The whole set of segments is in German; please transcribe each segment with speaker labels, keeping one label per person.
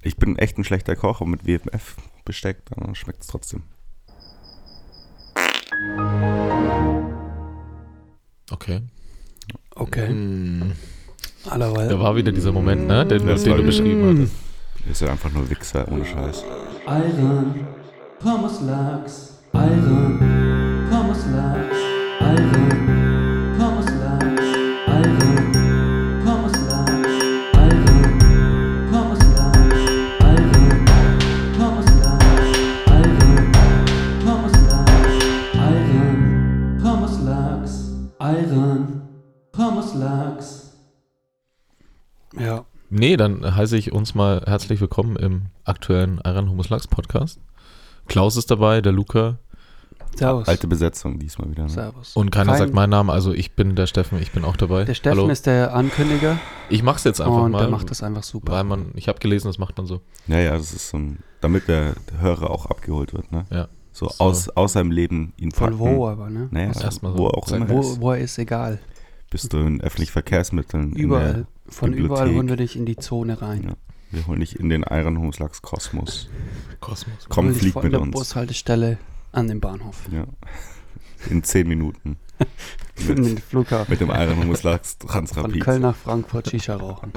Speaker 1: Ich bin echt ein schlechter Koch, aber mit WMF-Besteck schmeckt es trotzdem.
Speaker 2: Okay.
Speaker 3: Okay.
Speaker 2: Hm. Da
Speaker 3: Allerweil.
Speaker 2: war wieder dieser Moment, ne? Den,
Speaker 1: Das
Speaker 2: den
Speaker 1: war- Mm.
Speaker 2: du beschrieben hattest.
Speaker 1: Ihr seid einfach nur Wichser, ohne Scheiß.
Speaker 4: Ayran, Pommes Lachs, Ayran, Pommes Lachs, Ayran, Pommes Lachs, Ayran, Pommes Lachs, Ayran, Pommes Lachs, Ayran, Pommes Lachs, Ayran, Pommes Lachs, Ayran, Pommes Lachs, Ayran, Pommes Lachs.
Speaker 3: Ja.
Speaker 2: Nee, dann heiße ich uns mal herzlich willkommen im aktuellen Iran Humus Lachs Podcast. Klaus ist dabei, der Luca
Speaker 3: Servus.
Speaker 1: Alte Besetzung diesmal wieder. Ne?
Speaker 3: Servus.
Speaker 2: und keiner
Speaker 3: Fein.
Speaker 2: sagt meinen Namen, also ich bin der Steffen, ich bin auch dabei.
Speaker 3: Der Steffen
Speaker 2: Hallo.
Speaker 3: ist der Ankündiger
Speaker 2: Ich mach's jetzt einfach
Speaker 3: und
Speaker 2: mal.
Speaker 3: der macht das einfach super.
Speaker 2: Weil man, ich habe gelesen, das macht man so.
Speaker 1: Ja, ja, das ist so ein, damit der der Hörer auch abgeholt wird, ne?
Speaker 2: Ja.
Speaker 1: So,
Speaker 2: So.
Speaker 1: Aus, aus seinem Leben ihn
Speaker 3: Von
Speaker 1: Fakten.
Speaker 3: wo aber, ne?
Speaker 1: Naja,
Speaker 2: Muss erst mal so
Speaker 1: wo er auch
Speaker 2: sagen,
Speaker 1: immer
Speaker 3: Wo,
Speaker 1: ist.
Speaker 3: wo er ist, egal.
Speaker 1: Bist du in öffentlichen Verkehrsmitteln?
Speaker 3: Überall. Von überall
Speaker 1: Bibliothek.
Speaker 3: holen wir dich in die Zone rein.
Speaker 1: Ja. In der, wir holen dich in den Eirenhungslachs Kosmos.
Speaker 2: Kosmos.
Speaker 1: Komm,
Speaker 3: Holen dich
Speaker 1: flieg
Speaker 3: von
Speaker 1: mit
Speaker 3: der
Speaker 1: uns.
Speaker 3: Bushaltestelle an den Bahnhof.
Speaker 1: Ja. In zehn Minuten.
Speaker 3: In den
Speaker 1: mit,
Speaker 3: Flughafen.
Speaker 1: mit dem Eirenhungslachs
Speaker 3: Von
Speaker 1: Transrapid.
Speaker 3: Köln nach Frankfurt Shisha rauchen.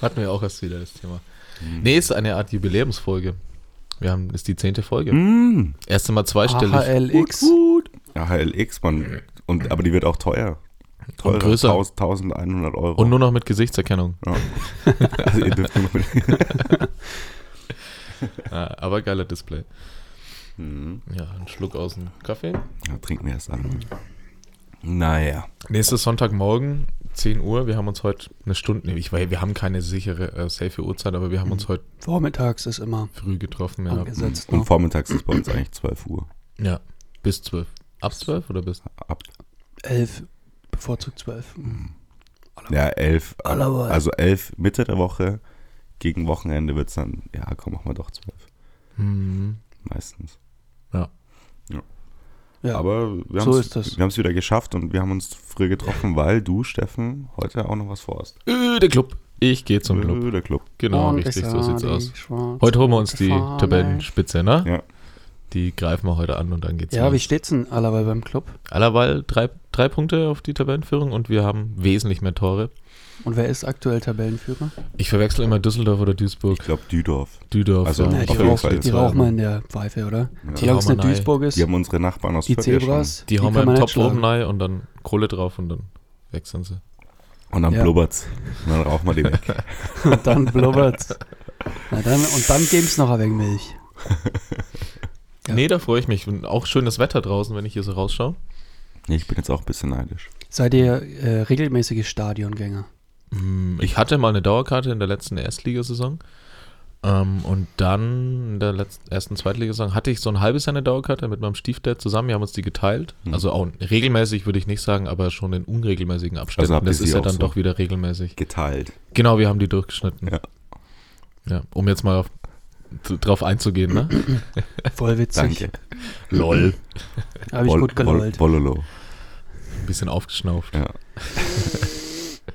Speaker 2: Hatten wir auch erst wieder das Thema.
Speaker 1: Mhm.
Speaker 2: Nee, ist eine Art Jubiläumsfolge. Wir haben, ist die zehnte Folge.
Speaker 1: Mm.
Speaker 2: Erste Mal zweistellig.
Speaker 3: HLX.
Speaker 1: Ja, HLX, Mann. Und, aber die wird auch teuer. Teurer.
Speaker 2: Und größer.
Speaker 1: 1000, 1100 Euro.
Speaker 2: Und nur noch mit Gesichtserkennung.
Speaker 1: also, ihr dürft nur mit,
Speaker 2: Ah, aber geiler Display.
Speaker 1: Mhm.
Speaker 2: Ja, ein Schluck aus dem Kaffee.
Speaker 1: ja, trinken wir erst an. Naja.
Speaker 2: Nächstes Sonntagmorgen, 10 Uhr. Wir haben uns heute eine Stunde, nee, ich weiß, wir haben keine sichere, äh, safe Uhrzeit, aber wir haben uns heute
Speaker 3: Vormittags ist immer
Speaker 2: früh getroffen. Ja,
Speaker 3: Mhm. angesetzt.
Speaker 1: Und
Speaker 3: Ne?
Speaker 1: vormittags ist bei uns eigentlich 12 Uhr.
Speaker 2: ja bis 12. Ab 12 oder bis?
Speaker 1: Ab,
Speaker 3: Elf, bevorzugt zwölf.
Speaker 1: ja, 11. ab-
Speaker 3: Allerweil.
Speaker 1: Also 11 Mitte der Woche. Gegen Wochenende wird es dann, ja, komm, machen wir doch 12.
Speaker 2: Mhm.
Speaker 1: Meistens.
Speaker 3: Ja,
Speaker 1: Aber wir
Speaker 3: so
Speaker 1: haben's-
Speaker 3: ist das.
Speaker 1: wir haben es wieder geschafft und wir haben uns früh getroffen, weil du, Steffen, heute auch noch was vorhast.
Speaker 2: Äh, der Club. Ich gehe zum Club.
Speaker 1: Äh, Der Club.
Speaker 2: Genau,
Speaker 3: Und
Speaker 2: richtig,
Speaker 3: ich
Speaker 2: so
Speaker 3: sah
Speaker 2: sieht's
Speaker 3: die
Speaker 2: aus.
Speaker 3: schwarze
Speaker 2: Heute holen wir uns die
Speaker 3: Fahne.
Speaker 2: Tabellenspitze, ne?
Speaker 1: Ja.
Speaker 2: Die greifen wir heute an und dann geht's
Speaker 3: Ja, wie
Speaker 2: los.
Speaker 3: steht's denn allerweil beim Club?
Speaker 2: Allerweil drei, drei Punkte auf die Tabellenführung und wir haben wesentlich mehr Tore.
Speaker 3: Und wer ist aktuell Tabellenführer?
Speaker 2: Ich verwechsel immer Düsseldorf oder Duisburg.
Speaker 1: Ich glaube, Düdorf.
Speaker 2: Düdorf.
Speaker 1: Also,
Speaker 2: ja,
Speaker 3: Na,
Speaker 1: auf
Speaker 3: die
Speaker 1: jeden
Speaker 3: rauch-
Speaker 1: Fall.
Speaker 3: die rauchen mal in der Pfeife, oder?
Speaker 1: Ja.
Speaker 2: Die
Speaker 3: Solange es nicht
Speaker 2: Raumerei.
Speaker 3: Duisburg ist,
Speaker 1: Die
Speaker 3: die,
Speaker 1: haben eh unsere Nachbarn aus Fürth ja
Speaker 3: Zebras,
Speaker 2: Die hauen wir
Speaker 3: kann
Speaker 2: im
Speaker 3: man
Speaker 2: Topf
Speaker 3: nicht schlagen.
Speaker 2: oben rein und dann Kohle drauf und dann wechseln sie.
Speaker 1: schon. Und dann
Speaker 3: Ja.
Speaker 1: blubbert's. Und dann rauchen wir den weg.
Speaker 3: Und dann blubbert's. Na dann, und dann gibt's noch ein wenig Milch. Ja.
Speaker 2: Nee, da freue ich mich. Und Auch schönes Wetter draußen, wenn ich hier so rausschaue.
Speaker 1: Nee, Ich bin jetzt auch ein bisschen neidisch.
Speaker 3: Seid ihr äh, regelmäßige Stadiongänger?
Speaker 1: Mhm.
Speaker 2: Hm, Ich hatte mal eine Dauerkarte in der letzten Erstligasaison. Ähm, und dann in der letzten, ersten Zweitligasaison hatte ich so ein halbes Jahr eine Dauerkarte mit meinem Stiefdad zusammen. Wir haben uns die geteilt.
Speaker 1: Hm.
Speaker 2: Also auch regelmäßig würde ich nicht sagen, aber schon in unregelmäßigen Abständen.
Speaker 1: Also habt ihr
Speaker 2: das
Speaker 1: sie
Speaker 2: ist ja
Speaker 1: auch
Speaker 2: dann
Speaker 1: so?
Speaker 2: doch wieder regelmäßig.
Speaker 1: Geteilt.
Speaker 2: Genau, wir haben die durchgeschnitten.
Speaker 1: Ja.
Speaker 2: Ja, um jetzt mal auf, zu- drauf einzugehen, ne?
Speaker 3: Voll witzig.
Speaker 1: Danke.
Speaker 2: Lol.
Speaker 3: Hab ich
Speaker 1: Bol-
Speaker 3: gut gelollt.
Speaker 1: Bol- Bololo.
Speaker 2: Bisschen aufgeschnauft.
Speaker 1: Ja.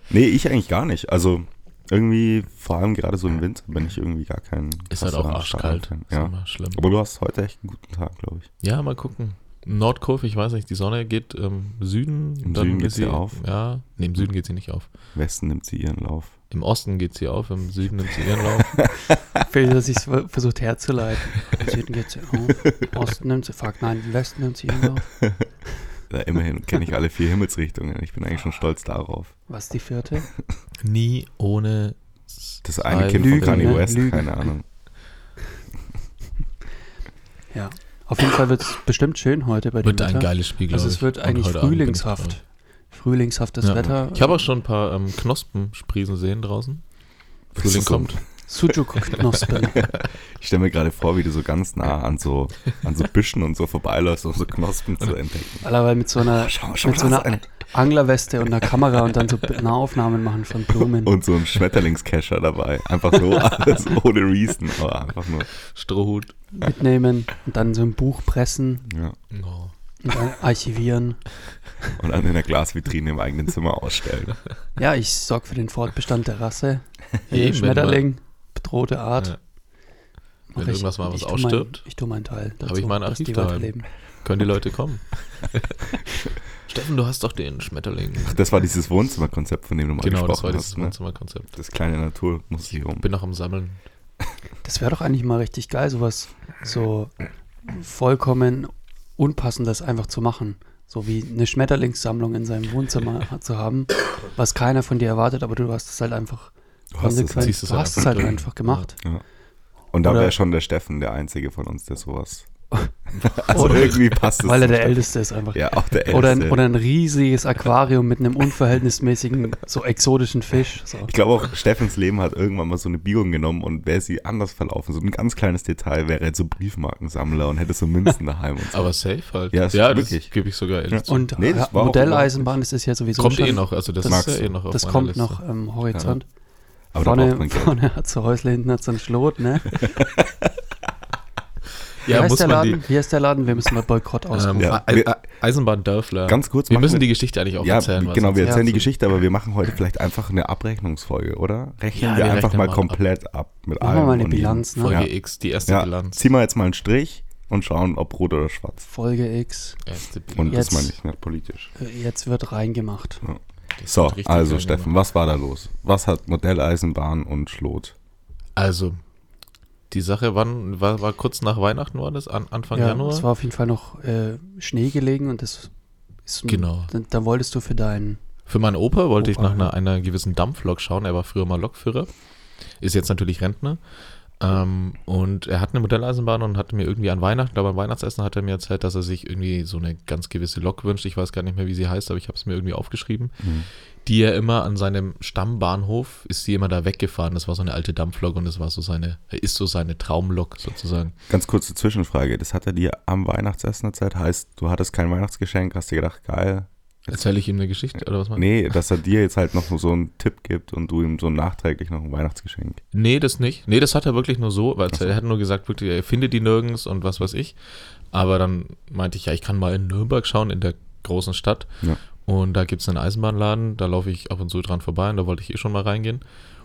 Speaker 1: Nee, ich eigentlich gar nicht. Also irgendwie, vor allem gerade so im Winter, bin ich irgendwie gar kein.
Speaker 2: Ist halt
Speaker 1: krasser
Speaker 2: auch arschkalt.
Speaker 1: Stadion-Fan.
Speaker 2: Ist
Speaker 1: Ja.
Speaker 2: immer schlimm.
Speaker 1: Aber du hast heute echt einen guten Tag, glaube ich.
Speaker 2: Ja, mal gucken. Nordkurve, ich weiß nicht, die Sonne geht ähm, Süden.
Speaker 1: Im Süden geht
Speaker 2: ist
Speaker 1: sie auf.
Speaker 2: Ja, nee, im Süden geht sie nicht auf.
Speaker 1: Westen nimmt sie ihren Lauf.
Speaker 2: Im Osten geht sie auf, im Süden nimmt sie ihren Lauf.
Speaker 3: Phil, dass ich versucht herzuleiten. Im Süden geht's ja auf. Osten nimmt sie, fuck, nein, im Westen nimmt sie immer auf.
Speaker 1: Ja, immerhin kenne ich alle vier Himmelsrichtungen. Ich bin eigentlich schon stolz darauf.
Speaker 3: Was die vierte?
Speaker 2: Nie ohne.
Speaker 1: Das eine
Speaker 2: Zwei
Speaker 1: Kind
Speaker 3: Lügen,
Speaker 1: von Kanye
Speaker 3: ne?
Speaker 1: West,
Speaker 3: Lügen.
Speaker 1: keine Ahnung.
Speaker 3: Ja. Auf jeden Fall wird's bestimmt schön heute bei dem
Speaker 2: Wird ein
Speaker 3: Wetter.
Speaker 2: geiles Spiel, glaub
Speaker 3: Also
Speaker 2: ich.
Speaker 3: es wird
Speaker 2: Und
Speaker 3: eigentlich
Speaker 2: heute Abend bin ich
Speaker 3: frühlingshaftig. Frühlingshaftes
Speaker 2: Ja.
Speaker 3: Wetter.
Speaker 2: dran. Ich habe auch schon ein paar ähm, Knospen sprießen sehen draußen. Frühling
Speaker 1: Das ist so-
Speaker 2: kommt.
Speaker 3: Sujuk-Knospen.
Speaker 1: Ich stelle mir gerade vor, wie du so ganz nah an so, an so Büschen und so vorbeiläufst, um so Knospen zu entdecken.
Speaker 3: Allerweil mit so einer,
Speaker 1: Schau, schau,
Speaker 3: mit so
Speaker 1: da
Speaker 3: einer
Speaker 1: ist eine.
Speaker 3: Anglerweste und einer Kamera und dann so Nahaufnahmen machen von Blumen.
Speaker 1: Und so ein Schmetterlingscacher dabei. Einfach so, alles ohne Reason. Aber einfach nur.
Speaker 2: Strohhut.
Speaker 3: mitnehmen und dann so ein Buch pressen.
Speaker 1: Ja.
Speaker 2: Oh.
Speaker 3: Und dann archivieren.
Speaker 1: und dann in der Glasvitrine im eigenen Zimmer ausstellen.
Speaker 3: Ja, ich sorge für den Fortbestand der Rasse.
Speaker 2: Eben,
Speaker 3: Schmetterling, bedrohte Art.
Speaker 2: Ja.
Speaker 3: Mach
Speaker 2: Wenn irgendwas mal was
Speaker 3: tu mein-
Speaker 2: ausstirbt,
Speaker 3: ich tue meinen Teil. Dazu,
Speaker 2: ich mein
Speaker 3: dass
Speaker 2: Archiv
Speaker 3: die
Speaker 2: daheim.
Speaker 3: weiterleben.
Speaker 2: Können die Leute kommen? Steffen, du hast doch den Schmetterling.
Speaker 1: Das war dieses Wohnzimmerkonzept, von dem du mal
Speaker 2: Genau, das
Speaker 1: gesprochen
Speaker 2: war
Speaker 1: hast.
Speaker 2: das
Speaker 1: Ne?
Speaker 2: Wohnzimmerkonzept.
Speaker 1: Das kleine Naturmuseum.
Speaker 2: Bin noch am Sammeln.
Speaker 3: Das wäre doch eigentlich mal richtig geil, sowas so vollkommen Unpassendes einfach zu machen. So wie eine Schmetterlingssammlung in seinem Wohnzimmer ha- zu haben, was keiner von dir erwartet, aber du hast es halt einfach
Speaker 1: Du hast es nicht.
Speaker 3: konsequent-
Speaker 2: ziehst es
Speaker 3: du
Speaker 2: halt
Speaker 3: hast
Speaker 2: einfach
Speaker 3: es halt
Speaker 2: durch.
Speaker 3: einfach gemacht.
Speaker 1: Und da
Speaker 3: Oder-
Speaker 1: wäre schon der Steffen der einzige von uns, der sowas. Also irgendwie passt es.
Speaker 3: Weil er
Speaker 1: zum
Speaker 3: der
Speaker 1: Steffen.
Speaker 3: Älteste ist einfach.
Speaker 1: halt Ja, auch der Älteste.
Speaker 3: Oder ein, oder ein riesiges Aquarium mit einem unverhältnismäßigen, so exotischen Fisch. So.
Speaker 1: ich glaube auch, Steffens Leben hat irgendwann mal so eine Biegung genommen und wäre sie anders verlaufen. So ein ganz kleines Detail wäre er so Briefmarkensammler und hätte so Münzen daheim und so.
Speaker 2: Aber safe halt.
Speaker 1: Ja, ist
Speaker 2: das
Speaker 1: wirklich.
Speaker 2: gebe ich sogar ehrlich
Speaker 1: Ja.
Speaker 2: zu.
Speaker 3: Und
Speaker 1: Nee, das war auch
Speaker 3: Modelleisenbahn ist es ja sowieso
Speaker 2: Kommt
Speaker 3: schon.
Speaker 2: eh noch, also das,
Speaker 1: Das-
Speaker 2: ist ja eh noch auf
Speaker 3: das
Speaker 2: meiner
Speaker 3: kommt
Speaker 2: Liste.
Speaker 3: noch am Horizont.
Speaker 1: Aber da braucht
Speaker 3: vorne,
Speaker 1: man Geld.
Speaker 3: vorne hat so Häusle, hinten hat so ein Schlot, ne? Wie
Speaker 2: Ja,
Speaker 3: heißt
Speaker 2: muss
Speaker 3: der
Speaker 2: man die
Speaker 3: Laden? Wie heißt der Laden? Wir müssen mal Boykott
Speaker 2: ähm,
Speaker 3: ausrufen.
Speaker 1: Ja,
Speaker 2: E-
Speaker 1: wir-
Speaker 2: E- Eisenbahndörfler.
Speaker 1: Ganz kurz
Speaker 2: Wir
Speaker 1: machen
Speaker 2: müssen
Speaker 1: wir-
Speaker 2: die Geschichte eigentlich auch
Speaker 1: Ja,
Speaker 2: erzählen. weil
Speaker 1: genau, wir
Speaker 2: sonst-
Speaker 1: erzählen die
Speaker 2: Ja,
Speaker 1: Geschichte, aber wir machen heute vielleicht einfach eine Abrechnungsfolge, oder? Rechnen
Speaker 2: Ja,
Speaker 1: wir
Speaker 2: wir
Speaker 1: einfach
Speaker 2: rechnen
Speaker 1: mal
Speaker 2: mal ab.
Speaker 1: komplett ab, mit
Speaker 3: Machen wir
Speaker 1: allem
Speaker 3: mal eine
Speaker 1: und jedem.
Speaker 3: Bilanz, ne?
Speaker 2: Folge
Speaker 1: Ja.
Speaker 2: X, die erste
Speaker 1: Ja,
Speaker 2: Bilanz.
Speaker 1: ziehen wir jetzt mal einen Strich und schauen, ob rot oder schwarz.
Speaker 3: Folge X.
Speaker 2: Erste Bilanz.
Speaker 1: Und
Speaker 3: Jetzt.
Speaker 1: das meine ich nicht politisch.
Speaker 3: Äh, Jetzt wird reingemacht.
Speaker 2: Das
Speaker 1: So,
Speaker 2: wird richtig
Speaker 1: also
Speaker 2: geil
Speaker 1: Steffen,
Speaker 2: gemacht.
Speaker 1: was war da los? Was hat Modelleisenbahn und Schlot?
Speaker 2: Also, die Sache wann, war, war kurz nach Weihnachten, war das? An, Anfang
Speaker 3: Ja,
Speaker 2: Januar?
Speaker 3: es war auf jeden Fall noch äh, Schnee gelegen und das ist.
Speaker 2: Genau.
Speaker 3: Da, da wolltest du für deinen.
Speaker 2: Für meinen Opa wollte ich
Speaker 3: Opa,
Speaker 2: nach einer, einer gewissen Dampflok schauen. Er war früher mal Lokführer, ist jetzt natürlich Rentner. Ähm, und er hat eine Modelleisenbahn und hat mir irgendwie an Weihnachten, aber am Weihnachtsessen hat er mir erzählt, dass er sich irgendwie so eine ganz gewisse Lok wünscht. Ich weiß gar nicht mehr, wie sie heißt, aber ich habe es mir irgendwie aufgeschrieben. Die er immer an seinem Stammbahnhof ist sie immer da weggefahren. Das war so eine alte Dampflok und das war so seine, ist so seine Traumlok sozusagen.
Speaker 1: Ganz kurze Zwischenfrage, das hat er dir am Weihnachtsessen erzählt, heißt, du hattest kein Weihnachtsgeschenk, hast dir gedacht, geil.
Speaker 2: Erzähle ich ihm eine Geschichte oder was meinst du?
Speaker 1: Nee, dass er dir jetzt halt noch so einen Tipp gibt und du ihm so nachträglich noch ein Weihnachtsgeschenk.
Speaker 2: Nee, das nicht. Nee, das hat er wirklich nur so, weil er hat nur gesagt, wirklich, er findet die nirgends und was weiß ich. Aber dann meinte ich, ja, ich kann mal in Nürnberg schauen, in der großen Stadt.
Speaker 1: Ja.
Speaker 2: Und da gibt es einen Eisenbahnladen, da laufe ich ab und zu dran vorbei und da wollte ich eh schon mal reingehen.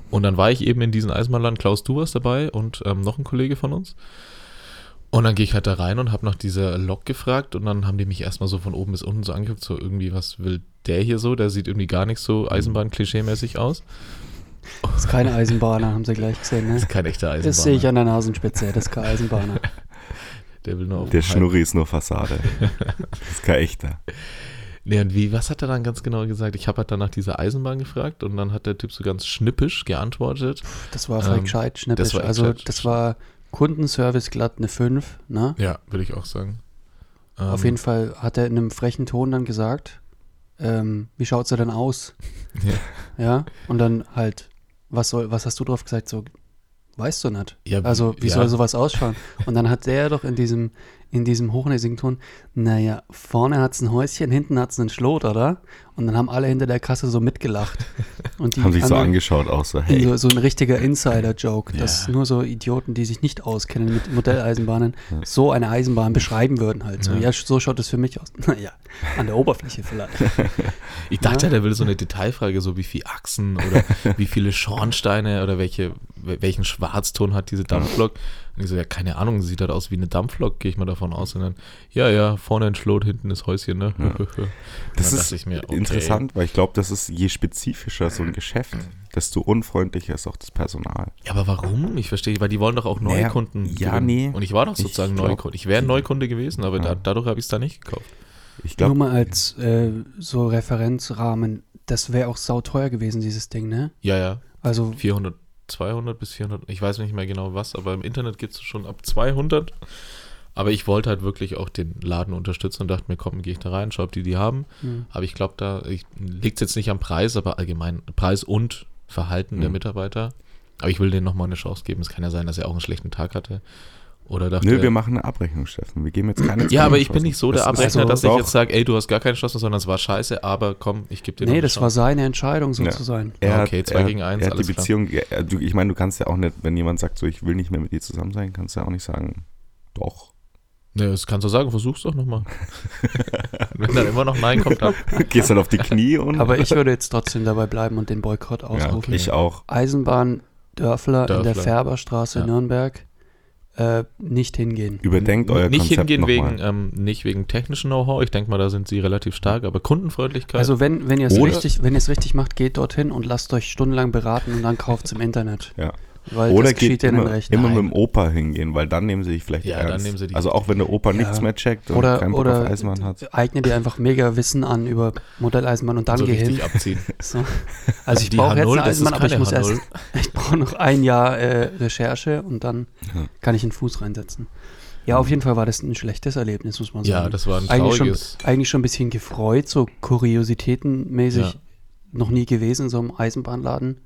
Speaker 2: Und dann war ich eben in diesen Eisenbahnladen, Klaus, du warst dabei und ähm, noch ein Kollege von uns. Und dann gehe ich halt da rein und habe nach dieser Lok gefragt und dann haben die mich erstmal so von oben bis unten so angeguckt, so irgendwie, was will der hier so? Der sieht irgendwie gar nicht
Speaker 1: Hm.
Speaker 2: so Eisenbahn-Klischee-mäßig aus.
Speaker 3: Das ist keine Eisenbahner, haben sie gleich gesehen, ne?
Speaker 2: Das ist kein echter Eisenbahn.
Speaker 3: Das sehe ich an der Nasenspitze, das ist kein Eisenbahner.
Speaker 2: Der will nur auf
Speaker 1: Der
Speaker 2: den Hype
Speaker 1: Schnurri ist nur Fassade. das ist kein echter.
Speaker 2: Nee, und wie, was hat er dann ganz genau gesagt? Ich habe halt dann nach dieser Eisenbahn gefragt und dann hat der Typ so ganz schnippisch geantwortet.
Speaker 3: Das war voll
Speaker 2: Ähm,
Speaker 3: gescheit, schnippisch.
Speaker 2: das war echt
Speaker 3: also,
Speaker 2: gescheit.
Speaker 3: das war Kundenservice glatt eine 5, ne?
Speaker 2: Ja, würde ich auch sagen. Ähm.
Speaker 3: Auf jeden Fall hat er in einem frechen Ton dann gesagt, ähm, wie schaut's dir denn aus?
Speaker 2: Ja.
Speaker 3: Ja, und dann halt, was soll, was hast du drauf gesagt? So, weißt du nicht.
Speaker 2: Ja,
Speaker 3: also, wie
Speaker 2: ja.
Speaker 3: soll sowas ausschauen? Und dann hat der doch in diesem, in diesem hochnäsigen Ton, naja, vorne hat's ein Häuschen, hinten hat's einen Schlot, oder? Und dann haben alle hinter der Kasse so mitgelacht. Und die
Speaker 1: Haben
Speaker 2: Also,
Speaker 1: sich so
Speaker 3: anderen-
Speaker 1: angeschaut, auch so,
Speaker 3: in
Speaker 1: hey.
Speaker 3: So, so ein richtiger Insider-Joke, dass
Speaker 2: Ja.
Speaker 3: nur so Idioten, die sich nicht auskennen mit Modelleisenbahnen, so eine Eisenbahn beschreiben würden halt. So, ja, so schaut es für mich aus. Naja, an der Oberfläche vielleicht.
Speaker 2: ich dachte, ja. der will so eine Detailfrage, so wie viele Achsen oder wie viele Schornsteine oder welche, wel- welchen Schwarzton hat diese Dampflok. Und ich so, ja, keine Ahnung, sieht halt aus wie eine Dampflok, gehe ich mal davon aus. Und dann, ja, ja, vorne ein Schlot, hinten das Häuschen, ne? Und
Speaker 1: Das
Speaker 2: dann
Speaker 1: ist
Speaker 2: dachte ich mir, okay.
Speaker 1: interessant, weil ich glaube, das ist je spezifischer so ein Geschäft, desto unfreundlicher ist auch das Personal.
Speaker 2: Ja, aber warum? Ich verstehe, weil die wollen doch auch neue
Speaker 1: Naja,
Speaker 2: Kunden.
Speaker 1: ja,
Speaker 2: gewinnen.
Speaker 1: nee.
Speaker 2: Und ich war doch
Speaker 1: Ich
Speaker 2: sozusagen
Speaker 1: glaub-
Speaker 2: Neukunde. Ich wäre ein Neukunde gewesen, aber da, dadurch habe ich es da nicht gekauft.
Speaker 1: Ich
Speaker 3: Nur
Speaker 1: glaube,
Speaker 3: mal als äh, so Referenzrahmen, das wäre auch sauteuer gewesen, dieses Ding, ne?
Speaker 2: Ja, ja.
Speaker 3: Also
Speaker 2: 400, 200 bis 400, ich weiß nicht mehr genau was, aber im Internet gibt es schon ab 200. Aber ich wollte halt wirklich auch den Laden unterstützen und dachte mir, komm, gehe ich da rein, schau, ob die die haben.
Speaker 1: Hm.
Speaker 2: Aber ich glaube, da liegt es jetzt nicht am Preis, aber allgemein Preis und Verhalten
Speaker 1: Hm.
Speaker 2: der Mitarbeiter. Aber ich will denen nochmal eine Chance geben. Es kann ja sein, dass er auch einen schlechten Tag hatte. Oder dachte,
Speaker 1: nö, wir machen eine Abrechnung, Steffen. Wir geben jetzt keine
Speaker 2: Ja, aber ich bin nicht so der
Speaker 1: Das ist-
Speaker 2: Abrechner,
Speaker 3: also
Speaker 2: dass ich
Speaker 1: Doch.
Speaker 2: jetzt sage, ey, du hast gar keinen Schloss, sondern es war scheiße, aber komm, ich gebe dir noch
Speaker 3: nee,
Speaker 2: eine
Speaker 3: das war
Speaker 2: Chance.
Speaker 3: seine Entscheidung, so
Speaker 1: Ja.
Speaker 3: zu sein.
Speaker 1: Er
Speaker 2: Ah, Okay,
Speaker 1: hat-
Speaker 2: zwei
Speaker 1: er,
Speaker 2: gegen eins,
Speaker 1: Er hat die
Speaker 2: alles klar.
Speaker 1: Beziehung, er, du, ich meine, du kannst ja auch nicht, wenn jemand sagt, so, ich will nicht mehr mit dir zusammen sein, kannst du ja auch nicht sagen, doch.
Speaker 2: Ja, das kannst du sagen, versuch's doch nochmal. Wenn dann immer noch Nein kommt, dann.
Speaker 1: Gehst dann auf die Knie und
Speaker 3: Aber ich würde jetzt trotzdem dabei bleiben und den Boykott
Speaker 1: also- ja,
Speaker 3: ausrufen.
Speaker 1: ich auch.
Speaker 3: Eisenbahn Dörfler, in der
Speaker 2: Dörfler.
Speaker 3: Färberstraße
Speaker 2: Ja.
Speaker 3: Nürnberg äh, nicht hingehen.
Speaker 1: Überdenkt euer
Speaker 2: nicht
Speaker 1: Konzept
Speaker 2: hingehen
Speaker 1: nochmal.
Speaker 2: wegen, ähm, nicht wegen technischen Know-how. Ich denke mal, da sind sie relativ stark, aber Kundenfreundlichkeit.
Speaker 3: Also wenn, wenn ihr es
Speaker 1: Oder-
Speaker 3: richtig, wenn ihr es richtig macht, geht dorthin und lasst euch stundenlang beraten und dann kauft es im Internet.
Speaker 1: Ja.
Speaker 3: Weil
Speaker 1: Oder
Speaker 3: das geschieht
Speaker 1: geht
Speaker 3: denen
Speaker 1: immer,
Speaker 3: recht.
Speaker 1: immer mit
Speaker 3: Nein.
Speaker 1: dem Opa hingehen, weil dann nehmen sie dich vielleicht
Speaker 2: Ja, dann
Speaker 1: ernst.
Speaker 2: nehmen sie dich-
Speaker 1: also auch wenn der Opa
Speaker 3: Ja.
Speaker 1: nichts mehr checkt und
Speaker 3: oder
Speaker 1: keinen Bock
Speaker 3: oder
Speaker 1: auf Eisenbahn hat.
Speaker 3: eigne dir Also, einfach mega Wissen an über Modelleisenbahn und dann
Speaker 2: so
Speaker 3: geh hin.
Speaker 2: Also richtig abziehen.
Speaker 3: So. Also ich
Speaker 2: Die
Speaker 3: brauche jetzt
Speaker 2: H0,
Speaker 3: eine
Speaker 2: das ist
Speaker 3: Eisenbahn, aber ich
Speaker 2: keine
Speaker 3: muss erst,
Speaker 2: H0.
Speaker 3: ich brauche noch ein Jahr äh, Recherche und dann
Speaker 1: Ja.
Speaker 3: kann ich einen Fuß reinsetzen. Ja, auf jeden Fall war das ein schlechtes Erlebnis, muss man sagen.
Speaker 2: Ja, das war ein
Speaker 3: Also, eigentlich schon,
Speaker 2: trauriges.
Speaker 3: eigentlich schon ein bisschen gefreut, so kuriositätenmäßig.
Speaker 2: Ja.
Speaker 3: Noch nie gewesen in so einem Eisenbahnladen.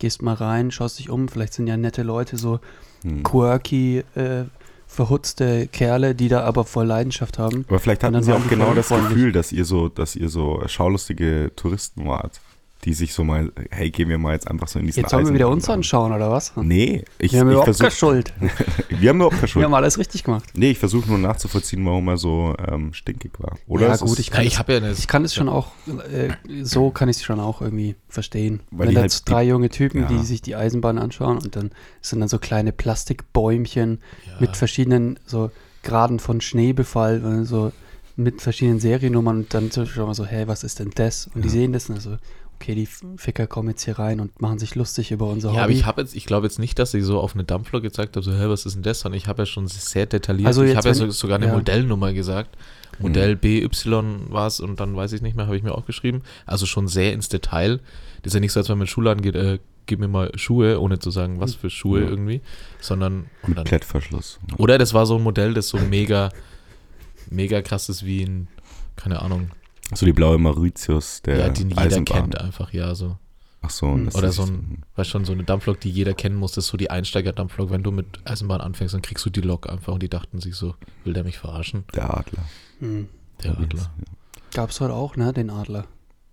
Speaker 3: Gehst mal rein, schaust dich um, vielleicht sind ja nette Leute, so
Speaker 1: Hm.
Speaker 3: quirky, äh, verhutzte Kerle, die da aber voll Leidenschaft haben.
Speaker 1: Aber vielleicht
Speaker 3: Und
Speaker 1: hatten
Speaker 3: dann
Speaker 1: sie
Speaker 3: waren
Speaker 1: auch
Speaker 3: die
Speaker 1: genau
Speaker 3: voll
Speaker 1: das
Speaker 3: freundlich.
Speaker 1: Gefühl, dass ihr so, dass ihr so schaulustige Touristen wart, die sich so mal, hey, gehen wir mal jetzt einfach so in diesen
Speaker 3: Jetzt sollen wir wieder uns
Speaker 1: Eisenbahnladen.
Speaker 3: anschauen, oder was?
Speaker 1: Nee, ich,
Speaker 3: wir haben
Speaker 1: ich
Speaker 3: überhaupt
Speaker 1: versuche.
Speaker 3: keine Schuld.
Speaker 1: Wir haben überhaupt keine
Speaker 3: Wir
Speaker 1: Schuld.
Speaker 3: haben alles richtig gemacht.
Speaker 1: nee, ich versuche nur nachzuvollziehen, warum er so ähm, stinkig war. Oder?
Speaker 3: Ja,
Speaker 1: Es
Speaker 3: gut,
Speaker 1: ist,
Speaker 3: ich
Speaker 2: Na,
Speaker 3: kann,
Speaker 2: ich
Speaker 3: das,
Speaker 2: habe ja eine.
Speaker 3: ich kann es schon auch, äh, so kann ich es schon auch irgendwie verstehen.
Speaker 1: Weil
Speaker 3: Wenn
Speaker 1: die
Speaker 3: da
Speaker 1: halt
Speaker 3: jetzt drei junge Typen,
Speaker 1: Ja.
Speaker 3: die sich die Eisenbahn anschauen und dann sind dann so kleine Plastikbäumchen
Speaker 2: ja,
Speaker 3: mit verschiedenen so Graden von Schneebefall und so mit verschiedenen Seriennummern und dann so schon mal so, hey, was ist denn das? Und die sehen das und dann so, okay, die Ficker kommen jetzt hier rein und machen sich lustig über unser
Speaker 2: ja, aber
Speaker 3: Hobby.
Speaker 2: ich habe jetzt, ich glaube jetzt nicht, dass sie so auf eine Dampflok gezeigt habe, so, hä, was ist denn das? Sondern ich habe ja schon sehr detailliert,
Speaker 3: Also
Speaker 2: ich
Speaker 3: jetzt,
Speaker 2: habe ja
Speaker 3: wenn-
Speaker 2: so, sogar eine
Speaker 3: ja. Mhm.
Speaker 2: Modellnummer gesagt. Modell BY war es und dann weiß ich nicht mehr, habe ich mir auch geschrieben. Also schon sehr ins Detail. Das ist ja nicht so, als wenn man in den Schulladen geht, äh, gib mir mal Schuhe, ohne zu sagen, was für Schuhe
Speaker 1: Ja.
Speaker 2: irgendwie, sondern und
Speaker 1: Mit
Speaker 2: dann,
Speaker 1: Klettverschluss.
Speaker 2: Oder das war so ein Modell, das so mega, mega krass ist wie ein, keine Ahnung,
Speaker 1: So die blaue Mauritius der
Speaker 2: ja, den jeder
Speaker 1: Eisenbahn.
Speaker 2: kennt einfach, ja, so.
Speaker 1: Ach so, und das
Speaker 2: Oder
Speaker 1: ist-
Speaker 2: so ein, weißt schon, so eine Dampflok, die jeder kennen muss, das ist so die Einsteiger-Dampflok. Wenn du mit Eisenbahn anfängst, dann kriegst du die Lok einfach und die dachten sich so, will der mich verarschen?
Speaker 1: der Adler.
Speaker 3: hm.
Speaker 2: Der Adler.
Speaker 3: Gab es heute auch, ne, den Adler.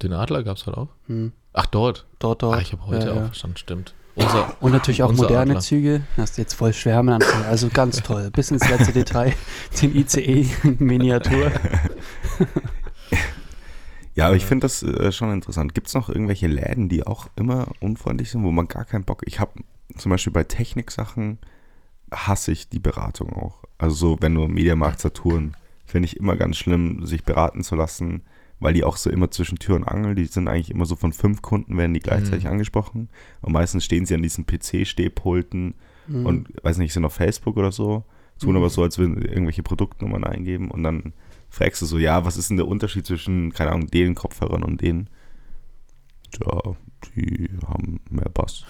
Speaker 2: Den Adler gab es halt auch.
Speaker 3: Hm.
Speaker 2: Ach, dort.
Speaker 3: Dort, dort.
Speaker 2: Ah, ich habe heute
Speaker 3: Ja,
Speaker 2: auch
Speaker 3: ja.
Speaker 2: verstanden, stimmt. Unser,
Speaker 3: Und natürlich auch
Speaker 2: Unser
Speaker 3: moderne
Speaker 2: Adler.
Speaker 3: Züge. Hast jetzt voll Schwärmen anfangen. Also ganz toll. Bis ins letzte Detail. Den ICE in Miniatur.
Speaker 1: Ja, aber ich finde das äh, schon interessant. Gibt es noch irgendwelche Läden, die auch immer unfreundlich sind, wo man gar keinen Bock... Ich habe zum Beispiel bei Techniksachen hasse ich die Beratung auch. Also so, wenn du im Mediamarkt Saturn, finde ich immer ganz schlimm, sich beraten zu lassen, weil die auch so immer zwischen Tür und Angel, die sind eigentlich immer so von fünf Kunden werden die
Speaker 3: Mhm.
Speaker 1: gleichzeitig angesprochen und meistens stehen sie an diesen PC-Stehpulten
Speaker 3: Mhm.
Speaker 1: und, weiß nicht, sind auf Facebook oder so, tun aber so, als würden sie irgendwelche Produktnummern eingeben und dann fragst du so, ja, was ist denn der Unterschied zwischen, keine Ahnung, den Kopfhörern und denen? Ja, die haben mehr Bass.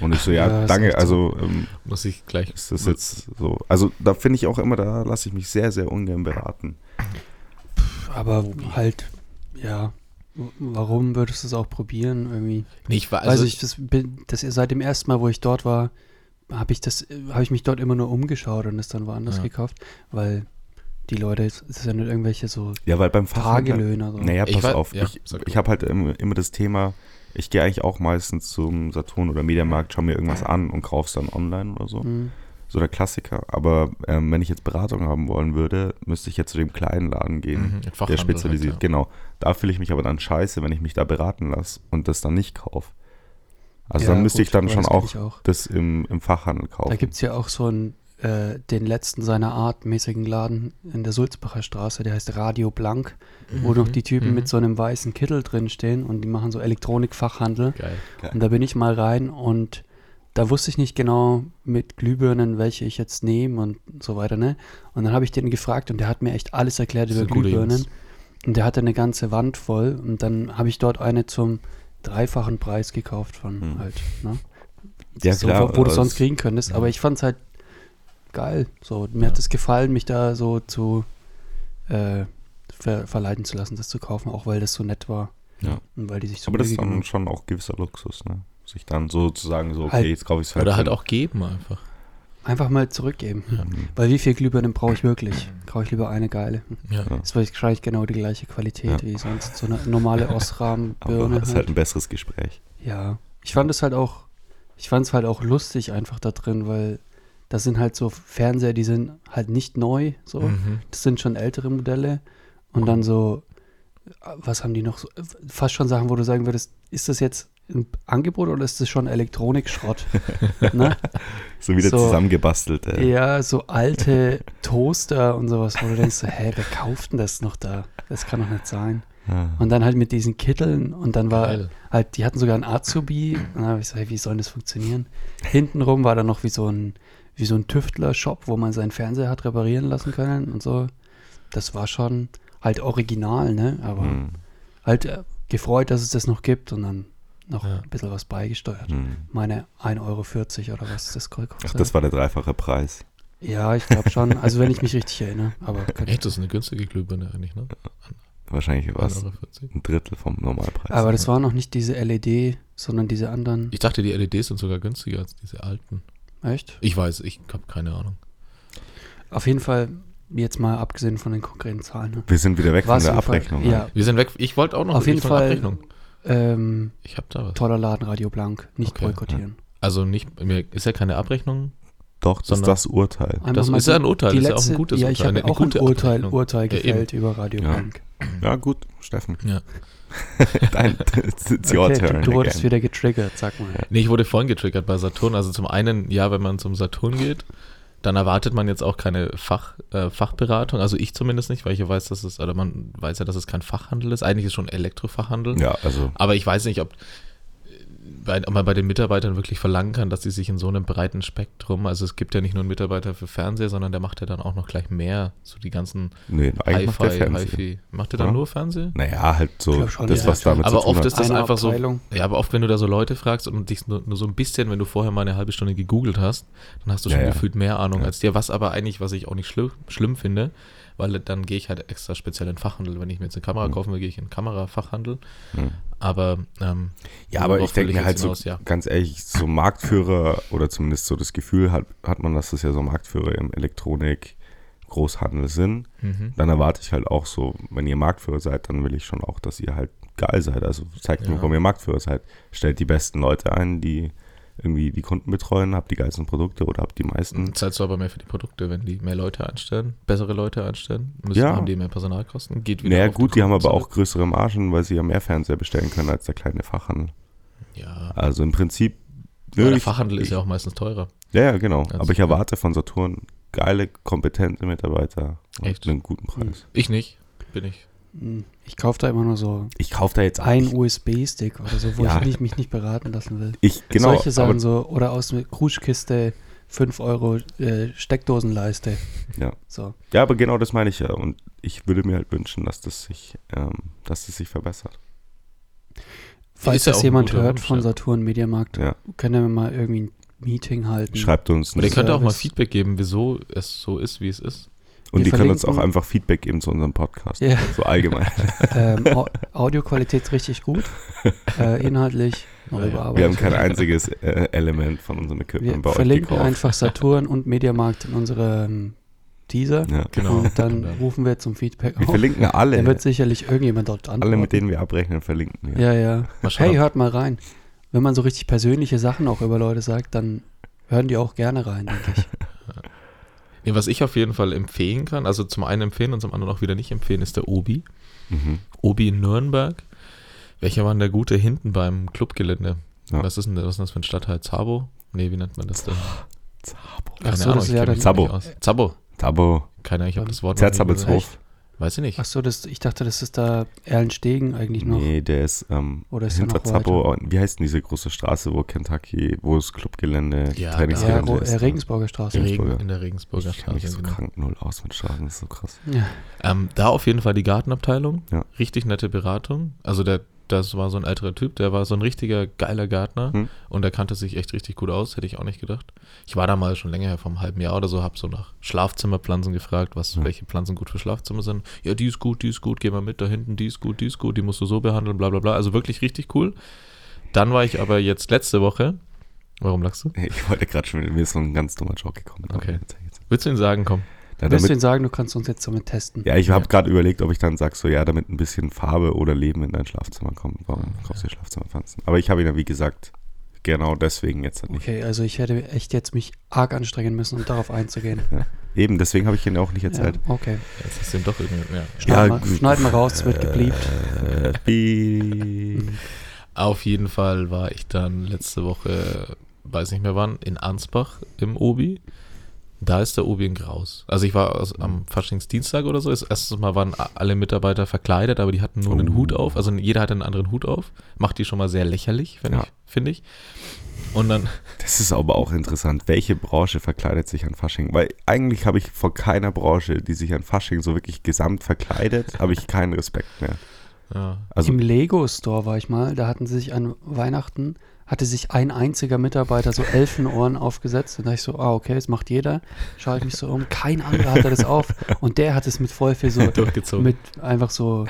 Speaker 1: Und ich so, ja,
Speaker 3: Ja, ist echt
Speaker 1: danke,
Speaker 3: so.
Speaker 1: also ähm,
Speaker 2: muss ich gleich.
Speaker 1: ist das jetzt so? Also da finde ich auch immer, da lasse ich mich sehr, sehr ungern beraten.
Speaker 3: Aber halt, ja. W- Warum würdest du es auch probieren? Irgendwie.
Speaker 2: Nee, ich war,
Speaker 3: Also,
Speaker 2: also,
Speaker 3: ich, das, bin- das seit dem ersten Mal, wo ich dort war, habe ich das, habe ich mich dort immer nur umgeschaut und es dann woanders
Speaker 2: Ja.
Speaker 3: gekauft, weil die Leute, es es sind nicht irgendwelche so
Speaker 1: Ja, weil beim Fachhandel.
Speaker 3: Tagelöhner. So.
Speaker 1: Naja,
Speaker 2: Ich
Speaker 1: pass
Speaker 2: war-
Speaker 1: auf.
Speaker 2: ja,
Speaker 1: ich
Speaker 2: sag du.
Speaker 1: ich habe halt immer, immer das Thema, ich gehe eigentlich auch meistens zum Saturn oder Mediamarkt, schaue mir irgendwas an und kaufe es dann online oder so.
Speaker 3: Hm.
Speaker 1: So der Klassiker. Aber ähm, wenn ich jetzt Beratung haben wollen würde, müsste ich jetzt zu dem kleinen Laden gehen,
Speaker 2: Mhm,
Speaker 1: der
Speaker 2: Fachhandel
Speaker 1: spezialisiert.
Speaker 2: halt,
Speaker 1: Genau. Da fühle ich mich aber dann scheiße, wenn ich mich da beraten lasse und das dann nicht kaufe. Also
Speaker 3: Ja,
Speaker 1: dann müsste
Speaker 3: gut,
Speaker 1: ich dann
Speaker 3: aber
Speaker 1: schon
Speaker 3: das kenn
Speaker 1: auch,
Speaker 3: ich auch.
Speaker 1: das im, im Fachhandel kaufen.
Speaker 3: Da gibt es ja auch so einen, äh, den letzten seiner Art mäßigen Laden in der Sulzbacher Straße, der heißt Radio Blank, wo noch die Typen mit so einem weißen Kittel drin stehen und die machen so Elektronikfachhandel.
Speaker 2: Geil.
Speaker 3: Und da bin ich mal rein und da wusste ich nicht genau mit Glühbirnen, welche ich jetzt nehme und so weiter, ne? Und dann habe ich den gefragt und der hat mir echt alles erklärt
Speaker 2: Das
Speaker 3: über
Speaker 2: sind gute
Speaker 3: Glühbirnen.
Speaker 2: Jungs.
Speaker 3: Und der hatte eine ganze Wand voll und dann habe ich dort eine zum dreifachen Preis gekauft von
Speaker 1: Hm.
Speaker 3: halt, ne?
Speaker 1: Ja,
Speaker 3: so,
Speaker 1: klar,
Speaker 3: wo du
Speaker 1: aber
Speaker 3: sonst
Speaker 1: es-
Speaker 3: kriegen könntest. Aber ich fand es halt geil. So, mir
Speaker 2: Ja.
Speaker 3: hat es gefallen, mich da so zu äh, ver verleiten zu lassen, das zu kaufen, auch weil das so nett war.
Speaker 1: Ja.
Speaker 3: Und weil die sich so
Speaker 1: Aber das
Speaker 3: Mühe
Speaker 1: ist
Speaker 3: gegeben
Speaker 1: dann schon auch gewisser Luxus, ne? Sich dann so zu sagen, so, okay,
Speaker 3: Halt.
Speaker 1: jetzt kaufe ich es
Speaker 2: Oder halt auch geben einfach.
Speaker 3: haben. Einfach mal zurückgeben. Weil wie viel Glühbirnen brauche ich wirklich? Brauche ich lieber eine geile.
Speaker 2: Ja.
Speaker 1: Ja.
Speaker 3: Das war wahrscheinlich genau die gleiche
Speaker 1: Ja.
Speaker 3: Qualität wie sonst. So eine normale
Speaker 1: Aber
Speaker 3: Osram-Birne.
Speaker 1: das ist halt
Speaker 3: halt.
Speaker 1: ein besseres Gespräch.
Speaker 3: Ja. Ich fand es halt auch, ich fand es halt auch lustig einfach da drin, weil Das sind halt so Fernseher, die sind halt nicht neu, so.
Speaker 2: Mhm.
Speaker 3: Das sind schon ältere Modelle. Und dann so, äh, was haben die noch? so- Fast schon Sachen, wo du sagen würdest, ist das jetzt ein Angebot oder ist das schon Elektronikschrott? ne?
Speaker 1: So wieder
Speaker 3: So.
Speaker 1: zusammengebastelt. Ey.
Speaker 3: Ja, so alte Toaster und sowas, wo du denkst, so, hä, wer kauft denn das noch da? Das kann doch nicht sein.
Speaker 1: Ah.
Speaker 3: Und dann halt mit diesen Kitteln und dann war
Speaker 2: Geil.
Speaker 3: halt, die hatten sogar einen Azubi. Und dann habe ich so, hey, wie soll das funktionieren? Hintenrum war dann noch wie so ein, wie so ein Tüftler-Shop, wo man seinen Fernseher hat reparieren lassen können und so. Das war schon halt original, ne? Aber
Speaker 1: Hm,
Speaker 3: halt äh, gefreut, dass es das noch gibt und dann noch
Speaker 2: Ja.
Speaker 3: ein bisschen was beigesteuert.
Speaker 1: hm.
Speaker 3: Meine 1,40 Euro oder was das gekostet
Speaker 1: Ach,
Speaker 3: hat.
Speaker 1: das war der dreifache Preis.
Speaker 3: Ja, ich glaube schon. Also wenn ich mich richtig erinnere. Aber könnte-
Speaker 2: Echt, das ist eine günstige Glühbirne eigentlich, ne?
Speaker 1: Wahrscheinlich war es
Speaker 2: 1,40 Euro.
Speaker 1: ein Drittel vom Normalpreis.
Speaker 3: aber das waren noch nicht diese LED, sondern diese anderen.
Speaker 2: Ich dachte, die LEDs sind sogar günstiger als diese alten.
Speaker 3: Echt?
Speaker 2: Ich weiß, ich habe keine Ahnung.
Speaker 3: Auf jeden Fall, jetzt mal abgesehen von den konkreten Zahlen. Ne?
Speaker 1: Wir sind wieder weg
Speaker 3: War's
Speaker 1: von der
Speaker 3: auf jeden
Speaker 1: Abrechnung. ne?
Speaker 3: Fall- ja.
Speaker 1: ey.
Speaker 2: Wir sind weg. Ich wollte auch noch
Speaker 3: Auf jeden
Speaker 2: ich wollte
Speaker 3: Fall-
Speaker 2: Abrechnung.
Speaker 3: Ähm,
Speaker 2: Ich habe da was.
Speaker 3: toller Laden, Radio Blank. Nicht
Speaker 2: Okay,
Speaker 3: boykottieren.
Speaker 2: Also nicht, mir ist ja keine Abrechnung.
Speaker 1: Doch, das ist
Speaker 2: Sondern-
Speaker 1: das Urteil.
Speaker 3: Einfach
Speaker 2: Das
Speaker 3: mal
Speaker 2: ist ja ein Urteil,
Speaker 3: die
Speaker 2: das ist ja auch ein
Speaker 3: letzte-
Speaker 2: gutes
Speaker 3: Ja, ich
Speaker 2: Urteil,
Speaker 3: habe
Speaker 2: eine
Speaker 3: auch ein
Speaker 2: gute
Speaker 3: Urteil,
Speaker 2: Abrechnung.
Speaker 3: Urteil
Speaker 2: Ja, eben.
Speaker 3: gefällt über Radio
Speaker 1: Ja.
Speaker 3: Blank.
Speaker 1: Ja, gut, Steffen.
Speaker 2: Ja.
Speaker 1: Dein, it's, it's your
Speaker 3: Okay,
Speaker 1: turn.
Speaker 3: du wurdest
Speaker 1: again.
Speaker 3: wieder getriggert, sag mal.
Speaker 2: Nee, ich wurde vorhin getriggert bei Saturn. Also zum einen, ja, wenn man zum Saturn geht, dann erwartet man jetzt auch keine Fach, äh, Fachberatung. Also ich zumindest nicht, weil ich ja weiß, dass es, oder man weiß ja, dass es kein Fachhandel ist. Eigentlich ist schon Elektrofachhandel.
Speaker 1: Ja, also
Speaker 2: Aber ich weiß nicht, ob, bei, ob man bei den Mitarbeitern wirklich verlangen kann, dass sie sich in so einem breiten Spektrum, also es gibt ja nicht nur einen Mitarbeiter für Fernseher, sondern der macht ja dann auch noch gleich mehr, so die ganzen
Speaker 1: Nee, eigentlich macht der
Speaker 2: Hi-Fi,
Speaker 1: Fernseher.
Speaker 2: Hi-Fi. Macht der dann
Speaker 1: Ja.
Speaker 2: nur Fernseher?
Speaker 1: Naja, halt so
Speaker 3: Ja, schon,
Speaker 1: das,
Speaker 3: ja,
Speaker 1: was
Speaker 3: schon.
Speaker 1: damit zu
Speaker 2: aber
Speaker 1: tun
Speaker 2: oft
Speaker 1: hat.
Speaker 2: ist das
Speaker 3: Eine
Speaker 2: einfach
Speaker 3: Abteilung.
Speaker 2: so. Ja, aber oft, wenn du da so Leute fragst und dich nur, nur so ein bisschen, wenn du vorher mal eine halbe Stunde gegoogelt hast, dann hast du schon
Speaker 1: Ja, ja.
Speaker 2: gefühlt mehr Ahnung
Speaker 1: Ja.
Speaker 2: als dir. Was aber eigentlich, was ich auch nicht schlimm, schlimm finde, weil dann gehe ich halt extra speziell in den Fachhandel. Wenn ich mir jetzt eine
Speaker 1: Mhm.
Speaker 2: Kamera kaufen will, gehe ich in den Kamerafachhandel.
Speaker 1: Hm.
Speaker 2: Aber ähm,
Speaker 1: Ja, aber
Speaker 2: worauf
Speaker 1: ich denke
Speaker 2: will
Speaker 1: mir
Speaker 2: jetzt
Speaker 1: halt so,
Speaker 2: hinaus? ja.
Speaker 1: ganz ehrlich, so Marktführer oder zumindest so das Gefühl hat, hat man, dass das ja so Marktführer im Elektronik-Großhandel sind.
Speaker 2: Mhm.
Speaker 1: Dann erwarte ich halt auch so, wenn ihr Marktführer seid, dann will ich schon auch, dass ihr halt geil seid. Also zeigt mir,
Speaker 2: Ja.
Speaker 1: warum ihr Marktführer seid. Stellt die besten Leute ein, die irgendwie die Kunden betreuen, habt die geilsten Produkte oder habt die meisten.
Speaker 2: Zahlst du aber mehr für die Produkte, wenn die mehr Leute einstellen, bessere Leute einstellen, müssen,
Speaker 1: Ja.
Speaker 2: haben die mehr Personalkosten, geht wieder
Speaker 1: Naja,
Speaker 2: auf
Speaker 1: gut, die
Speaker 2: den
Speaker 1: haben aber
Speaker 2: Kunden
Speaker 1: auch größere Margen, weil sie ja mehr Fernseher bestellen können als der kleine Fachhandel.
Speaker 2: zurück. Ja,
Speaker 1: Also im Prinzip.
Speaker 2: weil der
Speaker 1: Ich-
Speaker 2: Fachhandel ist
Speaker 1: ich-
Speaker 2: ja auch meistens teurer.
Speaker 1: Ja, ja, genau.
Speaker 2: Ganz
Speaker 1: Aber ich
Speaker 2: klar.
Speaker 1: erwarte von Saturn geile, kompetente Mitarbeiter und
Speaker 2: Echt? Hm.
Speaker 1: einen guten Preis.
Speaker 2: Ich nicht, bin ich.
Speaker 3: Hm, Ich kaufe da immer nur so
Speaker 1: Ich kaufe da jetzt
Speaker 3: einen
Speaker 1: Ich,
Speaker 3: USB-Stick oder so, wo
Speaker 1: Ja.
Speaker 3: ich nicht, mich nicht beraten lassen will.
Speaker 1: ich genau.
Speaker 3: Solche Sachen
Speaker 1: aber,
Speaker 3: so, oder aus einer Kruschkiste 5 Euro äh, Steckdosenleiste.
Speaker 1: Ja.
Speaker 3: So.
Speaker 1: ja, aber genau das meine ich ja. Und ich würde mir halt wünschen, dass das sich, ähm, dass das sich verbessert.
Speaker 3: Falls
Speaker 2: Ist ja
Speaker 3: das
Speaker 2: auch ein
Speaker 3: jemand
Speaker 2: guter
Speaker 3: hört
Speaker 2: Wunsch,
Speaker 3: von
Speaker 2: ja.
Speaker 3: Saturn Mediamarkt,
Speaker 1: Ja.
Speaker 3: können wir mal irgendwie ein Meeting halten.
Speaker 1: Schreibt uns
Speaker 2: Und ihr
Speaker 1: und,
Speaker 3: Das-
Speaker 2: könnt auch mal
Speaker 3: Service.
Speaker 2: Feedback geben, wieso es so ist, wie es ist.
Speaker 1: und
Speaker 3: wir
Speaker 1: die können uns auch
Speaker 3: verlinken-
Speaker 1: einfach Feedback geben zu unserem Podcast.
Speaker 3: Ja.
Speaker 1: So allgemein.
Speaker 3: Ähm, Au- Audioqualität richtig gut, äh, inhaltlich noch
Speaker 2: Ja, ja.
Speaker 3: überarbeitet.
Speaker 1: Wir haben kein einziges äh, Element von unserem
Speaker 3: Wir
Speaker 1: Equipment bei euch
Speaker 3: verlinken
Speaker 1: gekauft.
Speaker 3: einfach Saturn und Mediamarkt in unserem Teaser
Speaker 1: Ja.
Speaker 2: Genau.
Speaker 3: und dann
Speaker 2: Und dann-
Speaker 3: rufen wir zum Feedback
Speaker 1: Wir
Speaker 3: auf.
Speaker 1: verlinken
Speaker 3: Da
Speaker 1: alle.
Speaker 3: wird sicherlich irgendjemand dort antworten.
Speaker 1: Alle, mit denen wir abrechnen, verlinken wir.
Speaker 3: ja, ja.
Speaker 2: Mal
Speaker 3: Hey, hört mal rein. Wenn man so richtig persönliche Sachen auch über Leute sagt, dann hören die auch gerne rein, denke ich.
Speaker 2: Nee, was ich auf jeden Fall empfehlen kann, also zum einen empfehlen und zum anderen auch wieder nicht empfehlen, ist der Obi.
Speaker 1: Mhm.
Speaker 2: Obi in Nürnberg. Welcher war denn der Gute hinten beim Clubgelände?
Speaker 1: Ja.
Speaker 2: Was, ist denn, was ist denn das für ein Stadtteil? Zabo? Nee, wie nennt man das denn?
Speaker 1: Zabo.
Speaker 2: Keine
Speaker 3: so, das ist ja
Speaker 2: ich kenne
Speaker 3: dann-
Speaker 2: mich
Speaker 1: Zabo.
Speaker 2: nicht aus. Zabo.
Speaker 1: Zabo.
Speaker 2: Keine Ahnung, ich habe das Wort noch nie gehört.
Speaker 1: Zerzabelshof.
Speaker 2: Weiß ich nicht.
Speaker 3: Ach so, das, ich dachte, das ist da Erlenstegen eigentlich noch.
Speaker 1: Nee, der ist ähm,
Speaker 3: Oder ist er
Speaker 1: hinter
Speaker 3: noch weiter?
Speaker 1: Zappo. Wie heißt denn diese große Straße, wo Kentucky, wo das Clubgelände,
Speaker 2: Ja, da.
Speaker 3: Ja,
Speaker 1: Trainingsgelände
Speaker 3: Ro-
Speaker 1: ist?
Speaker 3: äh, Regensburger Straße.
Speaker 2: Regen
Speaker 1: Regensburger.
Speaker 2: in der Regensburger
Speaker 1: Ich kenne mich
Speaker 2: Straße.
Speaker 1: so
Speaker 2: genau.
Speaker 1: krank null aus mit Straßen, das ist so krass.
Speaker 3: Ja.
Speaker 2: Ähm, da auf jeden Fall die Gartenabteilung.
Speaker 1: Ja.
Speaker 2: Richtig nette Beratung. Also der, das war so ein älterer Typ, der war so ein richtiger geiler Gärtner
Speaker 1: Hm.
Speaker 2: und der kannte sich echt richtig gut aus, hätte ich auch nicht gedacht. Ich war da mal schon länger her, vom halben Jahr oder so, habe so nach Schlafzimmerpflanzen gefragt, was,
Speaker 1: Hm.
Speaker 2: welche Pflanzen gut für Schlafzimmer sind. Ja, die ist gut, die ist gut, geh mal mit, da hinten, die ist gut, die ist gut, die musst du so behandeln, bla bla bla. Also wirklich richtig cool. Dann war ich aber jetzt letzte Woche. Warum lachst du?
Speaker 1: Ich wollte gerade schon, mir ist so ein ganz dummer Joke gekommen. aber
Speaker 2: Okay.
Speaker 1: jetzt- jetzt-
Speaker 2: Willst du ihn sagen, komm?
Speaker 1: Ja,
Speaker 3: Willst du
Speaker 1: damit,
Speaker 3: denen sagen, du kannst uns jetzt damit testen?
Speaker 1: ja, ich habe
Speaker 2: Ja.
Speaker 1: gerade überlegt, ob ich dann sage, so ja, damit ein
Speaker 3: Ah,
Speaker 1: bisschen Farbe oder Leben in dein Schlafzimmer kommt, warum kaufst du Schlafzimmerpflanzen? Aber ich habe ihn ja, wie gesagt, genau deswegen jetzt halt nicht.
Speaker 3: Okay, also ich hätte echt jetzt mich arg anstrengen müssen, um darauf einzugehen.
Speaker 1: Eben, deswegen habe ich ihn auch nicht
Speaker 3: Ja,
Speaker 1: erzählt.
Speaker 3: okay.
Speaker 2: Jetzt ist dem doch irgendwie. Ja.
Speaker 3: Schneid,
Speaker 1: Ja,
Speaker 3: mal,
Speaker 1: gut.
Speaker 3: schneid mal raus, es wird gebliebt.
Speaker 1: Äh, bi-
Speaker 2: Auf jeden Fall war ich dann letzte Woche, weiß nicht mehr wann, in Ansbach im Obi. Da ist der Obi in Graus. Also ich war
Speaker 1: Mhm.
Speaker 2: aus, am Faschingsdienstag oder so. Das erste Mal waren a- alle Mitarbeiter verkleidet, aber die hatten nur einen
Speaker 1: Oh.
Speaker 2: Hut auf. Also jeder hatte einen anderen Hut auf. Macht die schon mal sehr lächerlich, finde
Speaker 1: Ja.
Speaker 2: ich, finde ich. Und dann,
Speaker 1: Das ist aber auch interessant. Welche Branche verkleidet sich an Fasching? Weil eigentlich habe ich vor keiner Branche, die sich an Fasching so wirklich gesamt verkleidet, habe ich keinen Respekt mehr.
Speaker 2: ja,
Speaker 1: Also-
Speaker 3: Im Lego-Store war ich mal, da hatten sie sich an Weihnachten, hatte sich ein einziger Mitarbeiter so Elfenohren aufgesetzt. Und da dachte ich so, ah, okay, das macht jeder. Schaue ich mich so um, kein anderer hatte das auf. Und der hat es mit voll viel so,
Speaker 2: durchgezogen.
Speaker 3: mit einfach so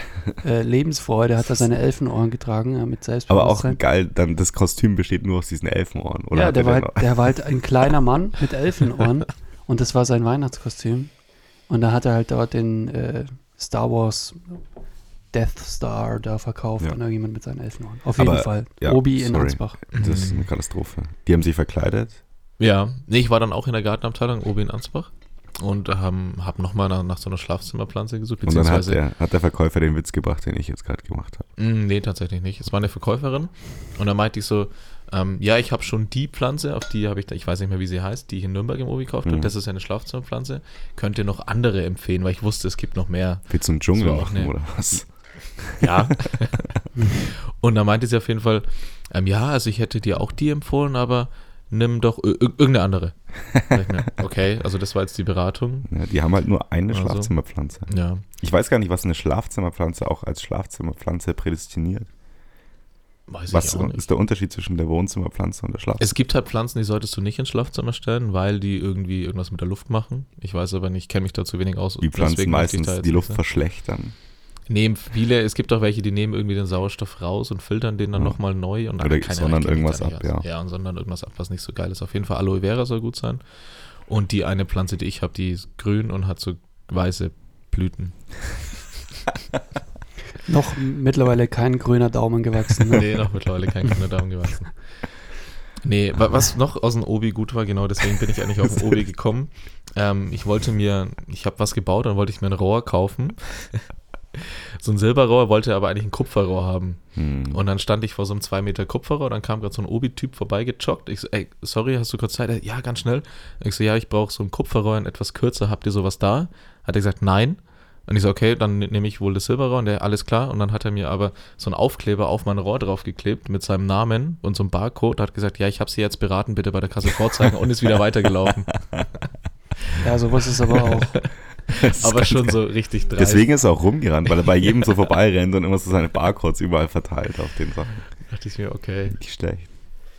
Speaker 3: äh, Lebensfreude, hat er seine Elfenohren getragen, ja, mit
Speaker 1: Aber auch
Speaker 3: Selbstbewusstsein.
Speaker 1: geil, dann das Kostüm besteht nur aus diesen Elfenohren. Oder
Speaker 3: ja,
Speaker 1: hat
Speaker 3: der
Speaker 1: er
Speaker 3: war,
Speaker 1: denn
Speaker 3: halt,
Speaker 1: noch-
Speaker 3: der war halt ein kleiner Mann mit Elfenohren und das war sein Weihnachtskostüm. Und da hat er halt dort den äh, Star Wars Death Star da verkauft
Speaker 1: Ja.
Speaker 3: an irgendjemand mit seinen Elfenohren. Auf
Speaker 1: Aber,
Speaker 3: jeden Fall.
Speaker 1: ja,
Speaker 3: Obi in
Speaker 1: sorry.
Speaker 3: Ansbach. Mhm.
Speaker 1: das ist eine Katastrophe. Die haben sich verkleidet.
Speaker 2: Ja, nee, ich war dann auch in der Gartenabteilung Obi in Ansbach und ähm, habe nochmal nach, nach so einer Schlafzimmerpflanze gesucht,
Speaker 1: Und dann hat
Speaker 2: beziehungsweise
Speaker 1: der, hat der Verkäufer den Witz gebracht, den ich jetzt gerade gemacht habe.
Speaker 2: Mm, Nee, tatsächlich nicht. Es war eine Verkäuferin und da meinte ich so, ähm, ja, ich habe schon die Pflanze, auf die habe ich, da- ich weiß nicht mehr, wie sie heißt, die ich in Nürnberg im Obi gekauft habe.
Speaker 1: Mhm.
Speaker 2: Das ist eine Schlafzimmerpflanze. Könnt ihr noch andere empfehlen, weil ich wusste, es gibt noch mehr.
Speaker 1: Willst du einen Dschungel
Speaker 2: So,
Speaker 1: machen
Speaker 2: nee.
Speaker 1: oder was?
Speaker 2: Ja. und da meinte sie auf jeden Fall, ähm, ja, also ich hätte dir auch die empfohlen, aber nimm doch ir- ir- irgendeine andere. Sag ich mir, okay, also das war jetzt die Beratung.
Speaker 1: Ja, die haben halt nur eine
Speaker 2: Also.
Speaker 1: Schlafzimmerpflanze.
Speaker 2: Ja.
Speaker 1: Ich weiß gar nicht, was eine Schlafzimmerpflanze auch als Schlafzimmerpflanze prädestiniert.
Speaker 2: Weiß
Speaker 1: Was
Speaker 2: ich auch nicht.
Speaker 1: ist der Unterschied zwischen der Wohnzimmerpflanze und der Schlafzimmerpflanze?
Speaker 2: Es gibt halt Pflanzen, die solltest du nicht ins Schlafzimmer stellen, weil die irgendwie irgendwas mit der Luft machen. Ich weiß aber nicht, kenne mich da zu wenig aus.
Speaker 1: Die Pflanzen
Speaker 2: deswegen möchte ich
Speaker 1: meistens
Speaker 2: da jetzt
Speaker 1: die Luft
Speaker 2: nicht ne?
Speaker 1: verschlechtern.
Speaker 2: sagen. Nehmen viele, es gibt auch welche, die nehmen irgendwie den Sauerstoff raus und filtern den dann
Speaker 1: Ja.
Speaker 2: nochmal neu und
Speaker 1: Oder
Speaker 2: ach, keine
Speaker 1: sondern
Speaker 2: Ahnung, kenn ich
Speaker 1: irgendwas
Speaker 2: da nicht
Speaker 1: ab,
Speaker 2: aus. Ja, und sondern irgendwas ab, was nicht so geil ist. Auf jeden Fall Aloe Vera soll gut sein. Und die eine Pflanze, die ich habe, die ist grün und hat so weiße Blüten.
Speaker 3: Noch mittlerweile kein grüner Daumen gewachsen. Ne?
Speaker 2: Nee, noch mittlerweile kein grüner Daumen gewachsen. Nee, wa- was noch aus dem Obi gut war, genau deswegen bin ich eigentlich auf den Obi gekommen. Ähm, ich wollte mir, ich habe was gebaut und wollte ich mir ein Rohr kaufen. So ein Silberrohr, wollte aber eigentlich ein Kupferrohr haben.
Speaker 1: Hm.
Speaker 2: Und dann stand ich vor so einem 2 Meter Kupferrohr, dann kam gerade so ein Obi-Typ vorbeigejoggt. Ich so, ey, sorry, hast du kurz Zeit? Er, Ja, ganz schnell. Ich so, ja, ich brauche so ein Kupferrohr in etwas kürzer, habt ihr sowas da? Hat er gesagt, nein. Und ich so, okay, dann ne- nehme ich wohl das Silberrohr und der, alles klar. Und dann hat er mir aber so einen Aufkleber auf mein Rohr draufgeklebt mit seinem Namen und so einem Barcode. Hat gesagt, ja, ich habe Sie jetzt beraten, bitte bei der Kasse vorzeigen und ist wieder weitergelaufen.
Speaker 3: Ja, sowas ist aber auch.
Speaker 1: Das ist
Speaker 2: aber
Speaker 1: ganz
Speaker 2: schon
Speaker 1: geil.
Speaker 2: so richtig dreist.
Speaker 1: Deswegen ist er auch rumgerannt, weil er bei jedem so vorbeirennt und immer so seine Barcodes überall verteilt auf den Sachen.
Speaker 2: dachte ich mir, okay,
Speaker 1: Nicht schlecht.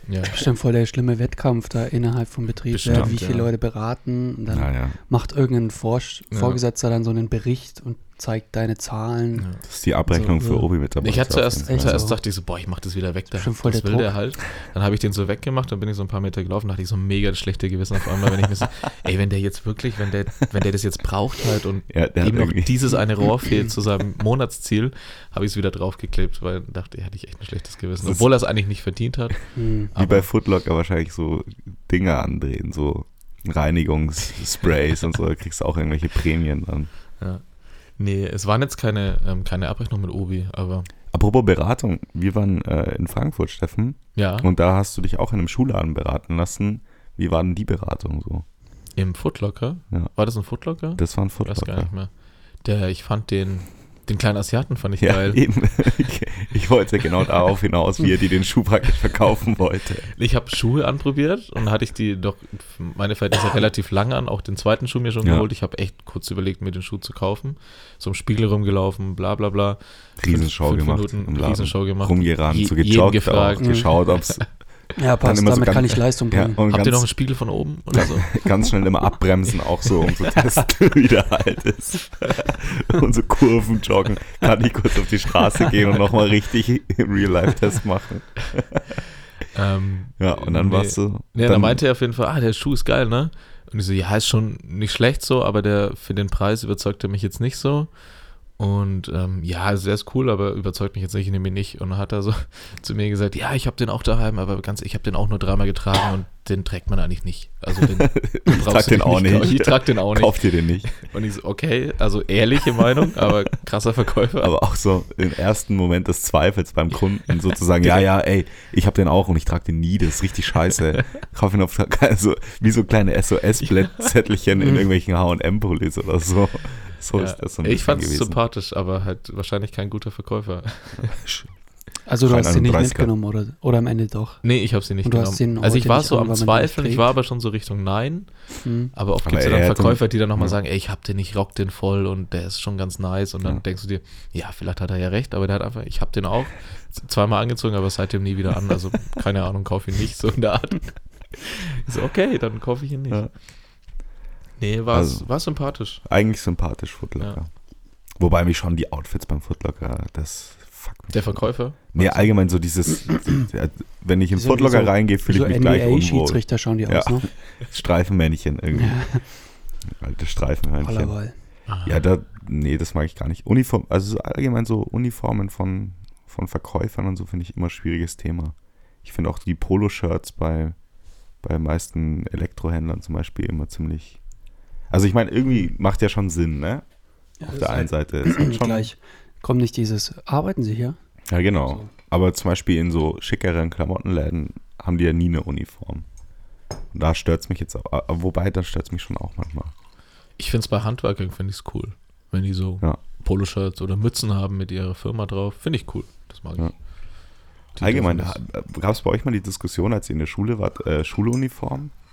Speaker 2: ja.
Speaker 3: Bestimmt voll der schlimme Wettkampf da innerhalb vom Betrieb,
Speaker 2: Bestimmt,
Speaker 3: wer wie viele
Speaker 2: ja.
Speaker 3: Leute beraten. Und dann
Speaker 1: Naja,
Speaker 3: macht irgendein Vor
Speaker 2: Ja.
Speaker 3: Vorgesetzter dann so einen Bericht und zeigt deine Zahlen.
Speaker 2: Ja.
Speaker 1: das ist die Abrechnung
Speaker 3: So,
Speaker 1: für
Speaker 3: ja.
Speaker 1: Obi-Mitarbeiter.
Speaker 2: Ich hatte zuerst,
Speaker 1: auf jeden Fall.
Speaker 2: zuerst
Speaker 3: Also-
Speaker 2: dachte ich so, boah, ich mach das wieder weg. Da,
Speaker 3: Schon voll
Speaker 2: das
Speaker 3: der
Speaker 2: will
Speaker 3: Druck.
Speaker 2: der halt. Dann habe ich den so weggemacht, dann bin ich so ein paar Meter gelaufen, dachte ich so mega das schlechte Gewissen auf einmal, wenn ich mir so, ey, wenn der jetzt wirklich, wenn der, wenn der das jetzt braucht halt und
Speaker 1: Ja, der hat
Speaker 2: ihm noch
Speaker 1: irgendwie-
Speaker 2: dieses eine Rohr fehlt zu seinem Monatsziel, habe ich es wieder draufgeklebt, weil dachte, ey, hatte ich echt ein schlechtes Gewissen,
Speaker 1: Das ist-
Speaker 2: obwohl er es eigentlich nicht verdient hat.
Speaker 3: Hm.
Speaker 1: Wie bei
Speaker 2: Aber
Speaker 1: Footlocker wahrscheinlich so Dinger andrehen, so Reinigungssprays und so, da kriegst du auch irgendwelche Prämien dann.
Speaker 2: nee, es waren jetzt keine, ähm, keine Abrechnung mit Obi, aber
Speaker 1: Apropos Beratung, wir waren äh, in Frankfurt, Steffen,
Speaker 2: ja,
Speaker 1: und da hast du dich auch in einem Schulladen beraten lassen. Wie war denn die Beratung so?
Speaker 2: im Footlocker.
Speaker 1: Ja.
Speaker 2: War das ein Footlocker?
Speaker 1: Das war ein
Speaker 2: Ich weiß gar
Speaker 1: Footlocker.
Speaker 2: nicht mehr. Der, ich fand den, den kleinen Asiaten fand ich
Speaker 1: Ja,
Speaker 2: geil.
Speaker 1: eben. Ich, ich wollte genau darauf hinaus, wie er dir den Schuh praktisch verkaufen wollte.
Speaker 2: Ich habe Schuhe anprobiert und hatte ich die doch, meine Verhältnisse relativ lang an, auch den zweiten Schuh mir schon
Speaker 1: Ja.
Speaker 2: geholt. Ich habe echt kurz überlegt, mir den Schuh zu kaufen. So im Spiegel rumgelaufen, bla bla bla.
Speaker 1: Riesenshow
Speaker 2: Fünf
Speaker 1: gemacht.
Speaker 2: Minuten
Speaker 1: im Laden.
Speaker 2: Riesenshow gemacht.
Speaker 1: Rumgerannt,
Speaker 2: Je-
Speaker 1: so
Speaker 2: jeden
Speaker 1: gejoggt
Speaker 2: gefragt.
Speaker 1: auch, geschaut, ob es...
Speaker 3: Ja, passt,
Speaker 1: immer so
Speaker 3: damit
Speaker 1: ganz-
Speaker 3: kann ich Leistung
Speaker 1: Ja,
Speaker 3: bringen.
Speaker 1: und
Speaker 2: Habt ihr noch einen
Speaker 1: ganz,
Speaker 2: Spiegel von oben oder so?
Speaker 1: ganz schnell immer abbremsen auch so, um zu testen, wie der halt ist. und so Kurven joggen. Kann ich kurz auf die Straße gehen und nochmal richtig im Real-Life-Test machen.
Speaker 2: ähm,
Speaker 1: Ja, und dann
Speaker 2: Nee.
Speaker 1: warst du...
Speaker 2: ja, dann, meinte er auf jeden Fall, ah, der Schuh ist geil, ne? Und ich so, ja, ist schon nicht schlecht so, aber der für den Preis überzeugt er mich jetzt nicht so. Und ähm, ja, also der ist cool, aber überzeugt mich jetzt nicht, ich nehme ihn nicht. Und dann hat er so zu mir gesagt, ja, ich habe den auch daheim, aber ganz, ich habe den auch nur dreimal getragen und den trägt man eigentlich nicht. Also den
Speaker 1: Ich trag
Speaker 2: brauchst du
Speaker 1: den auch
Speaker 2: nicht.
Speaker 1: nicht.
Speaker 2: Ich trag den auch nicht.
Speaker 1: Kauft ihr den nicht?
Speaker 2: Und ich so, okay, also ehrliche Meinung, aber krasser Verkäufer.
Speaker 1: Aber auch so im ersten Moment des Zweifels beim Kunden sozusagen, ja, ja, ey, ich habe den auch und ich trage den nie, das ist richtig scheiße. Kauf ihn auf also, wie so kleine SOS-Zettelchen in irgendwelchen HM-Pullis oder so. So ist
Speaker 2: Ja,
Speaker 1: das so ein
Speaker 2: ich
Speaker 1: bisschen
Speaker 2: fand es
Speaker 1: gewesen.
Speaker 2: sympathisch, aber halt wahrscheinlich kein guter Verkäufer.
Speaker 3: Also du
Speaker 1: Kein
Speaker 3: hast den nicht
Speaker 1: 31er.
Speaker 3: mitgenommen oder, oder am Ende doch.
Speaker 2: Nee, ich habe sie nicht
Speaker 3: Und du
Speaker 2: genommen.
Speaker 3: hast den
Speaker 2: also
Speaker 3: heute
Speaker 2: ich war
Speaker 3: nicht
Speaker 2: so
Speaker 3: an,
Speaker 2: am
Speaker 3: weil man den nicht
Speaker 2: Zweifeln, ich
Speaker 3: trägt.
Speaker 2: war aber schon so Richtung Nein.
Speaker 3: Hm.
Speaker 2: Aber oft
Speaker 1: Aber
Speaker 2: gibt es ja
Speaker 1: er
Speaker 2: dann
Speaker 1: hätte-
Speaker 2: Verkäufer, die dann nochmal
Speaker 1: Ja.
Speaker 2: sagen, ey, ich hab den, ich rock den voll und der ist schon ganz nice. Und dann
Speaker 1: Ja.
Speaker 2: denkst du dir, ja, vielleicht hat er ja recht, aber der hat einfach, ich hab den auch z- zweimal angezogen, aber seitdem nie wieder an. Also keine Ahnung, kauf ihn nicht, so in der Art. Ich so, okay, dann kaufe ich ihn nicht.
Speaker 1: Ja.
Speaker 2: Nee, war,
Speaker 1: Also-
Speaker 2: war sympathisch.
Speaker 1: Eigentlich sympathisch, Footlocker. Wobei mich schon die Outfits beim Footlocker, das fuck mich.
Speaker 2: Der Verkäufer?
Speaker 1: Nee, allgemein so dieses, wenn ich in
Speaker 3: So-
Speaker 1: Footlocker
Speaker 3: so-
Speaker 1: reingehe, fühle
Speaker 3: So
Speaker 1: ich mich
Speaker 2: E
Speaker 1: gleich unwohl.
Speaker 3: NBA-Schiedsrichter schauen die
Speaker 1: Ja.
Speaker 3: aus, ne?
Speaker 1: Streifenmännchen irgendwie. Alte Streifenmännchen.
Speaker 3: Vollerball.
Speaker 1: Ja, da, nee, das mag ich gar nicht. Uniform, also so allgemein so Uniformen von, von Verkäufern und so finde ich immer schwieriges Thema. Ich finde auch die Poloshirts bei, bei meisten Elektrohändlern zum Beispiel immer ziemlich. Also ich meine, irgendwie macht ja schon Sinn, ne? Auf der einen Seite ist halt schon.
Speaker 3: Gleich. Kommt nicht dieses, arbeiten Sie hier?
Speaker 1: Ja, genau. Aber zum Beispiel in so schickeren Klamottenläden haben die ja nie eine Uniform. Und da stört es mich jetzt auch. Ah, Wobei, da stört es mich schon auch manchmal.
Speaker 2: Ich finde es bei Handwerkern finde ich es cool, wenn die so
Speaker 1: Ja.
Speaker 2: Poloshirts oder Mützen haben mit ihrer Firma drauf. Finde ich cool. Das mag
Speaker 1: Ja.
Speaker 2: ich. Die
Speaker 1: Allgemein,
Speaker 2: dürfen
Speaker 1: gab es bei euch mal die Diskussion, als ihr in der Schule wart, äh, Schuluniform?
Speaker 2: das.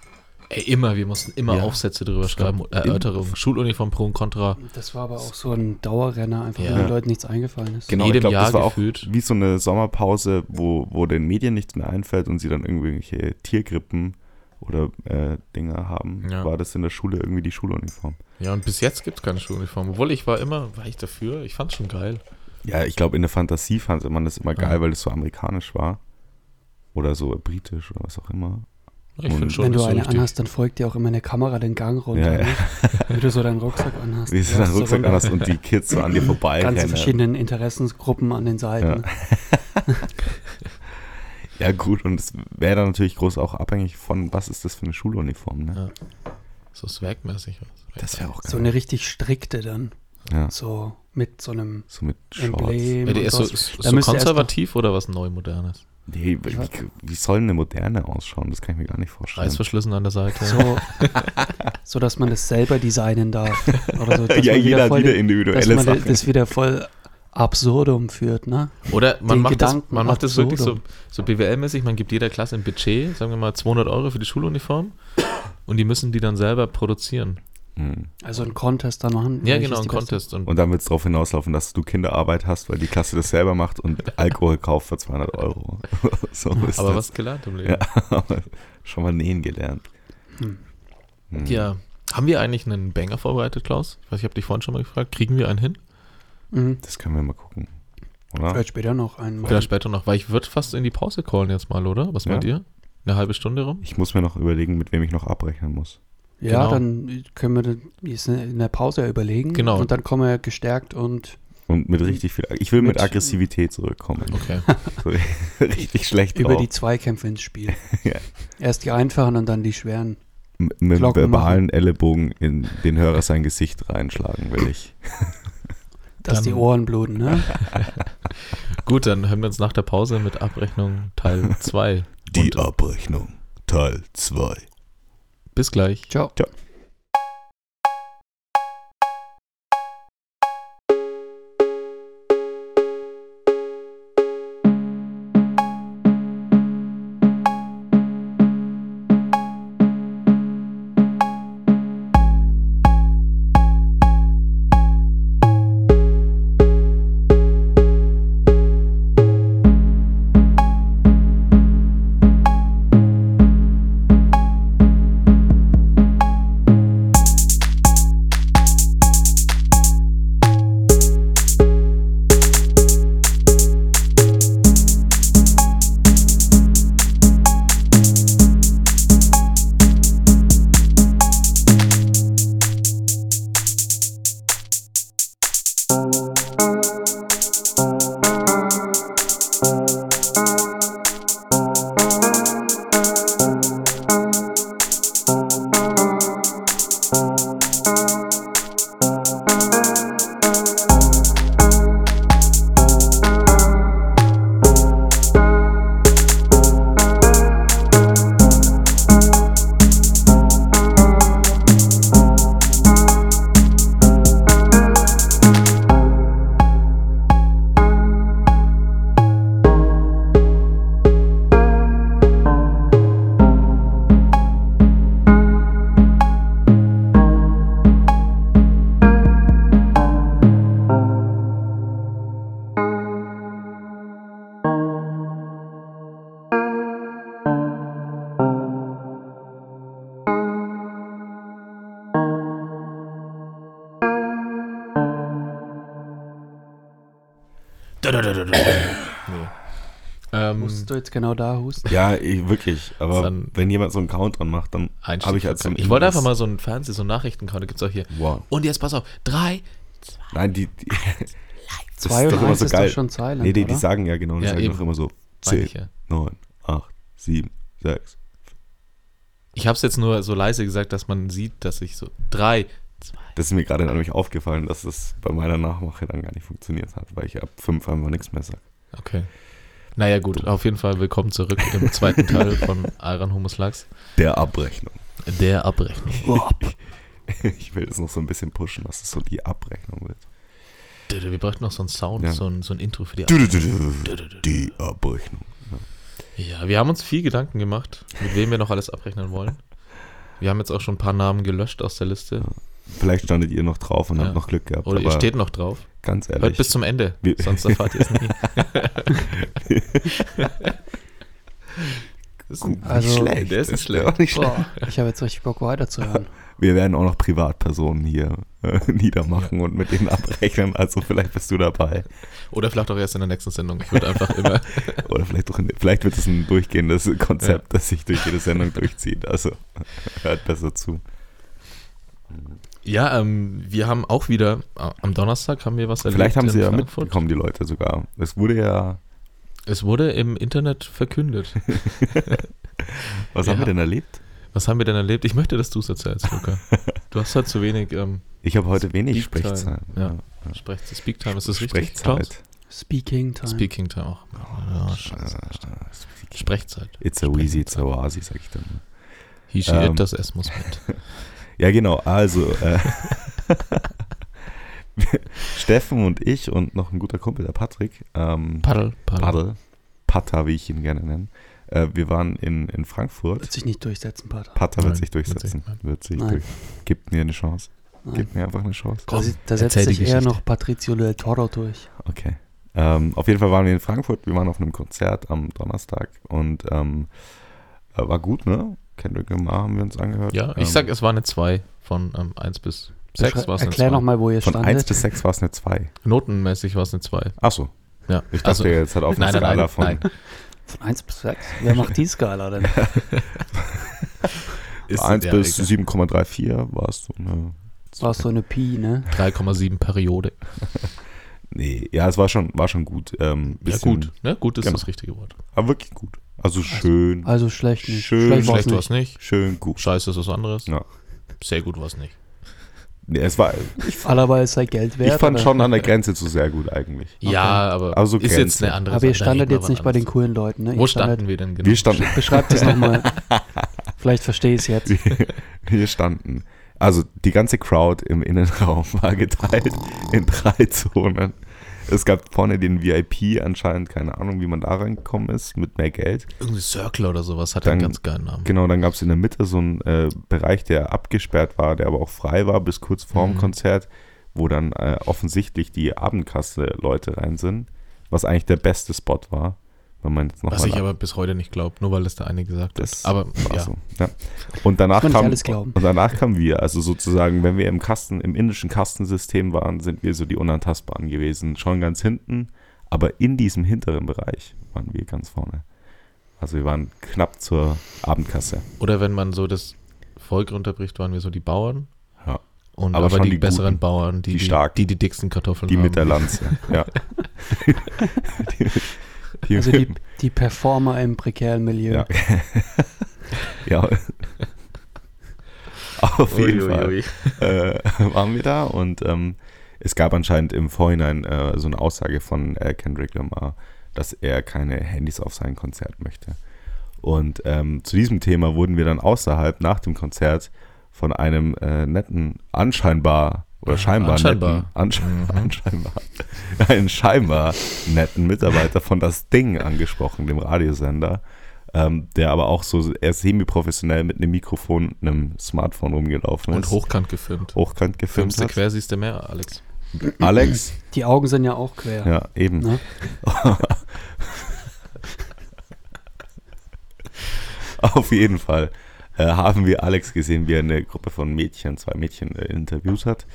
Speaker 2: Ey, immer, wir mussten immer
Speaker 1: Ja.
Speaker 2: Aufsätze drüber schreiben, Erörterungen, Schuluniform pro und contra.
Speaker 3: Das war aber auch so ein Dauerrenner, einfach
Speaker 2: Ja.
Speaker 3: wenn den Leuten nichts eingefallen ist.
Speaker 2: jedem Jahr
Speaker 1: Genau, das war auch
Speaker 2: gefühlt.
Speaker 1: wie so eine Sommerpause, wo, wo den Medien nichts mehr einfällt und sie dann irgendwelche Tiergrippen oder äh, Dinger haben.
Speaker 2: Ja.
Speaker 1: War das in der Schule irgendwie die Schuluniform?
Speaker 2: Ja, und bis jetzt gibt es keine Schuluniform. Obwohl ich war immer, war ich dafür. Ich fand schon geil.
Speaker 1: Ja, ich glaube, in der Fantasie fand man das immer geil,
Speaker 2: Ja.
Speaker 1: weil das so amerikanisch war. Oder so britisch oder was auch immer.
Speaker 2: Ich
Speaker 1: Und
Speaker 2: finde schon,
Speaker 3: Wenn du
Speaker 2: das so
Speaker 3: eine
Speaker 2: richtig-
Speaker 3: anhast, dann folgt dir auch immer eine Kamera den Gang runter.
Speaker 1: Ja, ja.
Speaker 3: ne? Wenn du so deinen Rucksack anhast.
Speaker 1: Wie du
Speaker 3: Ja,
Speaker 1: deinen
Speaker 3: so
Speaker 1: Rucksack
Speaker 3: runter.
Speaker 1: anhast und die Kids so an dir vorbei
Speaker 3: Ganze
Speaker 1: rennen.
Speaker 3: verschiedenen Interessensgruppen an den Seiten.
Speaker 1: Ja, gut, und es wäre dann natürlich groß auch abhängig von, was ist das für eine Schuluniform, ne?
Speaker 2: Ja. So swagmäßig. was.
Speaker 1: Das wäre auch
Speaker 3: So
Speaker 1: geil.
Speaker 3: eine richtig strikte dann.
Speaker 1: ja.
Speaker 3: So mit so einem
Speaker 1: so mit Shorts.
Speaker 3: Emblem.
Speaker 2: Ja, der
Speaker 3: und
Speaker 2: ist so,
Speaker 3: sowas.
Speaker 2: ist
Speaker 3: Da
Speaker 2: so
Speaker 3: müsst ihr erst
Speaker 2: konservativ oder was Neumodernes?
Speaker 1: Nee, wie, wie- wie soll eine moderne ausschauen? Das kann ich mir gar nicht vorstellen.
Speaker 2: Reißverschlüssen an der Seite.
Speaker 3: So, so dass man das selber designen darf. Oder so, dass
Speaker 1: ja,
Speaker 3: man
Speaker 1: jeder
Speaker 3: voll
Speaker 1: wieder
Speaker 3: den- dass
Speaker 1: individuelle
Speaker 3: man de-
Speaker 1: Sachen.
Speaker 3: das wieder voll absurdum führt, ne?
Speaker 2: Oder man
Speaker 3: Den
Speaker 2: macht, das,
Speaker 3: Gedanken
Speaker 2: man macht das wirklich so,
Speaker 3: absurdum.
Speaker 2: so BWL-mäßig, man gibt jeder Klasse ein Budget, sagen wir mal 200 Euro für die Schuluniform und die müssen die dann selber produzieren.
Speaker 1: Mhm.
Speaker 3: Also einen Contest dann machen.
Speaker 2: Ja,
Speaker 3: welches
Speaker 2: genau, ein
Speaker 3: die beste-
Speaker 2: Contest. Und,
Speaker 1: Und dann wird es darauf hinauslaufen, dass du Kinderarbeit hast, weil die Klasse das selber macht und Alkohol kauft für 200 Euro. so ist
Speaker 2: aber
Speaker 1: das.
Speaker 2: was gelernt im Leben.
Speaker 1: Ja,
Speaker 2: Ja.
Speaker 1: aber schon mal nähen gelernt. Mhm.
Speaker 2: Hm. Haben wir eigentlich einen Banger vorbereitet, Klaus? Ich weiß, ich habe dich vorhin schon mal gefragt. Kriegen wir einen hin?
Speaker 3: Mhm.
Speaker 1: Das können wir mal gucken. Oder?
Speaker 3: Vielleicht später noch einen. machen.
Speaker 2: Oder später noch? Weil ich würde fast in die Pause callen jetzt mal, oder? Was
Speaker 1: Ja.
Speaker 2: meint ihr? Eine halbe Stunde rum?
Speaker 1: Ich muss mir noch überlegen, mit wem ich noch abrechnen muss.
Speaker 3: Ja,
Speaker 2: Genau.
Speaker 3: dann können wir den- ist in der Pause ja überlegen.
Speaker 2: Genau.
Speaker 3: Und dann kommen wir gestärkt und
Speaker 1: Und mit richtig viel. Ich will mit,
Speaker 3: Mit-
Speaker 1: Aggressivität zurückkommen.
Speaker 2: Okay.
Speaker 1: So, richtig schlecht
Speaker 3: über die
Speaker 1: drauf.
Speaker 3: Zweikämpfe ins Spiel.
Speaker 1: Genau. Ja.
Speaker 3: Erst die einfachen und dann die schweren.
Speaker 1: M- Mit dem
Speaker 3: Glocken
Speaker 1: verbalen Ellenbogen in den Hörer sein Gesicht reinschlagen will ich.
Speaker 3: Dass
Speaker 2: Dann-
Speaker 3: die Ohren bluten, ne?
Speaker 2: Gut, dann hören wir uns nach der Pause mit Abrechnung Teil 2. Und
Speaker 1: Abrechnung, Teil 2.
Speaker 2: bis gleich.
Speaker 3: Ciao.
Speaker 1: Ciao.
Speaker 2: Nee. Ähm,
Speaker 3: Musst du jetzt genau da husten?
Speaker 1: Ja, ich, wirklich. Aber
Speaker 2: Dann-
Speaker 1: wenn jemand so einen Countdown macht, dann
Speaker 2: Einstieg
Speaker 1: habe ich halt als
Speaker 2: verkackt. ich wollte einfach mal so einen Fernseh, so einen Nachrichtenkanal, da gibt es auch hier.
Speaker 1: Wow.
Speaker 2: Und jetzt pass auf, drei.
Speaker 1: Nein, die. die das
Speaker 3: Zwei
Speaker 1: ist
Speaker 3: und
Speaker 1: doch immer
Speaker 3: eins
Speaker 1: so
Speaker 3: ist doch
Speaker 1: geil.
Speaker 3: schon Silent,
Speaker 1: nee, die, die
Speaker 3: oder?
Speaker 1: sagen ja genau, die
Speaker 2: Ja,
Speaker 1: sagen
Speaker 2: eben.
Speaker 1: doch immer so
Speaker 2: Meine
Speaker 1: 10,
Speaker 2: ich ja.
Speaker 1: 9, 8, 7, 6.
Speaker 2: Ich habe es jetzt nur so leise gesagt, dass man sieht, dass ich so drei. Zwei.
Speaker 1: Das ist mir gerade nämlich aufgefallen, dass das bei meiner Nachmache dann gar nicht funktioniert hat, weil ich ab 5 einfach nichts mehr sage.
Speaker 2: Okay. Naja, gut, auf jeden Fall willkommen zurück im zweiten Teil von Iron Humus Lachs.
Speaker 1: Der Abrechnung.
Speaker 2: Der Abrechnung.
Speaker 1: Ich will das noch so ein bisschen pushen, dass es so die Abrechnung wird.
Speaker 2: Dude, Wir bräuchten noch so einen Sound,
Speaker 1: Ja.
Speaker 2: so, ein, so ein Intro für die
Speaker 1: Du,
Speaker 2: Abrechnung.
Speaker 1: du, du, du, du, du. Die Abrechnung.
Speaker 2: Ja, wir haben uns viel Gedanken gemacht, mit wem wir noch alles abrechnen wollen. Wir haben jetzt auch schon ein paar Namen gelöscht aus der Liste.
Speaker 1: Vielleicht standet ihr noch drauf und
Speaker 2: Ja.
Speaker 1: habt noch Glück gehabt.
Speaker 2: Oder
Speaker 1: aber
Speaker 2: ihr steht noch drauf.
Speaker 1: ganz
Speaker 2: Hört
Speaker 1: ehrlich,
Speaker 2: Äh, bis zum Ende,
Speaker 1: Wir-
Speaker 2: sonst erfahrt ihr es nie. Das ist ein-
Speaker 3: Also-
Speaker 1: schlecht.
Speaker 2: Der ist nicht schlecht.
Speaker 1: Auch nicht schlecht.
Speaker 3: Boah, ich habe jetzt richtig Bock, weiterzuhören.
Speaker 1: Wir werden auch noch Privatpersonen hier äh, niedermachen und mit denen abrechnen. Also vielleicht bist du dabei.
Speaker 2: Oder vielleicht auch erst in der nächsten Sendung. Ich würde einfach immer.
Speaker 1: Oder vielleicht, auch, vielleicht wird es ein durchgehendes Konzept, das sich durch jede Sendung durchzieht. Also hört besser zu.
Speaker 2: Ja, ähm, wir haben auch wieder, äh, am Donnerstag haben wir was erlebt.
Speaker 1: Vielleicht haben sie
Speaker 2: in
Speaker 1: ja
Speaker 2: Frankfurt.
Speaker 1: mitbekommen, die Leute sogar. Es wurde ja.
Speaker 2: Es wurde im Internet verkündet.
Speaker 1: Was
Speaker 2: Ja.
Speaker 1: haben wir denn erlebt?
Speaker 2: Was haben wir denn erlebt? Ich möchte, dass du es erzählst, Luca. Du hast halt zu wenig ähm,
Speaker 1: Ich habe heute wenig
Speaker 2: Speak Time.
Speaker 1: Sprechzeit.
Speaker 2: halt- Ja. Sprech Speak Time. Ist das richtig? Klaus?
Speaker 1: Sprechzeit. Oh,
Speaker 3: Speaking Time.
Speaker 2: Speaking Time auch. Ja, scheiße.
Speaker 1: Äh,
Speaker 2: Sprechzeit.
Speaker 1: It's a Weezy, it's a Oasi, sag ich dann.
Speaker 2: He, she,
Speaker 1: Ähm.
Speaker 2: it, das S muss mit.
Speaker 1: Ja, genau. Also, äh, Steffen und ich und noch ein guter Kumpel, der Patrick. Ähm,
Speaker 2: Paddel, Paddel.
Speaker 1: Paddel. Patta, wie ich ihn gerne nenne. Äh, wir waren in, in Frankfurt.
Speaker 3: Wird sich nicht durchsetzen, Pater.
Speaker 1: Patta wird
Speaker 2: Nein,
Speaker 1: sich
Speaker 2: wird sich
Speaker 1: durchsetzen.
Speaker 2: nicht.
Speaker 1: Wird sich
Speaker 3: Nein.
Speaker 1: durch. Gibt mir eine Chance.
Speaker 3: Nein.
Speaker 1: Gibt mir einfach eine Chance. Also,
Speaker 3: Da, se- Also, da setzt
Speaker 2: erzähl die
Speaker 3: sich eher
Speaker 2: Geschichte.
Speaker 3: noch Patricio del Toro durch.
Speaker 1: Okay. Ähm, auf jeden Fall waren wir in Frankfurt. Wir waren auf einem Konzert am Donnerstag und ähm, äh, war gut, ne? Kendrick Lamar haben wir uns angehört.
Speaker 2: Ja,
Speaker 1: ähm,
Speaker 2: ich sag, es war eine 2 von ähm, 1 bis 6
Speaker 3: Beschrei-
Speaker 2: war es eine
Speaker 3: Erklär
Speaker 2: 2.
Speaker 3: nochmal, wo ihr
Speaker 1: ne? Von 1
Speaker 3: standet.
Speaker 1: bis 6 war es eine 2.
Speaker 2: Notenmäßig war es eine 2.
Speaker 1: Achso,
Speaker 2: Ja. also
Speaker 1: ich dachte jetzt halt auf eine
Speaker 2: nein, nein,
Speaker 1: Skala
Speaker 2: nein,
Speaker 1: von.
Speaker 2: nein.
Speaker 3: Von 1 bis 6? Wer macht die Skala denn?
Speaker 2: Ist-
Speaker 1: 1
Speaker 2: ja,
Speaker 1: bis
Speaker 2: egal.
Speaker 1: 7,34 war es so ne? eine.
Speaker 3: War so eine Pi, ne?
Speaker 2: 3,7 Periode.
Speaker 1: Nee, ja, es war schon, war schon gut. Ähm,
Speaker 2: Ja,
Speaker 1: bisschen-
Speaker 2: gut. Ne? Gut ist
Speaker 1: Genau.
Speaker 2: das richtige Wort.
Speaker 1: Aber wirklich gut. Also schön,
Speaker 3: Also schlecht nicht.
Speaker 1: Schön
Speaker 3: schlecht war's
Speaker 2: Schlecht war
Speaker 3: nicht.
Speaker 2: es nicht.
Speaker 1: schön gut.
Speaker 2: Scheiße ist was anderes.
Speaker 1: Ja.
Speaker 2: Sehr gut war es nicht.
Speaker 1: Nee, es war,
Speaker 3: Alaba ist sein Geld wert.
Speaker 1: ich fand
Speaker 3: oder?
Speaker 1: schon an der Grenze zu sehr gut eigentlich.
Speaker 2: Ja, aber
Speaker 1: Also
Speaker 2: ist jetzt
Speaker 1: Grenze.
Speaker 2: eine andere
Speaker 3: Aber ihr
Speaker 2: Sache. Da
Speaker 3: standet
Speaker 2: reden wir
Speaker 3: jetzt
Speaker 2: wann
Speaker 3: nicht bei den
Speaker 2: anders.
Speaker 3: coolen Leuten, ne?
Speaker 2: Wo
Speaker 3: Ihr standet-
Speaker 2: standen wir denn genau?
Speaker 1: Wir standen,
Speaker 3: Beschreibt es nochmal. Vielleicht verstehe ich es jetzt.
Speaker 1: wir standen. Also die ganze Crowd im Innenraum war geteilt in drei Zonen. Es gab vorne den VIP anscheinend, keine Ahnung, wie man da reingekommen ist, mit mehr Geld.
Speaker 2: Irgendwie Circle oder sowas hat
Speaker 1: Dann-
Speaker 2: einen ganz geilen Namen.
Speaker 1: Genau, dann gab es in der Mitte so einen äh, Bereich, der abgesperrt war, der aber auch frei war, bis kurz vorm
Speaker 2: Mhm.
Speaker 1: Konzert, wo dann äh, offensichtlich die Abendkasse-Leute rein sind, was eigentlich der beste Spot war, wenn man jetzt
Speaker 2: Was
Speaker 1: nochmal
Speaker 2: ich aber bis heute nicht glaube, nur weil es der eine gesagt
Speaker 1: Das
Speaker 2: hat. Aber
Speaker 1: war
Speaker 2: ja,
Speaker 1: so. Ja. Und danach
Speaker 3: Muss man nicht
Speaker 1: kam,
Speaker 3: alles glauben.
Speaker 1: und danach kamen wir, also sozusagen, wenn wir im Kasten, im indischen Kastensystem waren, sind wir so die Unantastbaren gewesen, schon ganz hinten, aber in diesem hinteren Bereich waren wir ganz vorne. Also wir waren knapp zur Abendkasse.
Speaker 2: oder wenn man so das Volk runterbricht, waren wir so die Bauern.
Speaker 1: Ja.
Speaker 2: Und
Speaker 1: Aber
Speaker 2: aber,
Speaker 1: schon
Speaker 2: die,
Speaker 1: die
Speaker 2: besseren
Speaker 1: Guten,
Speaker 2: Bauern, die
Speaker 1: die
Speaker 2: die,
Speaker 1: Starken.
Speaker 2: die die dicksten Kartoffeln
Speaker 1: Die
Speaker 2: haben.
Speaker 1: mit der Lanze, ja. die, die,
Speaker 3: Also die, die Performer im prekären Milieu.
Speaker 1: Ja. ja. Auf jeden Fall.
Speaker 2: Uiuiui.
Speaker 1: äh, waren wir da und ähm, es gab anscheinend im Vorhinein äh, so eine Aussage von äh, Kendrick Lamar, dass er keine Handys auf sein Konzert möchte. Und ähm, zu diesem Thema wurden wir dann außerhalb nach dem Konzert von einem äh, netten, anscheinbar oder scheinbar
Speaker 2: anscheinbar. Mhm.
Speaker 1: netten, ansche anscheinbar, einen scheinbar netten Mitarbeiter von das Ding angesprochen, dem Radiosender, ähm, der aber auch so eher semi-professionell mit einem Mikrofon, einem Smartphone rumgelaufen
Speaker 2: Und
Speaker 1: ist
Speaker 2: hochkant gefilmt.
Speaker 1: hochkant gefilmt
Speaker 2: Filmst du
Speaker 1: hat.
Speaker 2: quer, siehst du mehr, Alex.
Speaker 1: Alex,
Speaker 3: Die Augen sind ja auch quer.
Speaker 1: ja, eben.
Speaker 3: Ne?
Speaker 1: Auf jeden Fall äh, haben wir Alex gesehen, wie er eine Gruppe von Mädchen, zwei Mädchen äh, interviewt hat.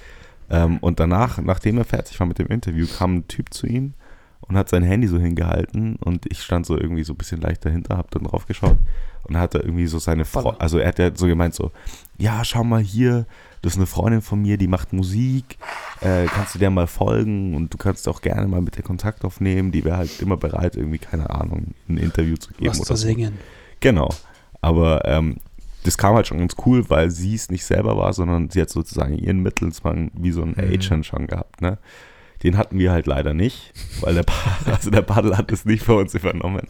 Speaker 1: Ähm, und danach, nachdem er fertig war mit dem Interview, kam ein Typ zu ihm und hat sein Handy so hingehalten und ich stand so irgendwie so ein bisschen leicht dahinter, hab dann drauf geschaut und dann hat er irgendwie so seine Frau,
Speaker 3: Voller.
Speaker 1: also er hat ja so gemeint so, ja, schau mal hier, das ist eine Freundin von mir, die macht Musik, äh, kannst du der mal folgen und du kannst auch gerne mal mit der Kontakt aufnehmen, die wäre halt immer bereit, irgendwie, keine Ahnung, ein Interview zu geben
Speaker 3: was
Speaker 1: oder
Speaker 3: zu
Speaker 1: so.
Speaker 3: singen.
Speaker 1: Genau. Aber ähm, das kam halt schon ganz cool, weil sie es nicht selber war, sondern sie hat sozusagen ihren Mittelsmann wie so einen
Speaker 2: Mhm.
Speaker 1: Agent schon gehabt, ne? Den hatten wir halt leider nicht, weil der, Paddel, also der Paddel hat es nicht bei uns übernommen.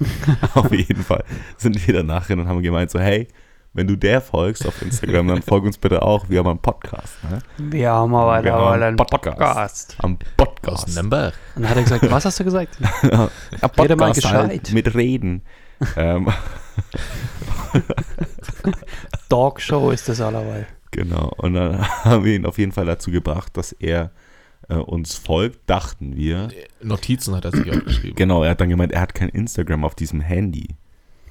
Speaker 1: auf jeden Fall sind wir danach hin und haben gemeint so, hey, wenn du der folgst auf Instagram, dann folg uns bitte auch. Wir haben einen Podcast, ne?
Speaker 3: Wir haben aber
Speaker 1: Wir haben
Speaker 3: mittlerweile einen
Speaker 1: Podcast.
Speaker 3: Podcast.
Speaker 1: Am
Speaker 2: Aus
Speaker 1: Podcast.
Speaker 2: Nürnberg.
Speaker 3: Und dann hat er gesagt, was hast du gesagt?
Speaker 1: Am
Speaker 3: Rede mal
Speaker 1: Podcast halt
Speaker 3: gescheit.
Speaker 1: mit Reden. ähm,
Speaker 3: Talkshow ist das allerweil.
Speaker 1: Genau, und dann haben wir ihn auf jeden Fall dazu gebracht, dass er äh, uns folgt, dachten wir.
Speaker 2: Notizen hat er sich aufgeschrieben.
Speaker 1: Genau, er hat dann gemeint, er hat kein Instagram auf diesem Handy.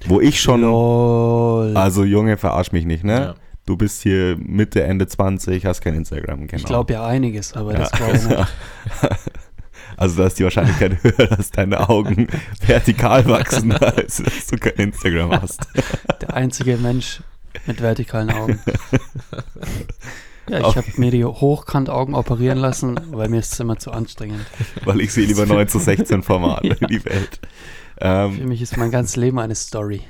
Speaker 1: Wo ich schon.
Speaker 3: Lol.
Speaker 1: Also, Junge, verarsch mich nicht, ne?
Speaker 2: Ja.
Speaker 1: Du bist hier Mitte, Ende 20, hast kein Instagram, genau.
Speaker 3: Ich glaube ja einiges, aber das
Speaker 1: Ja. genau.
Speaker 3: glaube ich nicht.
Speaker 1: Also, da ist die Wahrscheinlichkeit höher, dass deine Augen vertikal wachsen, als dass du kein Instagram hast.
Speaker 3: Der einzige Mensch mit vertikalen Augen. Ja, ich
Speaker 1: Auf-
Speaker 3: habe mir die Hochkantaugen operieren lassen, weil mir ist es immer zu anstrengend.
Speaker 1: Weil ich sehe lieber 9 zu 16 Format in die Welt. Ähm,
Speaker 3: Für mich ist mein ganzes Leben eine Story.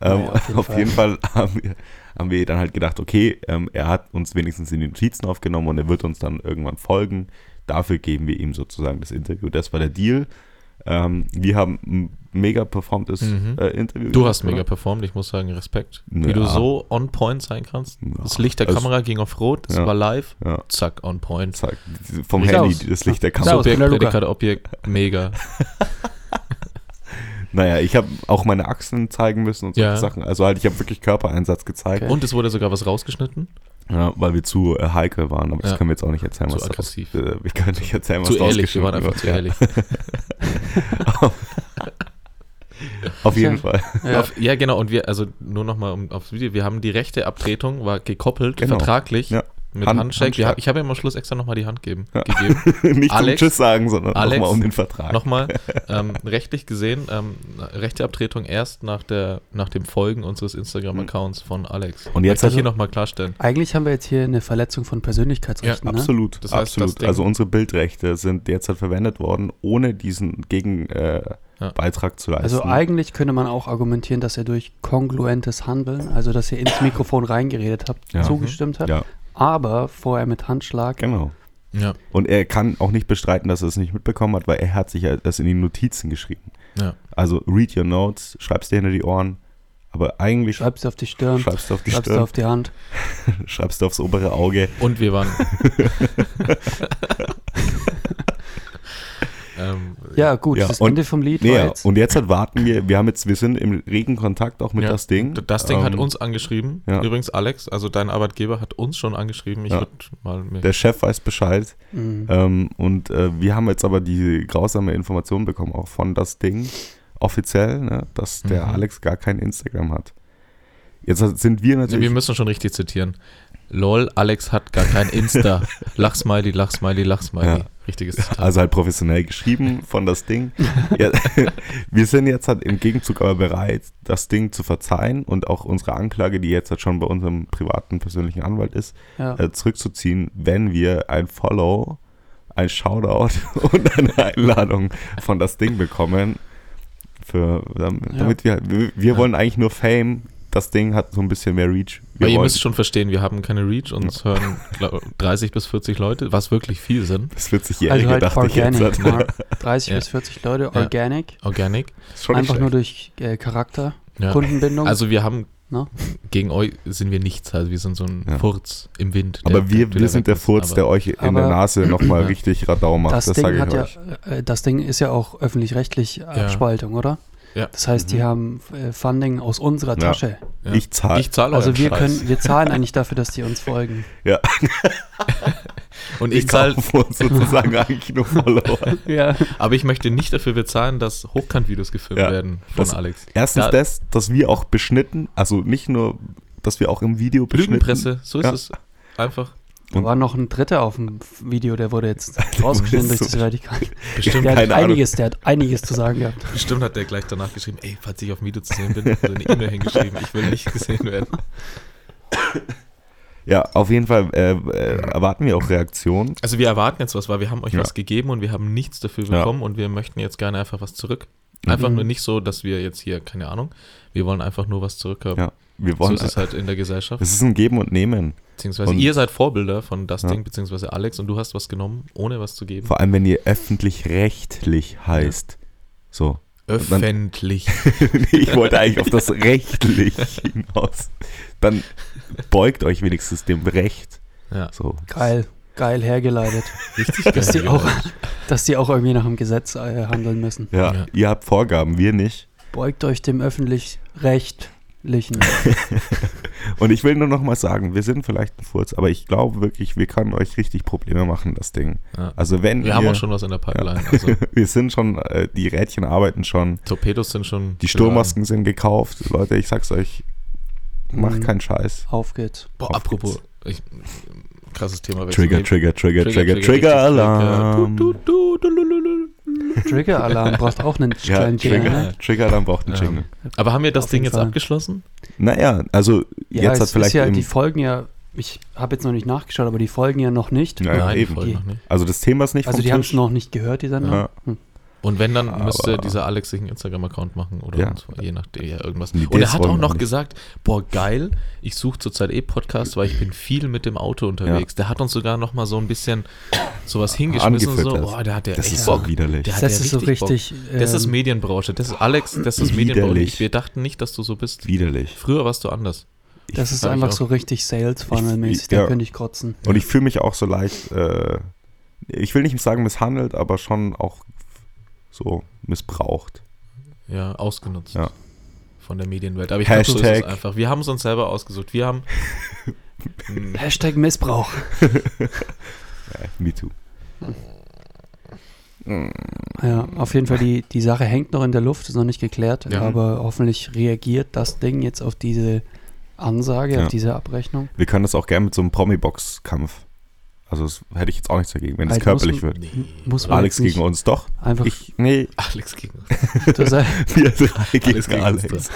Speaker 1: Ähm,
Speaker 3: Naja,
Speaker 1: auf jeden, Fall, haben, wir, haben wir dann halt gedacht, okay, ähm, er hat uns wenigstens in die Notizen aufgenommen und er wird uns dann irgendwann folgen. Dafür geben wir ihm sozusagen das Interview. Das war der Deal. Ähm, wir haben ein mega performtes
Speaker 2: Mhm.
Speaker 1: äh, Interview.
Speaker 2: Du hast mega
Speaker 1: gemacht,
Speaker 2: performt, ich muss sagen, Respekt.
Speaker 1: Ja.
Speaker 2: Wie du so on point sein kannst.
Speaker 1: Ja.
Speaker 2: Das Licht der
Speaker 1: Also-
Speaker 2: Kamera ging auf rot, das
Speaker 1: Ja.
Speaker 2: war live,
Speaker 1: oder? Ja,
Speaker 2: zack, on point.
Speaker 1: zack. Vom
Speaker 2: Ich
Speaker 1: Handy,
Speaker 2: glaub's.
Speaker 1: das Licht der Kamera.
Speaker 3: Servus,
Speaker 2: Subjekt,
Speaker 3: Bruder Luca.
Speaker 2: Prädikat, Objekt, mega.
Speaker 1: Naja, ich habe auch meine Achseln zeigen müssen und solche
Speaker 2: Ja.
Speaker 1: Sachen. Also halt, ich habe wirklich Körpereinsatz gezeigt,
Speaker 3: Okay.
Speaker 2: Und es wurde sogar was rausgeschnitten.
Speaker 1: ja, weil wir zu äh, heikel waren. Aber das
Speaker 2: Ja.
Speaker 1: können wir jetzt auch nicht erzählen,
Speaker 2: Zu
Speaker 1: was da raus-
Speaker 2: aggressiv.
Speaker 1: äh, Wir können nicht erzählen, was
Speaker 2: zu
Speaker 1: da
Speaker 2: ehrlich, wir waren
Speaker 1: rausgeschnitten wird.
Speaker 2: einfach zu
Speaker 1: Ja.
Speaker 2: ehrlich.
Speaker 1: Auf jeden
Speaker 3: Ja.
Speaker 1: Fall.
Speaker 3: Ja.
Speaker 2: Auf, ja, genau, und wir, also nur nochmal um, aufs Video, wir haben die rechte Abtretung, war gekoppelt,
Speaker 1: Genau.
Speaker 2: vertraglich,
Speaker 1: Ja.
Speaker 2: mit
Speaker 1: Hand-
Speaker 2: Handshake. Wir,
Speaker 1: Handschlag.
Speaker 2: hab- ich habe ihm am Schluss extra nochmal die Hand geben, gegeben.
Speaker 1: nicht
Speaker 2: Alex?
Speaker 1: zum Tschüss sagen, sondern
Speaker 2: Alex?
Speaker 1: nochmal um den Vertrag.
Speaker 2: Nochmal, ähm, rechtlich gesehen, ähm, rechte Abtretung erst nach, der, nach dem Folgen unseres Instagram-Accounts von Alex.
Speaker 1: Mhm. Und jetzt
Speaker 2: Möchte ich hier
Speaker 1: also-
Speaker 2: nochmal klarstellen.
Speaker 3: Eigentlich haben wir jetzt hier eine Verletzung von Persönlichkeitsrechten, ne?
Speaker 1: Absolut,
Speaker 2: Das heißt,
Speaker 1: absolut.
Speaker 2: das Ding-
Speaker 1: also unsere Bildrechte sind derzeit verwendet worden, ohne diesen Gegenbeitrag äh,
Speaker 2: Ja.
Speaker 1: Beitrag zu leisten.
Speaker 3: Also eigentlich könnte man auch argumentieren, dass ihr durch kongruentes Handeln, also dass ihr ins Mikrofon reingeredet habt,
Speaker 1: Ja.
Speaker 3: zugestimmt habt,
Speaker 1: ja,
Speaker 3: aber vorher mit Handschlag.
Speaker 1: genau.
Speaker 2: Ja,
Speaker 1: Und er kann auch nicht bestreiten, dass er es nicht mitbekommen hat, weil er hat sich ja das in die Notizen geschrieben.
Speaker 2: ja.
Speaker 1: Also read your notes, schreibst dir hinter die Ohren, aber eigentlich
Speaker 3: Schreibst du auf die Stirn,
Speaker 1: schreibst du auf die
Speaker 3: schreibst du
Speaker 1: Stirn,
Speaker 3: auf die Hand.
Speaker 1: schreibst du aufs obere Auge.
Speaker 2: Und wir waren. ähm,
Speaker 3: Ja, gut,
Speaker 1: Ja,
Speaker 3: das
Speaker 1: und-
Speaker 3: Ende vom Lied war
Speaker 1: Naja,
Speaker 3: jetzt.
Speaker 1: und jetzt halt warten wir, wir haben jetzt, wir sind im regen Kontakt auch mit
Speaker 2: Ja,
Speaker 1: das Ding.
Speaker 2: Das Ding hat
Speaker 1: Ähm,
Speaker 2: uns angeschrieben.
Speaker 1: ja.
Speaker 2: Übrigens, Alex, also dein Arbeitgeber hat uns schon angeschrieben. Ich
Speaker 1: Ja.
Speaker 2: würde mal mir
Speaker 1: Der Chef weiß Bescheid.
Speaker 3: Mhm.
Speaker 1: Ähm, und äh, wir haben jetzt aber die grausame Information bekommen, auch von das Ding, offiziell, ne, dass der
Speaker 2: Mhm.
Speaker 1: Alex gar kein Instagram hat. Jetzt sind wir
Speaker 2: Nee, wir
Speaker 1: natürlich.
Speaker 2: müssen schon richtig zitieren. Lol, Alex hat gar kein Insta. Lachsmiley, Lachsmiley, Lachsmiley.
Speaker 1: Ja.
Speaker 2: Richtiges Zitat.
Speaker 1: also halt professionell geschrieben von das Ding. Ja, wir sind jetzt halt im Gegenzug aber bereit, das Ding zu verzeihen und auch unsere Anklage, die jetzt halt schon bei unserem privaten persönlichen Anwalt ist,
Speaker 3: Ja.
Speaker 1: äh, zurückzuziehen, wenn wir ein Follow, ein Shoutout und eine Einladung von das Ding bekommen. Für, dam-
Speaker 3: Ja.
Speaker 1: damit wir, wir, wir
Speaker 2: Ja.
Speaker 1: wollen eigentlich nur Fame. Das Ding hat so ein bisschen mehr Reach. Wir
Speaker 2: Weil ihr
Speaker 1: wollen,
Speaker 2: müsst schon verstehen, wir haben keine Reach, uns hören glaub, 30 bis 40 Leute, was wirklich viel sind.
Speaker 1: das 40-Jährige
Speaker 3: Also halt
Speaker 1: dachte ich jetzt.
Speaker 3: organic,
Speaker 1: Halt,
Speaker 3: ne? 30
Speaker 2: Ja.
Speaker 3: bis 40 Leute,
Speaker 2: Ja.
Speaker 3: organic,
Speaker 2: Organic.
Speaker 1: Ist schon nicht
Speaker 3: einfach nur
Speaker 1: schlecht.
Speaker 3: durch äh, Charakter,
Speaker 2: Ja.
Speaker 3: Kundenbindung.
Speaker 2: Also wir haben,
Speaker 3: Ne?
Speaker 2: gegen euch sind wir nichts. Also wir sind so ein
Speaker 1: Ja.
Speaker 2: Furz im Wind. der-
Speaker 1: aber wir,
Speaker 2: der
Speaker 1: wir
Speaker 2: wieder
Speaker 1: sind
Speaker 2: weg
Speaker 1: der
Speaker 2: ist.
Speaker 1: Furz,
Speaker 2: Aber-
Speaker 1: der euch in
Speaker 3: aber-
Speaker 1: der Nase nochmal
Speaker 2: Ja.
Speaker 1: richtig Radau macht.
Speaker 3: das,
Speaker 1: Das,
Speaker 3: Ding
Speaker 1: sage ich
Speaker 3: hat ja,
Speaker 1: euch.
Speaker 3: äh, das Ding ist ja auch öffentlich-rechtlich Abspaltung, oder?
Speaker 2: Ja.
Speaker 3: Das heißt, die haben äh, Funding aus unserer
Speaker 1: Mhm. Ja.
Speaker 3: Tasche.
Speaker 2: Ja.
Speaker 1: Ich zahle.
Speaker 2: Ich zahle
Speaker 3: Also
Speaker 2: euren
Speaker 3: wir
Speaker 2: Scheiß.
Speaker 3: können, wir zahlen eigentlich dafür, dass die uns folgen.
Speaker 1: Ja,
Speaker 2: Und
Speaker 1: ich
Speaker 2: ich zahle
Speaker 1: kaufe uns sozusagen eigentlich nur Follower.
Speaker 3: Ja.
Speaker 2: Aber ich möchte nicht dafür bezahlen, dass Hochkant-Videos gefilmt
Speaker 1: Ja,
Speaker 2: werden von
Speaker 1: das-
Speaker 2: Alex.
Speaker 1: Erstens
Speaker 2: Da-
Speaker 1: das, dass wir auch beschnitten, also nicht nur, dass wir auch im Video beschnitten.
Speaker 2: Lügenpresse, so ist
Speaker 1: Ja.
Speaker 2: es. Einfach.
Speaker 3: Da war noch ein dritter auf dem Video, der wurde jetzt rausgeschnitten durch das Vatikan.
Speaker 2: Bestimmt,
Speaker 3: Der hat
Speaker 1: Keine Ahnung.
Speaker 3: einiges, der hat einiges zu sagen gehabt.
Speaker 2: bestimmt hat der gleich danach geschrieben, ey, falls ich auf dem Video zu sehen bin, so eine E-Mail hingeschrieben, ich will nicht gesehen werden.
Speaker 1: Ja, auf jeden Fall äh, äh, erwarten wir auch Reaktionen.
Speaker 2: Also wir erwarten jetzt was, weil wir haben euch
Speaker 1: Ja.
Speaker 2: was gegeben und wir haben nichts dafür
Speaker 1: Ja. Mhm.
Speaker 2: bekommen und wir möchten jetzt gerne einfach was zurück. Einfach nur nicht so, dass wir jetzt hier, keine Ahnung, wir wollen einfach nur was zurückhaben.
Speaker 1: Ja, wir
Speaker 2: So
Speaker 1: wollen.
Speaker 2: ist es halt in der Gesellschaft.
Speaker 1: es ist ein Geben und Nehmen.
Speaker 2: Beziehungsweise
Speaker 1: Und-
Speaker 2: ihr seid Vorbilder von Dustin,
Speaker 1: Ja.
Speaker 2: beziehungsweise Alex, und du hast was genommen, ohne was zu geben.
Speaker 1: Vor allem, wenn ihr öffentlich-rechtlich heißt. So. dann-
Speaker 2: Öffentlich.
Speaker 1: ich wollte eigentlich auf das rechtlich hinaus. Dann beugt euch wenigstens dem Recht.
Speaker 2: Ja,
Speaker 1: So.
Speaker 3: Geil, geil hergeleitet.
Speaker 2: richtig
Speaker 3: Dass die
Speaker 2: geil.
Speaker 3: auch, dass die auch irgendwie nach dem Gesetz äh, handeln müssen.
Speaker 1: Ja,
Speaker 2: Ja.
Speaker 1: ihr habt Vorgaben, wir nicht.
Speaker 3: Beugt euch dem öffentlich-rechtlichen.
Speaker 1: Und ich will nur noch mal sagen, wir sind vielleicht ein Furz, aber ich glaube wirklich, wir können euch richtig Probleme machen, das Ding.
Speaker 2: Ja.
Speaker 1: Also wenn
Speaker 2: Wir
Speaker 1: ihr,
Speaker 2: haben auch schon was in der Pipeline. Also,
Speaker 1: wir sind schon, äh, die Rädchen arbeiten schon,
Speaker 2: Torpedos sind schon.
Speaker 1: die Sturmmasken sind gekauft. Leute, ich sag's euch, macht
Speaker 3: Mhm.
Speaker 1: keinen Scheiß.
Speaker 3: Auf geht's.
Speaker 2: Boah, apropos. Ich, krasses Thema.
Speaker 1: Trigger, Trigger,
Speaker 2: wechseln.
Speaker 1: Trigger, Trigger, Trigger,
Speaker 2: Trigger. Du,
Speaker 1: Alarm.
Speaker 2: du, du, du, du, du, du.
Speaker 3: Trigger-Alarm braucht auch einen
Speaker 1: Ja,
Speaker 3: kleinen Jingle, ne?
Speaker 1: Trigger, Trigger Alarm braucht einen
Speaker 2: Ähm,
Speaker 1: Jingle.
Speaker 2: Aber haben wir das
Speaker 3: Auf
Speaker 2: Ding
Speaker 3: jeden
Speaker 2: jetzt
Speaker 3: Fall.
Speaker 2: abgeschlossen?
Speaker 1: Naja, also
Speaker 3: Ja,
Speaker 1: jetzt
Speaker 3: es
Speaker 1: hat vielleicht
Speaker 3: ist ja,
Speaker 1: im,
Speaker 3: die Folgen ja, ich habe jetzt noch nicht nachgeschaut, aber die Folgen ja noch nicht.
Speaker 1: Ja,
Speaker 2: Nein,
Speaker 1: eben.
Speaker 2: voll
Speaker 3: Die-
Speaker 2: noch nicht.
Speaker 1: Also das Thema ist nicht
Speaker 3: also
Speaker 1: vom
Speaker 3: die haben es
Speaker 1: Tisch.
Speaker 3: noch nicht gehört, die Sendung.
Speaker 1: Ja.
Speaker 3: Hm.
Speaker 2: Und wenn, dann
Speaker 1: Aber-
Speaker 2: müsste dieser Alex sich einen Instagram-Account machen oder
Speaker 1: Ja.
Speaker 2: so, je nachdem, ja, irgendwas.
Speaker 1: Nee,
Speaker 2: Und er
Speaker 1: das
Speaker 2: hat
Speaker 1: wollen
Speaker 2: auch
Speaker 1: wir
Speaker 2: noch
Speaker 1: nicht.
Speaker 2: gesagt, boah, geil, ich suche zurzeit eh Podcasts, weil ich bin viel mit dem Auto unterwegs. Der hat uns sogar noch mal so ein bisschen sowas hingeschmissen. So,
Speaker 1: Angefüttert.
Speaker 2: boah, der hat ja
Speaker 1: Ah, Das
Speaker 2: echt
Speaker 1: ist
Speaker 2: Bock.
Speaker 1: so widerlich.
Speaker 2: Der hat
Speaker 3: Das
Speaker 2: ja
Speaker 3: ist so
Speaker 2: richtig Bock.
Speaker 3: richtig.
Speaker 2: Das ist
Speaker 3: ähm,
Speaker 2: Medienbranche. Das ist Alex, das ist Medienbranche.
Speaker 1: Widerlich.
Speaker 2: Ich, wir dachten nicht, dass du so bist.
Speaker 1: Widerlich.
Speaker 2: Früher warst du anders.
Speaker 3: das ist
Speaker 2: Hab ich
Speaker 3: einfach
Speaker 2: auch.
Speaker 3: so richtig Sales-Funnel-mäßig,
Speaker 1: Ich- ja.
Speaker 3: da könnte ich kotzen.
Speaker 1: Und ich fühle mich auch so leicht, äh, ich will nicht sagen misshandelt, aber schon auch so missbraucht.
Speaker 2: Ja, ausgenutzt.
Speaker 1: Ja.
Speaker 2: Von der Medienwelt. Aber ich glaube, so ist es
Speaker 1: Hashtag.
Speaker 2: einfach. Wir haben es uns selber ausgesucht. Wir haben. Hm,
Speaker 3: Hashtag Missbrauch.
Speaker 1: Äh, Me too.
Speaker 3: Ja, auf jeden Fall, die, die Sache hängt noch in der Luft, ist noch nicht geklärt,
Speaker 2: Ja.
Speaker 3: aber hoffentlich reagiert das Ding jetzt auf diese Ansage,
Speaker 1: Ja.
Speaker 3: auf diese Abrechnung.
Speaker 1: Wir können das auch gerne mit so einem Promi-Box-Kampf. Also das hätte ich jetzt auch nichts dagegen, wenn es
Speaker 3: Halt,
Speaker 1: körperlich
Speaker 3: muss
Speaker 1: wird.
Speaker 3: Muss man
Speaker 1: Alex
Speaker 3: jetzt nicht
Speaker 1: gegen uns, doch.
Speaker 3: Einfach
Speaker 1: Ich, nee,
Speaker 2: Alex gegen
Speaker 3: das,
Speaker 1: wir drei gegen
Speaker 2: gegen uns
Speaker 1: Alex.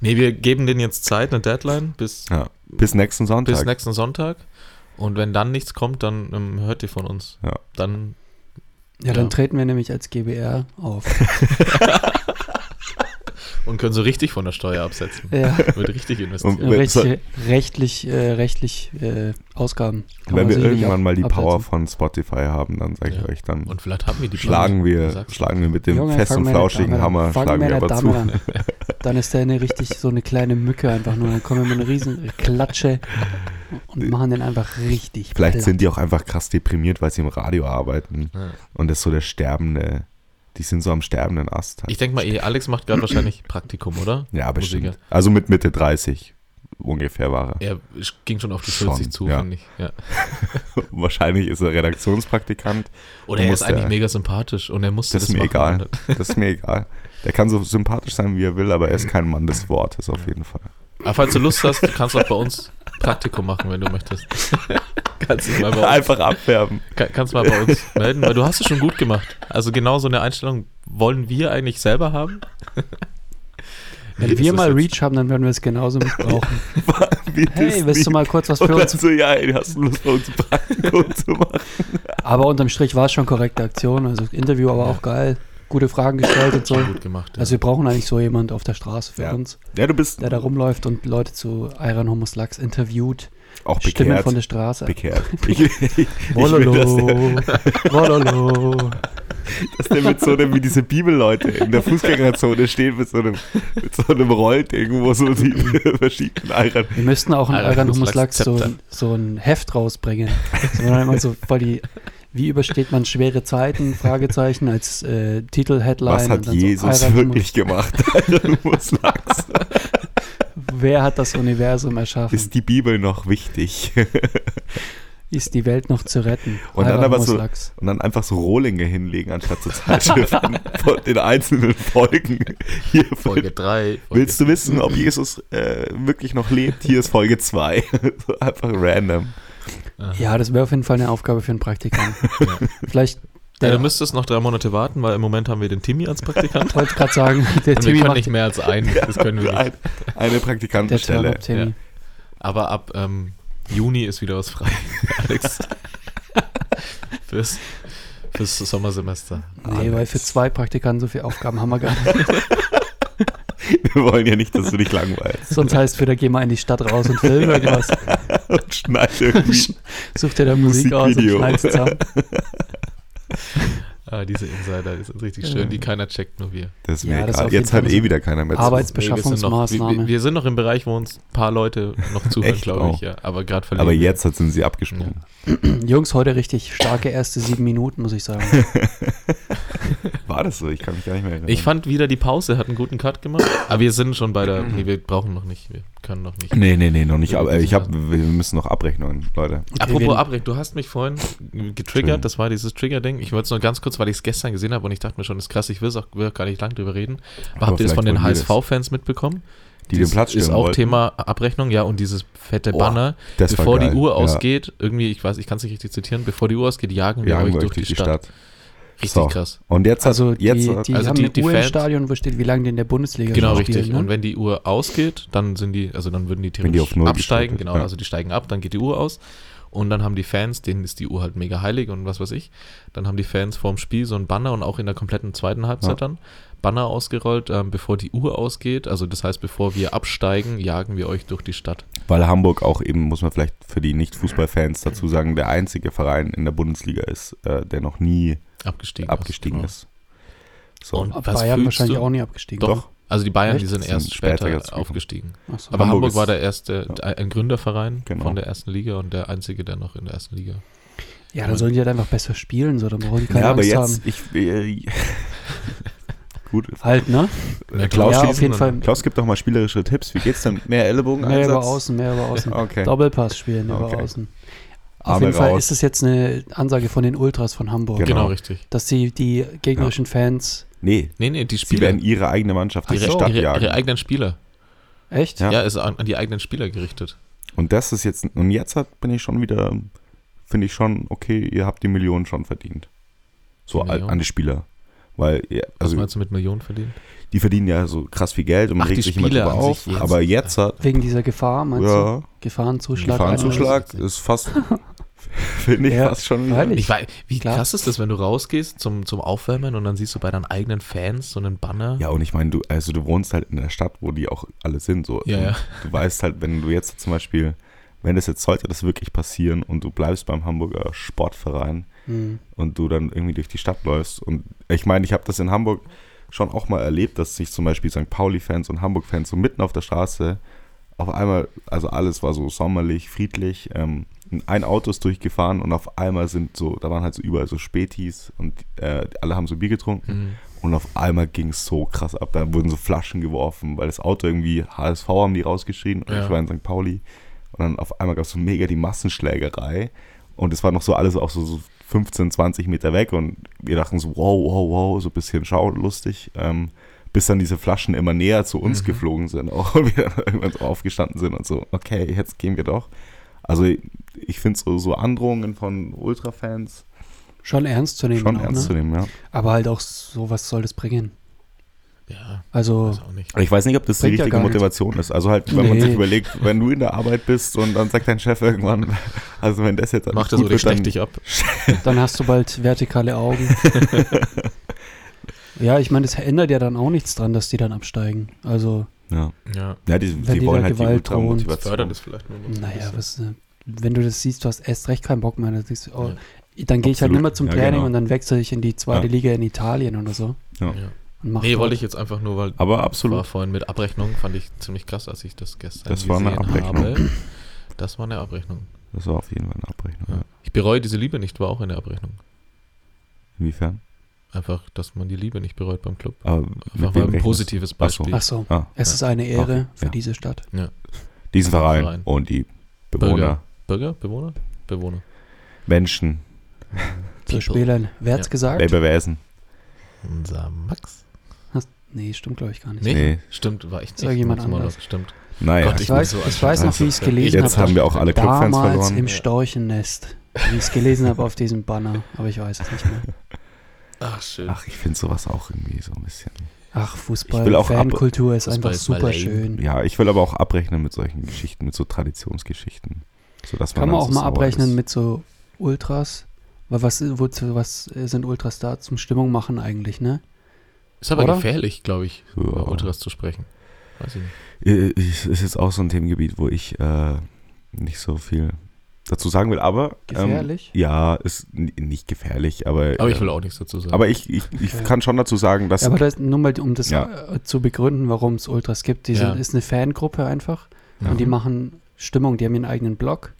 Speaker 2: Nee, wir geben denen jetzt Zeit, eine Deadline bis,
Speaker 1: Ja. Bis nächsten Sonntag.
Speaker 2: bis nächsten Sonntag. Und wenn dann nichts kommt, dann ähm, hört ihr von uns.
Speaker 1: Ja.
Speaker 2: Dann
Speaker 3: Ja, dann
Speaker 2: Ja.
Speaker 3: treten wir nämlich als GBR auf.
Speaker 2: und können so richtig von der Steuer absetzen.
Speaker 3: ja,
Speaker 2: Wird richtig investiert.
Speaker 1: Und-
Speaker 3: rechtlich,
Speaker 1: so-
Speaker 3: rechtlich, äh, rechtlich äh, Ausgaben.
Speaker 1: Wenn
Speaker 3: Kann man
Speaker 1: wir
Speaker 3: sicherlich
Speaker 1: irgendwann
Speaker 3: ab-
Speaker 1: mal die
Speaker 3: absetzen.
Speaker 1: Power von Spotify haben, dann sage ich
Speaker 2: Ja.
Speaker 1: euch, dann
Speaker 2: Und vielleicht haben wir die
Speaker 1: schlagen
Speaker 2: Du
Speaker 1: wir,
Speaker 2: sagst-
Speaker 1: schlagen wir mit dem
Speaker 3: Junge,
Speaker 1: fest
Speaker 3: fang
Speaker 1: und
Speaker 3: mir nicht
Speaker 1: flauschigen
Speaker 3: damit an.
Speaker 1: Hammer,
Speaker 3: Fang
Speaker 1: schlagen
Speaker 3: mir
Speaker 1: wir
Speaker 3: nicht
Speaker 1: aber zu.
Speaker 3: damit an. Dann ist der eine richtig so eine kleine Mücke einfach nur. Dann kommen wir mit einer riesen Klatsche und machen den einfach richtig.
Speaker 1: Vielleicht
Speaker 3: platt.
Speaker 1: sind die auch einfach krass deprimiert, weil sie im Radio arbeiten
Speaker 2: Ja.
Speaker 1: und das ist so der sterbende, die sind so am sterbenden Ast. Halt.
Speaker 2: Ich denke mal, eh, Alex macht gerade wahrscheinlich Praktikum, oder?
Speaker 1: ja, bestimmt.
Speaker 2: Musiker.
Speaker 1: Also mit Mitte 30 ungefähr war er.
Speaker 2: Er ging schon auf die
Speaker 1: Schon,
Speaker 2: 40 zu,
Speaker 1: ja.
Speaker 2: finde ich. Ja.
Speaker 1: Wahrscheinlich ist er Redaktionspraktikant,
Speaker 2: Oder
Speaker 1: Du
Speaker 2: er ist
Speaker 1: musst,
Speaker 2: eigentlich
Speaker 1: äh,
Speaker 2: mega sympathisch und er musste
Speaker 1: das
Speaker 2: das,
Speaker 1: ist mir
Speaker 2: machen.
Speaker 1: egal. das ist mir egal. Der kann so sympathisch sein, wie er will, aber er ist kein Mann des Wortes auf jeden Fall.
Speaker 2: Aber falls du Lust hast, du kannst auch bei uns Praktikum machen, wenn du möchtest. kannst du mal bei uns
Speaker 1: Einfach abwerben.
Speaker 2: Ka- Kannst mal bei uns melden, weil du hast es schon gut gemacht. Also genau so eine Einstellung wollen wir eigentlich selber haben. Nee,
Speaker 3: Wenn
Speaker 2: das
Speaker 3: wir
Speaker 2: ist
Speaker 3: mal
Speaker 2: jetzt-
Speaker 3: Reach haben, dann werden wir es genauso missbrauchen.
Speaker 1: Wie
Speaker 3: hey, willst du mal kurz was für
Speaker 1: Und dann
Speaker 3: uns?
Speaker 1: so, ja, ey, hast du Lust, bei uns ein Praktikum zu machen?
Speaker 3: Aber unterm Strich war es schon korrekte Aktion. Also Interview aber auch geil. Gute Fragen gestellt und so.
Speaker 2: gut gemacht. Ja.
Speaker 3: Also wir brauchen eigentlich so jemand auf der Straße für
Speaker 1: Ja.
Speaker 3: uns,
Speaker 1: Ja, du bist
Speaker 3: der da rumläuft und Leute zu Iron Homus Lachs interviewt.
Speaker 1: auch
Speaker 3: Stimmen
Speaker 1: bekehrt.
Speaker 3: von der Straße.
Speaker 1: bekehrt. Ich, ich will, dass der,
Speaker 3: Wololo. Wololo.
Speaker 1: dass der mit so einem, wie diese Bibelleute in der Fußgängerzone steht, mit so einem, mit so einem Rollding, wo so die verschiedenen Eiern.
Speaker 3: Wir müssten auch in
Speaker 2: Alter,
Speaker 3: Algan
Speaker 2: Humus
Speaker 3: Humus Lachs
Speaker 2: Lachs
Speaker 3: so,
Speaker 2: Zepter.
Speaker 3: ein- so ein Heft rausbringen. So dann immer so voll die, wie übersteht man schwere Zeiten? Fragezeichen als äh, Titel, Headline.
Speaker 1: Was
Speaker 3: und
Speaker 1: hat
Speaker 3: dann
Speaker 1: Jesus
Speaker 3: so, Alran Humus-
Speaker 1: wirklich gemacht? Also, Muss Lachs.
Speaker 3: Wer hat das Universum erschaffen?
Speaker 1: Ist die Bibel noch wichtig?
Speaker 3: Ist die Welt noch zu retten?
Speaker 1: Und dann
Speaker 3: Halber
Speaker 1: aber so-
Speaker 3: Humuslachs.
Speaker 1: Und dann einfach so Rohlinge hinlegen, anstatt so Zeitschriften von den einzelnen Folgen. Hier
Speaker 2: Folge 3.
Speaker 1: Willst du wissen, ob Jesus äh, wirklich noch lebt? Hier ist Folge 2. so einfach random.
Speaker 3: Ja, das wäre auf jeden Fall eine Aufgabe für einen Praktikanten. Vielleicht,
Speaker 2: Ja,
Speaker 3: der,
Speaker 2: du müsstest noch drei Monate warten, weil im Moment haben wir den Timmy als Praktikant.
Speaker 3: wollte gerade sagen,
Speaker 2: Und wir
Speaker 3: der Timmy
Speaker 2: können
Speaker 3: macht
Speaker 2: nicht mehr als einen. Das können wir nicht.
Speaker 1: Ein, eine
Speaker 3: der
Speaker 1: Praktikantenstelle.
Speaker 3: Turn-Up Timmy.
Speaker 2: Ja. Aber ab ähm, Juni ist wieder was frei, Alex. fürs, fürs Sommersemester.
Speaker 3: Nee, weil für zwei Praktikanten so viele Aufgaben haben wir gar nicht.
Speaker 1: Wir wollen ja nicht, dass du dich langweilst.
Speaker 3: Sonst heißt für da geh mal in die Stadt raus und film irgendwas.
Speaker 1: Und schneid irgendwie.
Speaker 3: Such dir da Musik aus und
Speaker 1: Musikvideo.
Speaker 3: schneid's zusammen.
Speaker 2: Ah, diese Insider, die sind richtig schön, die keiner checkt, nur wir.
Speaker 1: Das ist
Speaker 3: Ja,
Speaker 1: mir
Speaker 3: das
Speaker 1: egal.
Speaker 3: auf jeden
Speaker 1: Jetzt
Speaker 3: Fall
Speaker 1: hat
Speaker 3: so
Speaker 1: eh wieder keiner mehr zu.
Speaker 2: Nee, wir, sind noch, wir,
Speaker 3: Arbeitsbeschaffungsmaßnahme.
Speaker 2: wir- wir sind noch im Bereich, wo uns ein paar Leute noch zuhören,
Speaker 1: Echt?
Speaker 2: glaube ich.
Speaker 1: Oh.
Speaker 2: Ja. Aber gerade verlieren.
Speaker 1: Aber
Speaker 2: wir.
Speaker 1: jetzt hat- sind sie abgesprungen.
Speaker 3: Jungs, heute richtig starke erste sieben Minuten, muss ich sagen.
Speaker 1: War das so? Ich kann mich gar nicht mehr erinnern.
Speaker 2: Ich fand wieder die Pause, hat einen guten Cut gemacht. Aber wir sind schon bei der. Nee, wir brauchen noch nicht. Wir können noch nicht.
Speaker 1: nee, nee, nee, noch nicht. Aber ich hab, wir müssen noch abrechnen, Leute.
Speaker 2: Apropos
Speaker 3: wir-
Speaker 2: Abrek, du hast mich vorhin getriggert,
Speaker 1: Entschuldigung.
Speaker 2: das war dieses Trigger-Ding. Ich wollte es nur ganz kurz, weil ich es gestern gesehen habe und ich dachte mir schon, das ist krass, ich will es auch will auch gar nicht lang drüber reden. Aber, habt ihr das
Speaker 1: vielleicht
Speaker 2: von den
Speaker 1: wollen wir das.
Speaker 2: HSV-Fans mitbekommen?
Speaker 1: Die den Platz
Speaker 2: ist
Speaker 1: stürmen
Speaker 2: auch
Speaker 1: wollten.
Speaker 2: Thema Abrechnung, ja, und dieses fette
Speaker 1: Oh,
Speaker 2: Banner,
Speaker 1: das war
Speaker 2: bevor die
Speaker 1: geil,
Speaker 2: Uhr
Speaker 1: ja.
Speaker 2: ausgeht, irgendwie, ich weiß, ich kann es nicht richtig zitieren, bevor die Uhr ausgeht, jagen wir,
Speaker 1: Wir haben
Speaker 2: euch durch die, Stadt. Richtig
Speaker 1: So.
Speaker 2: krass.
Speaker 1: Und jetzt hat,
Speaker 3: Also, die,
Speaker 1: jetzt hat,
Speaker 3: die
Speaker 2: also
Speaker 3: haben
Speaker 2: die-
Speaker 3: eine
Speaker 2: die
Speaker 3: Uhr im
Speaker 2: Fans-
Speaker 3: Stadion, wo steht, wie lange die in der Bundesliga
Speaker 2: Genau,
Speaker 3: schon
Speaker 2: richtig.
Speaker 3: spielen.
Speaker 2: Und
Speaker 3: Ne?
Speaker 2: wenn die Uhr ausgeht, dann sind die, also dann würden die
Speaker 1: Wenn die
Speaker 2: theoretisch
Speaker 1: auf Null
Speaker 2: absteigen,
Speaker 1: gestellt wird,
Speaker 2: genau,
Speaker 1: ja.
Speaker 2: also die steigen ab, dann geht die Uhr aus und dann haben die Fans, denen ist die Uhr halt mega heilig und was weiß ich, dann haben die Fans vorm Spiel so ein Banner und auch in der kompletten zweiten Halbzeit
Speaker 1: Ja.
Speaker 2: dann Banner ausgerollt, ähm, bevor die Uhr ausgeht, also das heißt, bevor wir absteigen, jagen wir euch durch die Stadt.
Speaker 1: weil Hamburg auch eben, muss man vielleicht für die Nicht-Fußballfans dazu sagen, der einzige Verein in der Bundesliga ist, äh, der noch nie
Speaker 2: Abgestiegen.
Speaker 1: abgestiegen
Speaker 2: genau.
Speaker 1: ist. So.
Speaker 2: Und- Was
Speaker 3: Bayern
Speaker 2: fühlst
Speaker 3: wahrscheinlich
Speaker 2: du?
Speaker 3: auch nie abgestiegen.
Speaker 2: Doch. Also die Bayern, die
Speaker 3: Echt?
Speaker 2: sind
Speaker 1: Sind
Speaker 2: erst
Speaker 1: später
Speaker 2: später
Speaker 1: jetzt
Speaker 2: aufgestiegen.
Speaker 3: Ach so.
Speaker 2: Aber Hamburg,
Speaker 1: Hamburg ist-
Speaker 2: war der erste, ein Gründerverein
Speaker 1: Genau. Äh,
Speaker 2: von der ersten Liga und der einzige, der noch in der ersten Liga.
Speaker 3: ja, dann sollen die halt einfach besser spielen, so, dann brauchen die keine
Speaker 1: ja, aber
Speaker 3: Angst
Speaker 1: jetzt,
Speaker 3: haben.
Speaker 1: ich, äh, gut,
Speaker 3: Halt, ne?
Speaker 1: äh, Klaus,
Speaker 3: ja,
Speaker 1: schießen
Speaker 3: auf jeden
Speaker 1: und-
Speaker 2: Genau,
Speaker 3: Fall.
Speaker 1: Klaus gibt doch mal spielerische Tipps. Wie geht's denn? Mehr Ellbogen
Speaker 3: Mehr über außen, mehr über außen.
Speaker 1: Okay.
Speaker 3: Doppelpass spielen über
Speaker 1: Okay.
Speaker 3: außen. Auf
Speaker 1: Arme
Speaker 3: jeden Fall
Speaker 1: raus.
Speaker 3: ist es jetzt eine Ansage von den Ultras von Hamburg,
Speaker 1: Genau.
Speaker 2: Genau, richtig.
Speaker 3: dass sie die gegnerischen Fans
Speaker 1: Nee,
Speaker 2: Nee, nee, die
Speaker 1: sie
Speaker 2: Spieler.
Speaker 1: werden ihre eigene Mannschaft durch
Speaker 2: ihre,
Speaker 1: die Stadt
Speaker 2: ihre,
Speaker 1: jagen.
Speaker 2: ihre eigenen Spieler.
Speaker 3: echt
Speaker 1: Ja.
Speaker 2: Ja. ist an, an die eigenen Spieler gerichtet.
Speaker 1: Und das ist jetzt, und jetzt hat, bin ich schon wieder, finde ich schon, okay, ihr habt die Millionen schon verdient. So
Speaker 2: Die
Speaker 1: al-
Speaker 2: Millionen?
Speaker 1: an die Spieler. Weil, ja,
Speaker 2: Was
Speaker 1: also,
Speaker 2: meinst du mit Millionen verdienen?
Speaker 1: die verdienen ja so krass viel Geld und man
Speaker 2: Ach, die
Speaker 1: regt sich immer
Speaker 2: Spieler
Speaker 1: drüber
Speaker 2: an
Speaker 1: auf.
Speaker 2: sich jetzt.
Speaker 1: Aber jetzt hat,
Speaker 3: wegen dieser Gefahr, meinst du?
Speaker 1: ja,
Speaker 3: Gefahrenzuschlag.
Speaker 1: Gefahrenzuschlag
Speaker 2: Alter.
Speaker 1: ist fast, finde ich
Speaker 3: Ja,
Speaker 1: fast schon wieder.
Speaker 3: freilich.
Speaker 2: Ich weiß, wie
Speaker 3: Klar.
Speaker 2: krass ist das, wenn du rausgehst zum, zum Aufwärmen und dann siehst du bei deinen eigenen Fans so einen Banner?
Speaker 1: Ja, und ich meine, du, also du wohnst halt in der Stadt, wo die auch alle sind. So.
Speaker 2: Ja, ja.
Speaker 1: Du weißt halt, wenn du jetzt zum Beispiel, wenn das jetzt sollte das wirklich passieren und du bleibst beim Hamburger Sportverein
Speaker 2: Mhm.
Speaker 3: Hm.
Speaker 1: und du dann irgendwie durch die Stadt läufst. Und ich meine, ich habe das in Hamburg schon auch mal erlebt, dass sich zum Beispiel St. Pauli-Fans und Hamburg-Fans so mitten auf der Straße auf einmal, also alles war so sommerlich, friedlich, ähm, ein Auto ist durchgefahren und auf einmal sind so, da waren halt so überall so Spätis und äh, alle haben so Bier getrunken.
Speaker 2: Mhm.
Speaker 1: Und auf einmal ging es so krass ab. Da wurden so Flaschen geworfen, weil das Auto irgendwie HSV haben die rausgeschrien und
Speaker 2: Ja.
Speaker 1: ich war in St. Pauli. Und dann auf einmal gab es so mega die Massenschlägerei. Und es war noch so alles auch so, so 15, 20 Meter weg. Und wir dachten so, wow, wow, wow, so ein bisschen schaulustig. Ähm, bis dann diese Flaschen immer näher zu
Speaker 3: Mhm.
Speaker 1: uns geflogen sind. Auch und wir dann irgendwann so aufgestanden sind und so, okay, jetzt gehen wir doch. Also ich finde so, so Androhungen von Ultrafans
Speaker 3: Schon ernst zu nehmen.
Speaker 1: schon
Speaker 3: auch,
Speaker 1: ernst zu
Speaker 3: ne?
Speaker 1: nehmen, ja.
Speaker 3: Aber halt auch sowas soll das bringen.
Speaker 2: Ja,
Speaker 3: Also,
Speaker 2: weiß auch nicht.
Speaker 1: Aber ich weiß nicht, ob das die
Speaker 3: Bringt ja
Speaker 1: richtige
Speaker 3: gar nichts.
Speaker 1: Motivation ist. Also halt, wenn man
Speaker 3: Nee.
Speaker 1: sich überlegt, wenn du in der Arbeit bist und dann sagt dein Chef irgendwann, also wenn das jetzt alles
Speaker 2: Mach das oder ich
Speaker 1: wird,
Speaker 2: stech
Speaker 1: dann,
Speaker 2: dich ab.
Speaker 3: dann hast du bald vertikale Augen. ja, ich meine, es ändert ja dann auch nichts dran, dass die dann absteigen. Also,
Speaker 1: Ja,
Speaker 2: Ja.
Speaker 1: ja die,
Speaker 3: Wenn
Speaker 1: die
Speaker 3: die
Speaker 1: wollen
Speaker 3: da
Speaker 1: halt die
Speaker 3: Gewalt drohen,
Speaker 1: Ultramotivation.
Speaker 2: Fördert es vielleicht nur noch. so ein
Speaker 3: naja,
Speaker 2: bisschen.
Speaker 3: was, äh, wenn du das siehst, du hast erst recht keinen Bock mehr. Dann, denkst du, oh,
Speaker 2: Ja.
Speaker 3: dann gehe ich halt
Speaker 1: Absolut.
Speaker 3: nicht mehr zum
Speaker 1: Ja,
Speaker 3: Training
Speaker 1: genau.
Speaker 3: und dann wechsle ich in die zweite
Speaker 1: Ja.
Speaker 3: Liga in Italien oder so.
Speaker 1: Ja.
Speaker 2: Ja.
Speaker 3: Und mach
Speaker 2: Nee,
Speaker 3: dort-
Speaker 2: wollte ich jetzt einfach nur, weil
Speaker 1: Aber
Speaker 2: war
Speaker 1: absolut.
Speaker 2: vorhin mit Abrechnung, fand ich ziemlich krass, als ich das gestern
Speaker 1: Das war eine Abrechnung.
Speaker 2: habe. Das war eine Abrechnung.
Speaker 1: Das war auf jeden Fall eine Abrechnung.
Speaker 2: Ja.
Speaker 1: Ja.
Speaker 2: Ich bereue diese Liebe nicht, war auch eine Abrechnung.
Speaker 1: Inwiefern?
Speaker 2: Einfach, dass man die Liebe nicht bereut beim Club.
Speaker 1: Aber
Speaker 2: Einfach
Speaker 1: mit
Speaker 2: mal
Speaker 1: wem
Speaker 2: ein
Speaker 1: rechnest du?
Speaker 2: positives
Speaker 1: Ach so.
Speaker 2: Beispiel.
Speaker 3: Ach so,
Speaker 1: Ah,
Speaker 3: es ist eine Ehre
Speaker 1: Okay,
Speaker 3: für
Speaker 1: ja.
Speaker 3: diese Stadt.
Speaker 1: diesen Verein
Speaker 2: Verein.
Speaker 1: und die Bewohner.
Speaker 2: Bürger? Bewohner? Bewohner.
Speaker 1: Menschen,
Speaker 3: Zu
Speaker 2: People.
Speaker 3: Spielern. Wer hat's
Speaker 2: Ja.
Speaker 3: gesagt?
Speaker 1: Lebewesen.
Speaker 2: Unser Max.
Speaker 3: Hast, nee, stimmt, glaube ich, gar nicht.
Speaker 2: Nee,
Speaker 1: Nee.
Speaker 2: stimmt, war ich nicht.
Speaker 3: Sag jemand
Speaker 2: Max Moller,
Speaker 3: anders.
Speaker 2: Stimmt.
Speaker 1: Naja,
Speaker 2: Gott,
Speaker 3: Ich
Speaker 2: bin
Speaker 3: weiß,
Speaker 2: so
Speaker 3: ich weiß noch, wie ich es
Speaker 2: anstrengend.
Speaker 3: gelesen
Speaker 1: jetzt
Speaker 3: habe.
Speaker 1: haben wir auch alle Clubfans
Speaker 3: Damals
Speaker 1: verloren.
Speaker 3: im Storchennest, wie ich es gelesen habe auf diesem Banner, aber ich weiß es nicht mehr.
Speaker 2: Ach, schön.
Speaker 1: Ach, ich finde sowas auch irgendwie so ein bisschen.
Speaker 3: Ach,
Speaker 1: Ich will
Speaker 3: Fußball,
Speaker 1: auch ab-
Speaker 3: Fankultur ist
Speaker 2: Fußball
Speaker 3: einfach
Speaker 2: ist mal
Speaker 3: super
Speaker 2: lame.
Speaker 3: schön.
Speaker 1: Ja, ich will aber auch abrechnen mit solchen Geschichten, mit so Traditionsgeschichten. Sodass
Speaker 3: Kann
Speaker 1: man
Speaker 3: man
Speaker 1: dann
Speaker 3: auch
Speaker 1: so
Speaker 3: mal
Speaker 1: sauer
Speaker 3: abrechnen
Speaker 1: ist.
Speaker 3: mit so Ultras. Weil was, wozu, was sind Ultras da zum Stimmung machen eigentlich, ne?
Speaker 2: Ist aber
Speaker 3: Oder?
Speaker 2: gefährlich, glaube ich, über
Speaker 1: Ja.
Speaker 2: Ultras zu sprechen. Weiß ich nicht.
Speaker 1: Äh, Ist ist jetzt auch so ein Themengebiet, wo ich äh, nicht so viel dazu sagen will, aber.
Speaker 3: Gefährlich?
Speaker 1: Ähm, ja, ist n- nicht gefährlich, aber.
Speaker 2: Aber ich
Speaker 1: äh,
Speaker 2: will auch nichts dazu sagen.
Speaker 1: aber ich, ich, ich
Speaker 3: Okay.
Speaker 1: kann schon dazu sagen, dass.
Speaker 3: Ja, aber das, nur mal, um das
Speaker 1: Ja.
Speaker 3: äh, zu begründen, warum es Ultras gibt. Die sind,
Speaker 2: Ja.
Speaker 3: ist eine Fangruppe einfach
Speaker 2: Ja.
Speaker 3: und
Speaker 1: Mhm.
Speaker 3: die machen Stimmung, die haben ihren eigenen Blog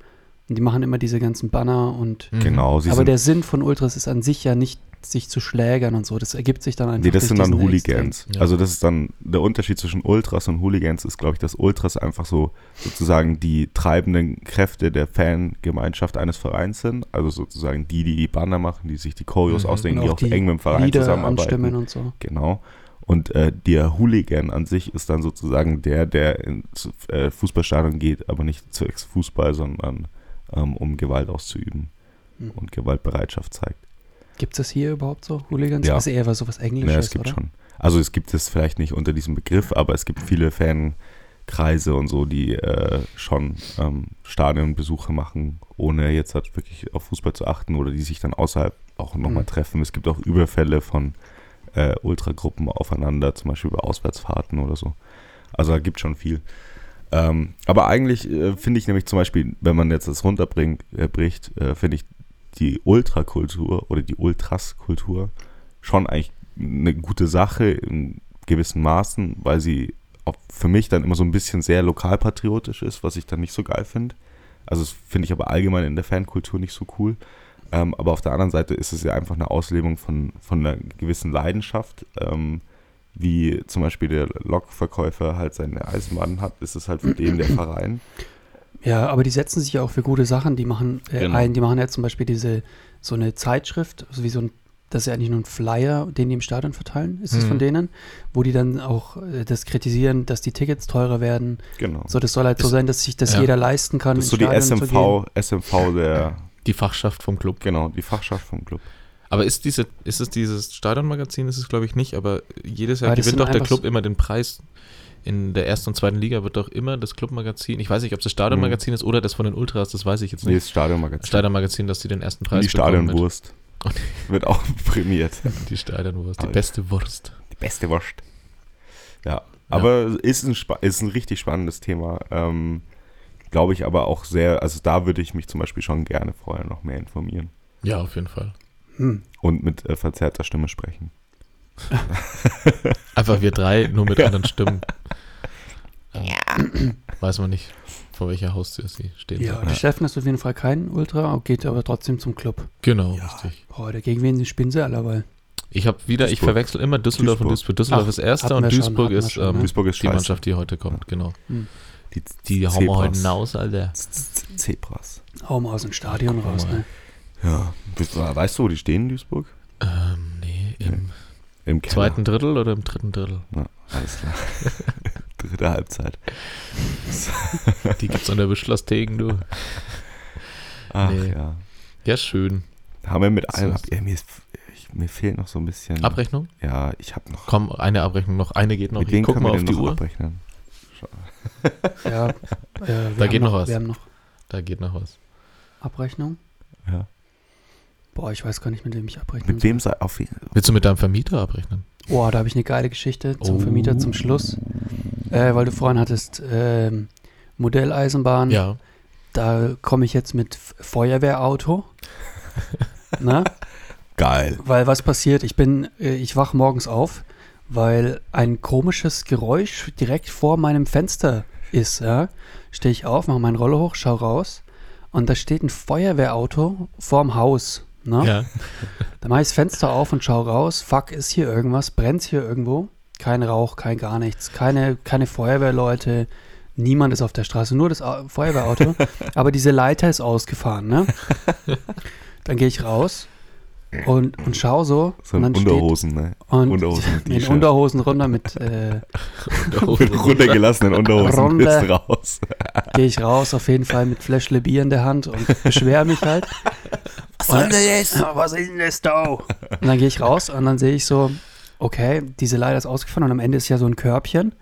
Speaker 3: und die machen immer diese ganzen Banner und
Speaker 2: Mhm.
Speaker 1: genau, sie
Speaker 3: aber
Speaker 1: sind.
Speaker 3: der Sinn von Ultras ist an sich ja nicht, sich zu schlägern und so. Das ergibt sich dann einfach.
Speaker 1: Nee, das
Speaker 3: durch
Speaker 1: sind dann
Speaker 3: diesen
Speaker 1: Hooligans.
Speaker 2: Extrem. Ja.
Speaker 1: Also das ist dann der Unterschied zwischen Ultras und Hooligans ist, glaube ich, dass Ultras einfach so sozusagen die treibenden Kräfte der Fangemeinschaft eines Vereins sind. Also sozusagen die, die die Banner machen, die sich die Choreos
Speaker 2: Mhm.
Speaker 1: ausdenken,
Speaker 3: Und
Speaker 1: die
Speaker 3: auch
Speaker 1: auch
Speaker 3: die
Speaker 1: eng mit dem
Speaker 3: Extrem.
Speaker 1: Verein
Speaker 3: Lieder
Speaker 1: zusammenarbeiten.
Speaker 3: anstimmen und so.
Speaker 1: Genau. Und äh, der Hooligan an sich ist dann sozusagen der, der ins äh, Fußballstadion geht, aber nicht zwecks Fußball, sondern ähm, um Gewalt auszuüben
Speaker 3: Mhm.
Speaker 1: und Gewaltbereitschaft zeigt.
Speaker 3: Gibt es das hier überhaupt so, Hooligans?
Speaker 1: Ja.
Speaker 3: Das ist eher was, sowas Englisches,
Speaker 1: Ja, es gibt
Speaker 3: oder?
Speaker 1: schon. Also es gibt es vielleicht nicht unter diesem Begriff, aber es gibt viele Fankreise und so, die äh, schon ähm, Stadionbesuche machen, ohne jetzt halt wirklich auf Fußball zu achten oder die sich dann außerhalb auch nochmal
Speaker 3: Mhm.
Speaker 1: treffen. Es gibt auch Überfälle von äh, Ultragruppen aufeinander, zum Beispiel bei Auswärtsfahrten oder so. Also da gibt schon viel. Ähm, aber eigentlich äh, finde ich nämlich zum Beispiel, wenn man jetzt das runterbringt, äh, bricht, äh, finde ich die Ultrakultur oder die Ultraskultur schon eigentlich eine gute Sache in gewissen Maßen, weil sie auch für mich dann immer so ein bisschen sehr lokalpatriotisch ist, was ich dann nicht so geil finde. Also das finde ich aber allgemein in der Fankultur nicht so cool. Ähm, aber auf der anderen Seite ist es ja einfach eine Auslebung von, von einer gewissen Leidenschaft. Ähm, wie zum Beispiel der Lokverkäufer halt seine Eisenbahn hat, ist es halt für den der Verein.
Speaker 3: Ja, aber die setzen sich ja auch für gute Sachen. Die machen äh,
Speaker 1: Genau.
Speaker 3: ein, die machen ja zum Beispiel diese so eine Zeitschrift, also wie so ein, das ist ja eigentlich nur ein Flyer, den die im Stadion verteilen, ist es
Speaker 2: Mhm.
Speaker 3: von denen, wo die dann auch äh, das kritisieren, dass die Tickets teurer werden.
Speaker 1: Genau.
Speaker 3: So, das soll halt so
Speaker 2: Ist-
Speaker 3: sein, dass sich das
Speaker 2: ja.
Speaker 3: jeder leisten kann.
Speaker 1: das ist so
Speaker 3: ins
Speaker 1: die
Speaker 3: Stadion zu gehen.
Speaker 1: SMV, SMV der,
Speaker 2: Die Fachschaft vom Club.
Speaker 1: genau, die Fachschaft vom Club.
Speaker 2: Aber ist, diese, ist es dieses Stadionmagazin? Ist es, glaube ich, nicht. Aber jedes Jahr
Speaker 3: Aber das
Speaker 2: gewinnt
Speaker 3: sind
Speaker 2: doch der
Speaker 3: einfach
Speaker 2: Club
Speaker 3: so-
Speaker 2: immer den Preis. In der ersten und zweiten Liga wird doch immer das Clubmagazin, ich weiß nicht, ob es das Stadionmagazin ist oder das von den Ultras, das weiß ich jetzt
Speaker 1: Nee,
Speaker 2: nicht.
Speaker 1: das Stadionmagazin.
Speaker 2: Stadionmagazin, dass die den ersten
Speaker 1: Und
Speaker 2: Preis
Speaker 1: die
Speaker 2: bekommen mit-
Speaker 1: Stadionwurst wird auch prämiert.
Speaker 2: Die Stadionwurst, die
Speaker 1: Alter.
Speaker 2: beste Wurst.
Speaker 1: Die beste Wurst. Ja, aber Ist, ein, spa- ist ein richtig spannendes Thema. Ähm, Glaube ich aber auch sehr, also da würde ich mich zum Beispiel schon gerne vorher noch mehr informieren
Speaker 2: Ja, auf jeden Fall.
Speaker 3: Hm.
Speaker 1: und mit äh, verzerrter Stimme sprechen.
Speaker 2: Einfach wir drei, nur mit anderen Stimmen. Ja. Weiß man nicht, vor welcher Haustür sie stehen.
Speaker 3: Ja,
Speaker 2: soll.
Speaker 3: der Steffen ist auf jeden Fall kein Ultra, geht aber trotzdem zum Club.
Speaker 2: Genau, richtig.
Speaker 3: Boah, der gegen wen spielen sie allerweil?
Speaker 2: Ich habe wieder, ich
Speaker 1: Duisburg.
Speaker 2: verwechsel immer Düsseldorf und Duisburg. Düsseldorf
Speaker 3: Ach,
Speaker 2: ist Erster und
Speaker 3: hatten wir schon,
Speaker 2: Duisburg
Speaker 3: hatten wir
Speaker 2: ist
Speaker 3: schon, ne?
Speaker 2: ähm,
Speaker 1: Duisburg ist
Speaker 2: die
Speaker 1: scheiße.
Speaker 2: Mannschaft, die heute kommt. Genau.
Speaker 1: Die,
Speaker 2: Die hauen wir heute
Speaker 1: Zebras.
Speaker 2: hinaus, Alter.
Speaker 1: Z- Z- Zebras.
Speaker 3: Hau mal aus dem Stadion
Speaker 2: Guck
Speaker 3: raus,
Speaker 2: mal.
Speaker 3: ne?
Speaker 1: Ja. Weißt du- Weißt du, wo die stehen in Duisburg?
Speaker 2: Ähm, nee, im
Speaker 1: Im Keller.
Speaker 2: zweiten Drittel oder im dritten Drittel?
Speaker 1: Alles klar. Dritte Halbzeit.
Speaker 2: Die gibt's an der Beschlosstheken, du.
Speaker 1: Ach
Speaker 2: Nee.
Speaker 1: ja.
Speaker 2: Ja, schön.
Speaker 1: Haben wir mit
Speaker 2: So
Speaker 1: allem.
Speaker 2: ist-
Speaker 1: Ja, mir, ist, ich, mir fehlt noch so ein bisschen.
Speaker 2: Abrechnung?
Speaker 1: Ja, ich habe noch.
Speaker 2: Komm, eine Abrechnung noch, eine geht noch.
Speaker 1: mit
Speaker 2: Ich
Speaker 1: wem
Speaker 2: guck
Speaker 1: können
Speaker 2: mal
Speaker 1: wir
Speaker 2: auf
Speaker 1: denn
Speaker 2: die
Speaker 1: noch
Speaker 2: Uhr.
Speaker 1: abrechnen?
Speaker 3: Ja, äh, wir
Speaker 2: Da
Speaker 3: haben
Speaker 2: geht noch was.
Speaker 3: Wir haben noch
Speaker 2: Da geht noch was.
Speaker 3: Abrechnung.
Speaker 1: Ja.
Speaker 3: Boah, ich weiß gar nicht, mit wem ich abrechnen
Speaker 1: Mit wem sei auf jeden
Speaker 2: Willst du mit deinem Vermieter abrechnen?
Speaker 3: Oh, da habe ich eine geile Geschichte zum
Speaker 2: Oh.
Speaker 3: Vermieter zum Schluss. Äh, weil du vorhin hattest, ähm, Modelleisenbahn,
Speaker 2: Ja.
Speaker 3: da komme ich jetzt mit F- Feuerwehrauto. Na?
Speaker 1: Geil.
Speaker 3: Weil was passiert? Ich bin, äh, ich wach morgens auf, weil ein komisches Geräusch direkt vor meinem Fenster ist. Ja? Stehe ich auf, mache meinen Roller hoch, schau raus und da steht ein Feuerwehrauto vorm Haus. Ne?
Speaker 2: Ja.
Speaker 3: Dann mache ich das Fenster auf und schau raus. Fuck, ist hier irgendwas? Brennt hier irgendwo? Kein Rauch, kein gar nichts. Keine, keine Feuerwehrleute, Niemand ist auf der Straße, nur das Au- Feuerwehrauto. aber diese Leiter ist ausgefahren, ne? Dann gehe ich raus und, und schaue so.
Speaker 1: So
Speaker 3: und
Speaker 1: in
Speaker 3: dann
Speaker 1: Unterhosen, ne?
Speaker 3: Steht, und
Speaker 1: Unterhosen und
Speaker 3: in
Speaker 1: T-Shirt.
Speaker 3: Unterhosen runter mit, äh,
Speaker 1: Mit runtergelassenen Unterhosen
Speaker 3: Runde.
Speaker 1: bist raus.
Speaker 3: gehe ich raus, auf jeden Fall mit Fläschle Bier in der Hand und beschwere mich halt. Was soll denn das? Was ist denn das da? Und dann gehe ich raus und dann sehe ich so, okay, diese Leiter ist ausgefahren und am Ende ist ja so ein Körbchen.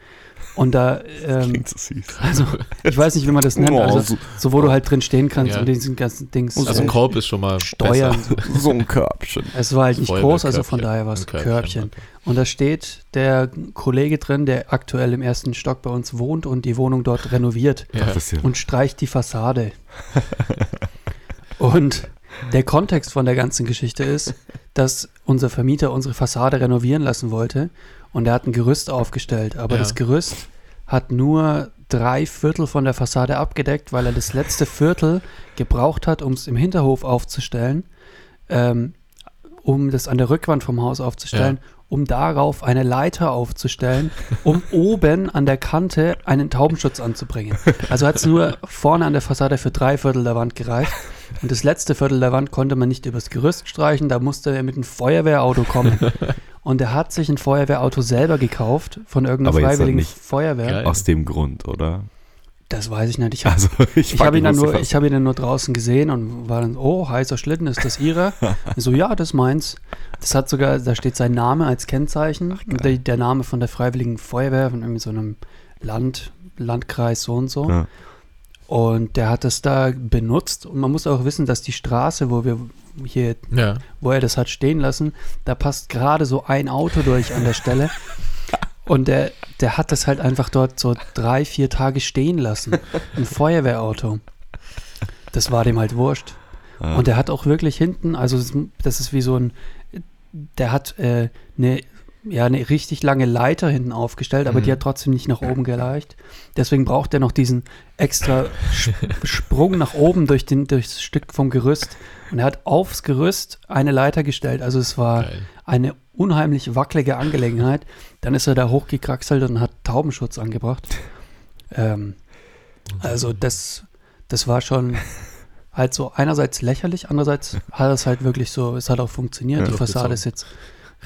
Speaker 3: Und da, ähm,
Speaker 1: Klingt so süß.
Speaker 3: also, ich weiß nicht, wie man das nennt,
Speaker 1: Oh,
Speaker 3: also,
Speaker 1: so-
Speaker 3: so wo du halt drin stehen kannst
Speaker 2: Ja.
Speaker 3: und diesen ganzen Dings
Speaker 2: Also
Speaker 3: äh,
Speaker 2: ein Korb ist schon mal
Speaker 3: steuern.
Speaker 2: besser.
Speaker 3: und so.
Speaker 1: So ein Körbchen.
Speaker 3: Es war halt nicht
Speaker 2: Voll
Speaker 3: groß,
Speaker 2: mit
Speaker 3: also von
Speaker 2: Körbchen.
Speaker 3: daher war es ein
Speaker 2: Ein Körbchen,
Speaker 3: Körbchen.
Speaker 2: okay.
Speaker 3: Und da steht der Kollege drin, der aktuell im ersten Stock bei uns wohnt und die Wohnung dort renoviert
Speaker 2: Ja.
Speaker 1: Das ist ja
Speaker 3: und streicht die Fassade. und der Kontext von der ganzen Geschichte ist, dass unser Vermieter unsere Fassade renovieren lassen wollte und er hat ein Gerüst aufgestellt, aber
Speaker 2: Ja.
Speaker 3: das Gerüst hat nur drei Viertel von der Fassade abgedeckt, weil er das letzte Viertel gebraucht hat, um es im Hinterhof aufzustellen, ähm, um das an der Rückwand vom Haus aufzustellen, um darauf eine Leiter aufzustellen, um oben an der Kante einen Taubenschutz anzubringen. Also hat es nur vorne an der Fassade für drei Viertel der Wand gereicht. Und das letzte Viertel der Wand konnte man nicht übers Gerüst streichen, da musste er mit einem Feuerwehrauto kommen. Und er hat sich ein Feuerwehrauto selber gekauft von irgendeiner
Speaker 1: Aber jetzt halt
Speaker 3: freiwilligen
Speaker 1: nicht-
Speaker 3: Feuerwehr.
Speaker 2: Geil.
Speaker 1: aus dem Grund, oder?
Speaker 3: Das weiß äh, ich nicht. Ich habe
Speaker 1: Also, ich,
Speaker 3: ich habe ihn, dann
Speaker 1: wusste
Speaker 3: nur-
Speaker 1: fast-
Speaker 3: ich hab ihn dann nur draußen gesehen und war dann, oh, heißer Schlitten, ist das ihrer? Ich so, ja, das ist meins. Das hat sogar, da steht sein Name als Kennzeichen, der, der Name von der Freiwilligen Feuerwehr, von irgendwie so einem Land, Landkreis so und so.
Speaker 1: Ja.
Speaker 3: Und der hat das da benutzt und man muss auch wissen, dass die Straße, wo wir hier
Speaker 2: Ja.
Speaker 3: wo er das hat stehen lassen, da passt gerade so ein Auto durch an der Stelle. Und der, der hat das halt einfach dort so drei, vier Tage stehen lassen. Ein Feuerwehrauto. Das war dem halt wurscht.
Speaker 1: Ah.
Speaker 3: Und der hat auch wirklich hinten, also das- das ist wie so ein, der hat äh, eine, ja, eine richtig lange Leiter hinten aufgestellt, aber die hat trotzdem nicht nach oben gereicht. Deswegen braucht er noch diesen extra Sch- Sprung nach oben durch, den, durch das Stück vom Gerüst. Und er hat aufs Gerüst eine Leiter gestellt. Also es war
Speaker 2: Geil.
Speaker 3: eine unheimlich wackelige Angelegenheit. Dann ist er da hochgekraxelt und hat Taubenschutz angebracht. Ähm, also das, das war schon halt so einerseits lächerlich, andererseits hat es halt wirklich so, es hat auch funktioniert.
Speaker 1: Ja,
Speaker 3: Die
Speaker 2: doch,
Speaker 3: Fassade ist jetzt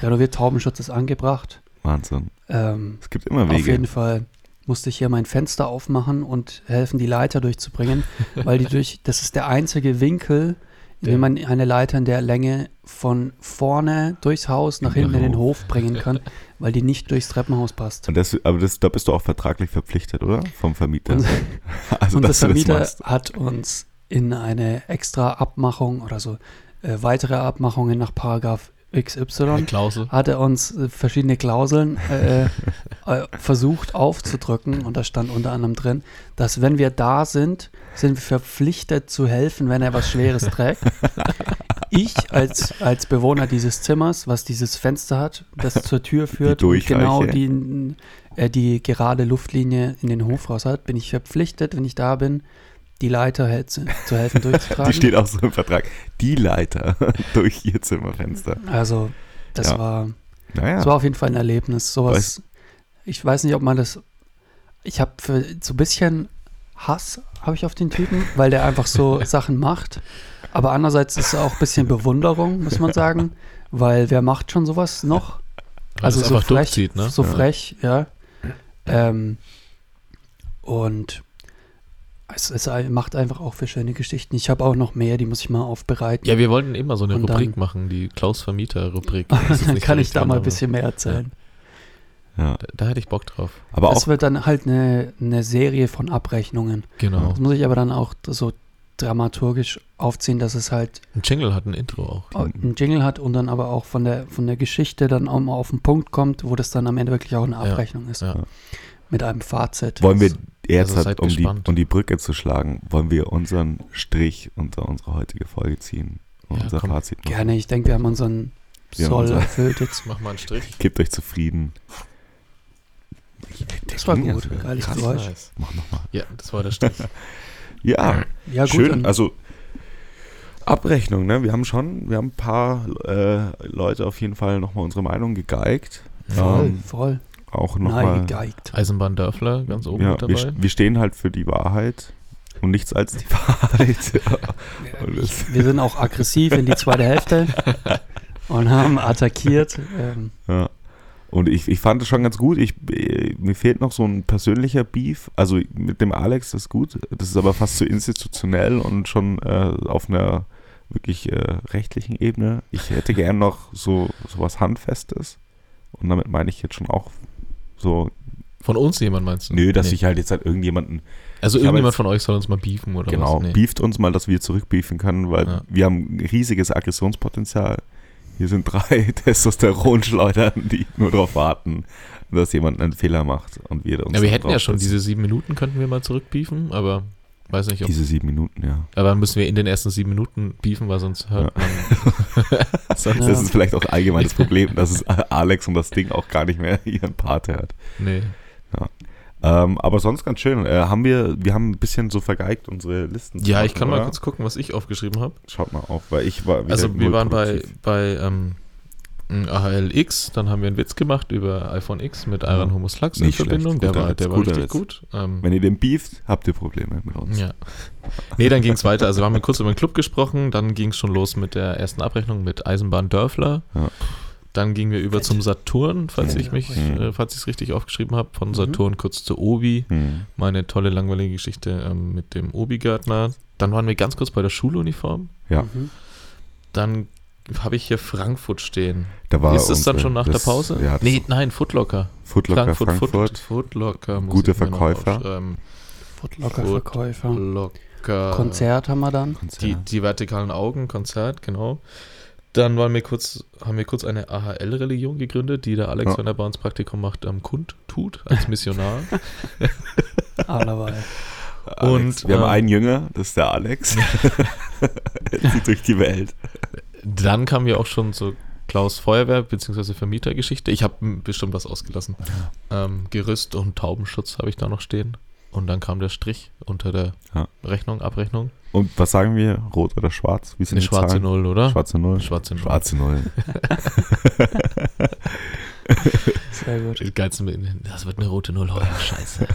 Speaker 3: renoviert, Taubenschutz ist angebracht.
Speaker 1: Wahnsinn.
Speaker 3: Ähm,
Speaker 1: Es gibt immer
Speaker 3: auf jeden
Speaker 1: Wege.
Speaker 3: Fall musste ich hier mein Fenster aufmachen und helfen, die Leiter durchzubringen, weil die durch, das ist der einzige Winkel,
Speaker 2: Der-
Speaker 3: wenn man eine Leiter in der Länge von vorne durchs Haus nach hinten in den
Speaker 1: Genau.
Speaker 3: Hof bringen kann, weil die nicht durchs Treppenhaus passt.
Speaker 1: Und das, aber das, da bist du auch vertraglich verpflichtet, oder? Vom Vermieter.
Speaker 3: Und-
Speaker 1: Also,
Speaker 3: und
Speaker 1: dass
Speaker 3: der
Speaker 1: du das
Speaker 3: Vermieter
Speaker 1: machst.
Speaker 3: hat uns in eine extra Abmachung oder so äh, weitere Abmachungen nach Paragraph XY
Speaker 2: Eine Klausel.
Speaker 3: hat er uns äh, verschiedene Klauseln äh, äh, versucht aufzudrücken und da stand unter anderem drin, dass wenn wir da sind, sind wir verpflichtet zu helfen, wenn er was Schweres trägt. Ich als, als Bewohner dieses Zimmers, was dieses Fenster hat, das zur Tür führt und
Speaker 1: Durchreiche.
Speaker 3: genau die, äh, die gerade Luftlinie in den Hof raus hat, bin ich verpflichtet, wenn ich da bin, die Leiter hel- zu zu helfen durchzutragen.
Speaker 1: Die steht auch so im Vertrag. Die Leiter durch ihr Zimmerfenster.
Speaker 3: also das
Speaker 1: Ja.
Speaker 3: war
Speaker 1: Naja.
Speaker 3: Es war auf jeden Fall ein Erlebnis. Sowas.
Speaker 1: Weiß-
Speaker 3: Ich weiß nicht, ob man das. Ich habe so ein bisschen Hass habe ich auf den Typen, weil der einfach so Sachen macht. Aber andererseits ist es auch ein bisschen Bewunderung, muss man sagen, weil wer macht schon sowas noch?
Speaker 2: Weil das einfach durchzieht, ne?
Speaker 3: also So
Speaker 1: Ja.
Speaker 3: frech, ja. Ähm, und es, es macht einfach auch für schöne Geschichten. Ich habe auch noch mehr, die muss ich mal aufbereiten.
Speaker 2: Ja, wir wollten immer so eine
Speaker 3: Und dann-
Speaker 2: Rubrik machen, die Klaus-Vermieter-Rubrik. Das ist
Speaker 3: dann
Speaker 2: nicht
Speaker 3: kann
Speaker 2: der
Speaker 3: ich
Speaker 2: richtige
Speaker 3: da mal ein
Speaker 2: Name.
Speaker 3: bisschen mehr erzählen.
Speaker 1: ja.
Speaker 2: Da, da hätte ich Bock drauf.
Speaker 1: Aber
Speaker 3: das
Speaker 1: auch,
Speaker 3: wird dann halt eine, eine Serie von Abrechnungen.
Speaker 2: Genau.
Speaker 3: Das muss ich aber dann auch so dramaturgisch aufziehen, dass es halt
Speaker 2: Ein Jingle hat ein Intro auch.
Speaker 3: einen Jingle hat und dann aber auch von der, von der Geschichte dann auch mal auf den Punkt kommt, wo das dann am Ende wirklich auch eine
Speaker 2: Ja,
Speaker 3: Abrechnung ist.
Speaker 2: ja.
Speaker 3: Mit einem Fazit.
Speaker 1: wollen wir jetzt,
Speaker 2: Also seid
Speaker 1: halt, um, die,
Speaker 2: gespannt.
Speaker 1: um die Brücke zu schlagen, wollen wir unseren Strich unter unsere heutige Folge ziehen. Und
Speaker 2: Ja,
Speaker 1: unser
Speaker 2: komm.
Speaker 1: Fazit. machen.
Speaker 3: Gerne, ich denke, wir haben unseren
Speaker 1: Wir haben
Speaker 3: Soll
Speaker 1: unser-
Speaker 3: erfüllt jetzt.
Speaker 2: Mach mal einen Strich.
Speaker 1: Gebt euch zufrieden.
Speaker 3: Das war
Speaker 1: ging ja
Speaker 3: gut.
Speaker 1: sogar.
Speaker 3: Geiles
Speaker 2: Krass,
Speaker 3: Geräusch.
Speaker 2: nice.
Speaker 1: Mach nochmal.
Speaker 2: Ja, das war der Strich.
Speaker 1: Ja,
Speaker 3: Ja, gut.
Speaker 1: schön.
Speaker 3: dann-
Speaker 1: Also Abrechnung, ne? Wir haben schon, wir haben ein paar äh, Leute auf jeden Fall nochmal unsere Meinung gegeigt.
Speaker 3: voll,
Speaker 1: Ähm,
Speaker 3: voll.
Speaker 1: auch nochmal.
Speaker 3: Neigedeikt.
Speaker 2: Eisenbahn Dörfler, ganz oben
Speaker 1: Ja,
Speaker 2: mit dabei.
Speaker 1: wir, wir stehen halt für die Wahrheit und nichts als die Wahrheit. Ja. Und das,
Speaker 3: Wir sind auch aggressiv in die zweite Hälfte und haben attackiert. Ähm,
Speaker 1: ja. Und ich, ich fand es schon ganz gut. Ich, äh, mir fehlt noch so ein persönlicher Beef. Also mit dem Alex das ist gut. Das ist aber fast zu institutionell und schon äh, auf einer wirklich äh, rechtlichen Ebene. Ich hätte gern noch so, so was Handfestes. Und damit meine ich jetzt schon auch so,
Speaker 2: Von uns jemand meinst du?
Speaker 1: nö, dass
Speaker 2: Nee.
Speaker 1: ich halt jetzt halt irgendjemanden
Speaker 2: Also
Speaker 1: ich habe
Speaker 2: irgendjemand
Speaker 1: jetzt-
Speaker 2: von euch soll uns mal beefen oder
Speaker 1: Genau,
Speaker 2: was? Nee.
Speaker 1: beeft uns mal, dass wir zurückbeefen können, weil
Speaker 2: Ja.
Speaker 1: wir haben ein riesiges Aggressionspotenzial. Hier sind drei Testosteronschleudern, die nur darauf warten, dass jemand einen Fehler macht und wir uns.
Speaker 2: Ja, wir
Speaker 1: dann
Speaker 2: hätten ja schon
Speaker 1: draufsetzen.
Speaker 2: diese sieben Minuten, könnten wir mal zurückbeefen, aber weiß nicht, ob.
Speaker 1: diese sieben Minuten, ja.
Speaker 2: aber dann müssen wir in den ersten sieben Minuten beefen, weil sonst hört man. sonst,
Speaker 1: Das ist vielleicht auch allgemein das Problem, dass es Alex und das Ding auch gar nicht mehr ihren Part hat.
Speaker 2: Nee.
Speaker 1: Ähm, aber sonst ganz schön. Äh, haben wir, wir haben ein bisschen so vergeigt unsere Listen. zu
Speaker 2: Ja, ich
Speaker 1: machen,
Speaker 2: kann mal
Speaker 1: oder?
Speaker 2: kurz gucken, was ich aufgeschrieben habe.
Speaker 1: Schaut mal auf, weil ich war. wieder
Speaker 2: Also wir
Speaker 1: null
Speaker 2: waren bei,
Speaker 1: produktiv.
Speaker 2: bei ähm, AHLX, dann haben wir einen Witz gemacht über iPhone X mit Iron
Speaker 1: Ja.
Speaker 2: Humus Lux in
Speaker 1: Nicht schlecht,
Speaker 2: Verbindung. Der
Speaker 1: guter
Speaker 2: war,
Speaker 1: Witz,
Speaker 2: der war
Speaker 1: guter
Speaker 2: richtig
Speaker 1: Witz.
Speaker 2: gut. Ähm,
Speaker 1: Wenn ihr den beeft, habt ihr Probleme mit uns.
Speaker 2: Ja. Nee, dann ging es weiter. Also wir haben kurz über den Club gesprochen, dann ging es schon los mit der ersten Abrechnung mit Eisenbahn Dörfler.
Speaker 1: Ja.
Speaker 2: Dann gingen wir über zum Saturn, falls ich mich,
Speaker 1: Mhm.
Speaker 2: äh, falls ich es richtig aufgeschrieben habe. Von Saturn kurz zu Obi.
Speaker 1: Hm.
Speaker 2: Meine tolle, langweilige Geschichte ähm, mit dem Obi-Gärtner. Dann waren wir ganz kurz bei der Schuluniform.
Speaker 1: Ja.
Speaker 3: mhm.
Speaker 2: Dann habe ich hier Frankfurt stehen.
Speaker 1: Da war
Speaker 2: ist das dann
Speaker 1: unsere-
Speaker 2: schon nach
Speaker 1: das-
Speaker 2: der Pause?
Speaker 1: Ja, das
Speaker 2: nee, nein, Footlocker.
Speaker 1: Footlocker Frankfurt.
Speaker 2: Foot- Footlocker. muss
Speaker 1: Gute
Speaker 2: ich mir noch
Speaker 1: Verkäufer.
Speaker 2: aufschreiben.
Speaker 3: Footlocker-Verkäufer.
Speaker 2: Footlocker.
Speaker 3: Konzert haben wir dann.
Speaker 1: genau.
Speaker 2: Die, die vertikalen Augen, Konzert, genau. Dann waren wir kurz, haben wir kurz eine AHL-Religion gegründet, die der Alex,
Speaker 1: Ja.
Speaker 2: wenn er bei uns Praktikum macht, ähm, kundtut als Missionar.
Speaker 3: Allerweil.
Speaker 1: Alex.
Speaker 2: und,
Speaker 1: wir haben
Speaker 2: ähm,
Speaker 1: einen Jünger, das ist der Alex. Er zieht durch die Welt.
Speaker 2: Dann kam ja auch schon so Klaus Feuerwehr bzw. Vermietergeschichte. Ich habe bestimmt was ausgelassen. Ähm, Gerüst und Taubenschutz habe ich da noch stehen. Und dann kam der Strich unter der
Speaker 1: Ja.
Speaker 2: Rechnung, Abrechnung.
Speaker 1: Und was sagen wir? Rot oder schwarz? Wie sind
Speaker 2: Eine
Speaker 1: die
Speaker 2: schwarze
Speaker 1: Zahlen?
Speaker 2: Null, oder?
Speaker 1: Schwarze Null.
Speaker 2: Schwarze Null.
Speaker 1: Schwarze Null.
Speaker 3: Sehr gut.
Speaker 2: Die geilsten mit- Das wird eine rote Null heute. Scheiße.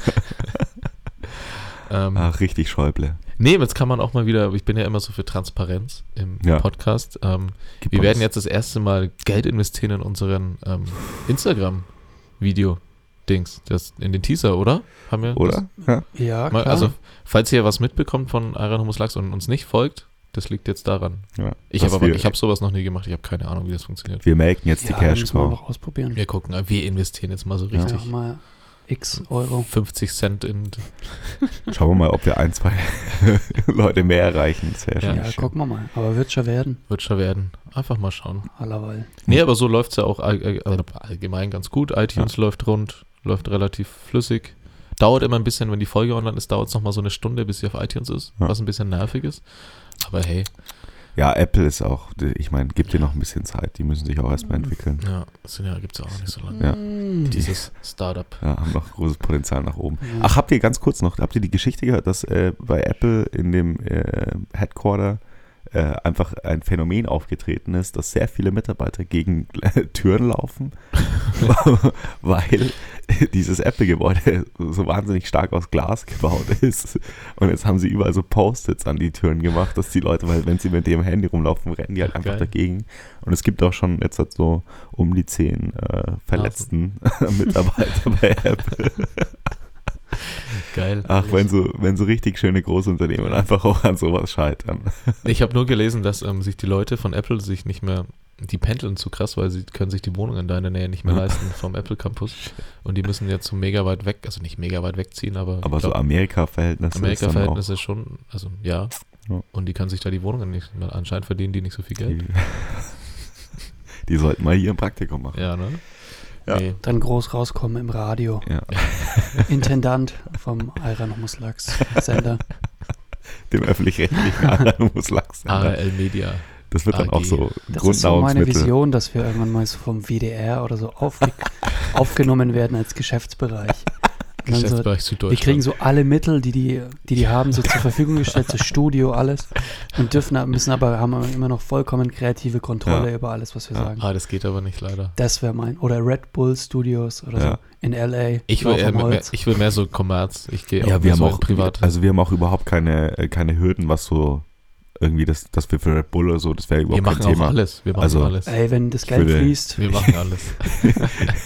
Speaker 2: ähm,
Speaker 1: Ach, Ah, richtig Schäuble.
Speaker 2: Nee, jetzt kann man auch mal wieder, ich bin ja immer so für Transparenz im
Speaker 1: Ja.
Speaker 2: Podcast. Ähm,
Speaker 1: Gib
Speaker 2: wir
Speaker 1: uns-
Speaker 2: werden jetzt das erste Mal Geld investieren in unseren ähm, Instagram-Video-Dings, das in den Teaser, oder? Haben wir
Speaker 1: Oder? Ja.
Speaker 3: Ja,
Speaker 2: Das,
Speaker 3: klar.
Speaker 2: mal, also, falls ihr was mitbekommt von Iron Humus Lachs und uns nicht folgt, das liegt jetzt daran.
Speaker 1: ja.
Speaker 2: Ich
Speaker 1: Dass
Speaker 2: habe aber-
Speaker 1: wir,
Speaker 2: ich habe sowas noch nie gemacht, ich habe keine Ahnung, wie das funktioniert.
Speaker 1: wir melken jetzt die
Speaker 3: ja,
Speaker 1: Cash
Speaker 3: müssen wir
Speaker 1: Cow.
Speaker 3: einfach ausprobieren.
Speaker 2: Wir gucken, wir investieren jetzt mal so
Speaker 1: Ja.
Speaker 2: richtig.
Speaker 3: Ja, mal x Euro.
Speaker 2: 50 Cent in.
Speaker 1: Schauen wir mal, ob wir ein, zwei Leute mehr erreichen. Das wäre
Speaker 2: Ja,
Speaker 1: schon
Speaker 3: Ja,
Speaker 1: schön.
Speaker 3: gucken wir mal. Aber wird schon werden.
Speaker 2: Wird schon werden. Einfach mal schauen.
Speaker 3: Allerweil.
Speaker 2: Nee, aber so läuft es ja auch all, all- all, allgemein ganz gut. iTunes läuft rund, läuft relativ flüssig. Dauert immer ein bisschen, wenn die Folge online ist, dauert es nochmal so eine Stunde, bis sie auf iTunes ist,
Speaker 1: Ja.
Speaker 2: was ein bisschen nervig ist. Aber hey,
Speaker 1: ja, Apple ist auch, ich meine, gibt dir noch ein bisschen Zeit. Die müssen sich auch erstmal
Speaker 3: Mhm.
Speaker 1: entwickeln.
Speaker 2: ja, sind ja, gibt es ja auch nicht so lange.
Speaker 1: Ja.
Speaker 3: Mm.
Speaker 2: Dieses Startup.
Speaker 1: Ja, haben noch großes Potenzial nach oben. Ach, habt ihr ganz kurz noch, habt ihr die Geschichte gehört, dass äh, bei Apple in dem äh, Headquarter äh, einfach ein Phänomen aufgetreten ist, dass sehr viele Mitarbeiter gegen äh, Türen laufen, weil dieses Apple-Gebäude so wahnsinnig stark aus Glas gebaut ist. Und jetzt haben sie überall so Post-its an die Türen gemacht, dass die Leute, weil wenn sie mit dem Handy rumlaufen, rennen die halt
Speaker 2: Ach,
Speaker 1: einfach
Speaker 2: geil.
Speaker 1: dagegen. Und es gibt auch schon jetzt halt so um die zehn äh, verletzten Mitarbeiter bei Apple.
Speaker 2: Geil.
Speaker 1: Ach, wenn so, wenn so richtig schöne Großunternehmen einfach auch an sowas scheitern.
Speaker 2: Ich habe nur gelesen, dass ähm, sich die Leute von Apple sich nicht mehr, die pendeln zu krass, weil sie können sich die Wohnung in deiner Nähe nicht mehr leisten vom Apple Campus. Und die müssen jetzt so mega weit weg, also nicht mega weit wegziehen, aber,
Speaker 1: Aber
Speaker 2: ich
Speaker 1: so
Speaker 2: glaub,
Speaker 1: Amerika-Verhältnisse. ist
Speaker 2: Amerika-Verhältnisse schon, also ja.
Speaker 1: Ja.
Speaker 2: Und die können sich da die Wohnungen nicht, weil anscheinend verdienen die nicht so viel
Speaker 1: dann
Speaker 2: Geld.
Speaker 1: auch, die, die sollten mal hier ein Praktikum machen.
Speaker 2: Ja, ne?
Speaker 1: Ja.
Speaker 2: Nee.
Speaker 3: Dann groß rauskommen im Radio.
Speaker 1: Ja.
Speaker 3: Intendant vom Ayran-Muslachs-Sender.
Speaker 1: Dem öffentlich-rechtlichen Alarmus-Lachs.
Speaker 2: ARL Media.
Speaker 1: ne? Das wird dann
Speaker 2: AG.
Speaker 1: auch so
Speaker 3: Das ist so meine
Speaker 1: Grundnahrungsmittel.
Speaker 3: Vision, dass wir irgendwann mal so vom WDR oder so aufge aufgenommen werden als Geschäftsbereich. Und dann so,
Speaker 2: Geschäftsbereich
Speaker 3: wir
Speaker 2: Süddeutschland.
Speaker 3: kriegen so alle Mittel, die die, die, die haben, so zur Verfügung gestellt, das Studio, alles. Und dürfen, müssen aber, haben aber immer noch vollkommen kreative Kontrolle
Speaker 1: Ja.
Speaker 3: über alles, was wir
Speaker 1: Ja.
Speaker 3: sagen.
Speaker 2: ah, das geht aber nicht leider.
Speaker 3: Das wäre mein. Oder Red Bull Studios oder so
Speaker 1: Ja.
Speaker 3: in L.A.
Speaker 2: Ich will,
Speaker 3: Dorf
Speaker 2: eher
Speaker 3: am
Speaker 2: mehr,
Speaker 3: Genau, Holz.
Speaker 2: ich will mehr so Kommerz. Ich gehe
Speaker 1: Ja,
Speaker 2: auch
Speaker 1: wir
Speaker 2: mehr
Speaker 1: haben
Speaker 2: so in
Speaker 1: auch,
Speaker 2: privat.
Speaker 1: also wir haben auch überhaupt keine, äh, keine Hürden, was so irgendwie, das, dass wir für Red Bull oder so, das wäre
Speaker 2: wir
Speaker 1: überhaupt
Speaker 2: machen
Speaker 1: kein Thema.
Speaker 2: auch alles. Wir machen
Speaker 1: Also-
Speaker 2: alles.
Speaker 3: Ey, wenn das
Speaker 1: Ich
Speaker 3: Geld
Speaker 1: würde-
Speaker 3: fließt,
Speaker 2: Wir machen alles.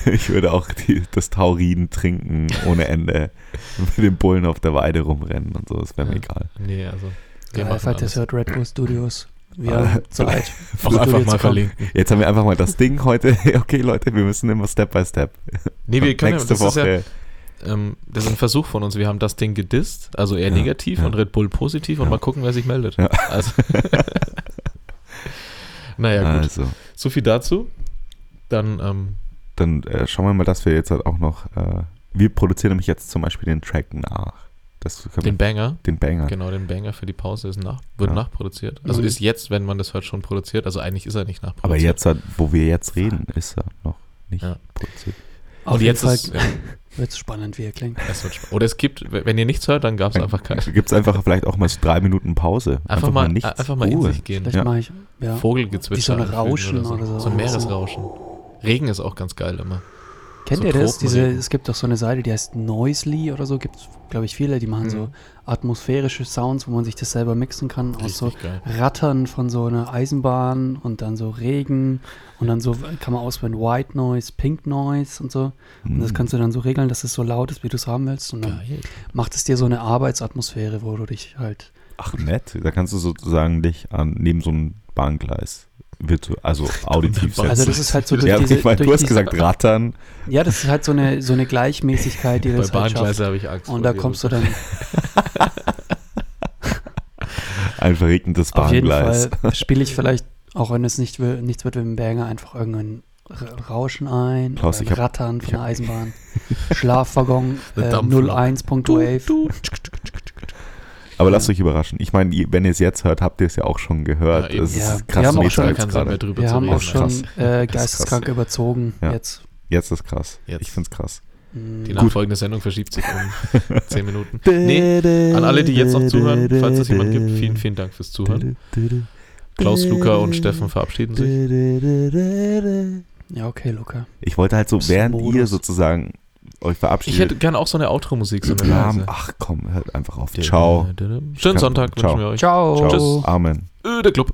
Speaker 1: Ich würde auch die, das Taurin trinken ohne Ende und mit den Bullen auf der Weide rumrennen und so, das wäre mir
Speaker 2: Ja.
Speaker 1: egal.
Speaker 2: Nee, also. Wir
Speaker 3: geil,
Speaker 2: machen
Speaker 3: falls ihr
Speaker 2: alles.
Speaker 3: es hört, Red Bull Studios. Wir
Speaker 1: Ah,
Speaker 3: haben Zeit.
Speaker 2: Auch
Speaker 3: Studio
Speaker 2: einfach
Speaker 3: zu
Speaker 2: mal
Speaker 3: kommen.
Speaker 2: verlinken.
Speaker 1: Jetzt haben wir einfach mal das Ding heute. Okay, Leute, wir müssen immer Step by Step.
Speaker 2: Nee, wir können ja,
Speaker 1: Nächste
Speaker 2: das ist ja,
Speaker 1: Woche.
Speaker 2: ähm, das ist ein Versuch von uns. Wir haben das Ding gedisst, also eher
Speaker 1: Ja,
Speaker 2: negativ
Speaker 1: ja.
Speaker 2: und Red Bull positiv und
Speaker 1: Ja.
Speaker 2: mal gucken, wer sich meldet.
Speaker 1: Ja.
Speaker 2: Also, naja, gut.
Speaker 1: also,
Speaker 2: So viel dazu. Dann, ähm,
Speaker 1: dann äh, schauen wir mal, dass wir jetzt halt auch noch. Äh, wir produzieren nämlich jetzt zum Beispiel den Track nach. Das können
Speaker 2: den
Speaker 1: den,
Speaker 2: Banger.
Speaker 1: den Banger.
Speaker 2: Genau, den Banger für die Pause ist nach, wird
Speaker 1: Ja.
Speaker 2: nachproduziert. Also
Speaker 3: Mhm.
Speaker 2: ist jetzt, wenn man das hört, schon produziert. Also eigentlich ist er nicht
Speaker 1: Aber
Speaker 2: nachproduziert.
Speaker 1: jetzt, halt, wo wir jetzt reden, ist er noch nicht
Speaker 2: Ja.
Speaker 1: produziert.
Speaker 3: Auf
Speaker 2: und
Speaker 3: jeden
Speaker 2: jetzt
Speaker 3: Fall
Speaker 2: ist, ja,
Speaker 3: wird es spannend, wie er klingt.
Speaker 2: es wird Spaß. Oder es gibt, wenn ihr nichts hört, dann gab es einfach keinen.
Speaker 1: Gibt es einfach vielleicht auch mal so drei Minuten Pause.
Speaker 2: Einfach, mal,
Speaker 1: nichts.
Speaker 2: einfach mal in
Speaker 1: Ruhe.
Speaker 2: sich gehen.
Speaker 3: Vielleicht
Speaker 1: Ja.
Speaker 3: mache ich. Ja.
Speaker 2: Vogelgezwitscher.
Speaker 3: Wie so ein
Speaker 2: einfügen
Speaker 3: Rauschen oder so.
Speaker 2: So ein Meeresrauschen. Regen ist auch ganz geil immer.
Speaker 3: Kennt
Speaker 2: so
Speaker 3: ihr das? Diese,
Speaker 2: Tropenmusik.
Speaker 3: es gibt doch so eine Seite, die heißt Noisely oder so. Gibt es, glaube ich, viele, die machen so atmosphärische Sounds, wo man sich das selber mixen kann. Aus so
Speaker 2: Richtig geil.
Speaker 3: Rattern von so einer Eisenbahn und dann so Regen. Und dann so kann man auswählen White Noise, Pink Noise und so. Und das
Speaker 1: Mhm.
Speaker 3: kannst du dann so regeln, dass es so laut ist, wie du es haben willst. Und dann
Speaker 2: Geil.
Speaker 3: macht es dir so eine Arbeitsatmosphäre, wo du dich halt.
Speaker 1: Ach nett, da kannst du sozusagen dich an, neben so einem Bahngleis virtu also auditiv
Speaker 2: Bahn-
Speaker 1: setzen.
Speaker 3: Also das ist halt so durch
Speaker 1: ja,
Speaker 3: diese.
Speaker 1: ich meine,
Speaker 3: durch
Speaker 1: du hast
Speaker 3: diese-
Speaker 1: gesagt rattern.
Speaker 3: Ja, das ist halt so eine, so eine Gleichmäßigkeit, die
Speaker 2: Bei
Speaker 3: das halt schafft.
Speaker 2: Bahngleise habe ich Angst.
Speaker 3: Und da kommst du dann
Speaker 1: Ein verregnetes
Speaker 3: Auf jeden
Speaker 1: Bahngleis.
Speaker 3: Fall spiele ich vielleicht, auch wenn es nicht will, nichts wird mit dem Banger, einfach irgendein R- Rauschen ein,
Speaker 1: Klaus,
Speaker 3: oder
Speaker 1: ich hab-
Speaker 3: Rattern von
Speaker 1: ich
Speaker 3: der
Speaker 1: hab-
Speaker 3: Eisenbahn, Schlafwaggon äh,
Speaker 2: Eine Dampflok.
Speaker 3: 01.wave.
Speaker 1: Aber lasst euch überraschen. Ich meine, ihr- wenn ihr es jetzt hört, habt ihr es ja auch schon
Speaker 2: Ja,
Speaker 1: gehört.
Speaker 2: eben.
Speaker 1: das ist
Speaker 3: Ja, wir
Speaker 1: krass.
Speaker 3: haben auch
Speaker 1: nee,
Speaker 3: schon-
Speaker 1: jetzt
Speaker 2: Kein Sinn
Speaker 1: gerade.
Speaker 2: mehr drüber
Speaker 3: Wir
Speaker 2: zu
Speaker 3: haben
Speaker 2: reden.
Speaker 3: auch schon
Speaker 1: Krass.
Speaker 3: äh,
Speaker 1: Das ist
Speaker 3: geisteskrank
Speaker 1: krass.
Speaker 3: überzogen
Speaker 1: Ja.
Speaker 3: jetzt.
Speaker 1: Jetzt ist krass.
Speaker 2: Jetzt.
Speaker 1: Ich find's krass.
Speaker 3: Mm.
Speaker 2: Die nachfolgende Sendung verschiebt sich um 10 Minuten. Nee, an alle, die jetzt noch zuhören, falls es jemand gibt, vielen, vielen Dank fürs Zuhören. Klaus, Luca und Steffen verabschieden sich.
Speaker 3: Ja, okay, Luca.
Speaker 1: Ich wollte halt so,
Speaker 3: Ups,
Speaker 1: während ihr
Speaker 3: Modus.
Speaker 1: sozusagen euch
Speaker 2: Ich hätte
Speaker 1: verabschiedet,
Speaker 2: gerne auch so eine Outro-Musik, so eine
Speaker 1: lahm,
Speaker 2: leise.
Speaker 1: ach komm, hört einfach auf. Ciao.
Speaker 2: Schönen Sonntag
Speaker 1: Ciao.
Speaker 2: wünschen wir euch.
Speaker 3: Ciao.
Speaker 1: Ciao. Amen.
Speaker 2: Ö, der Club.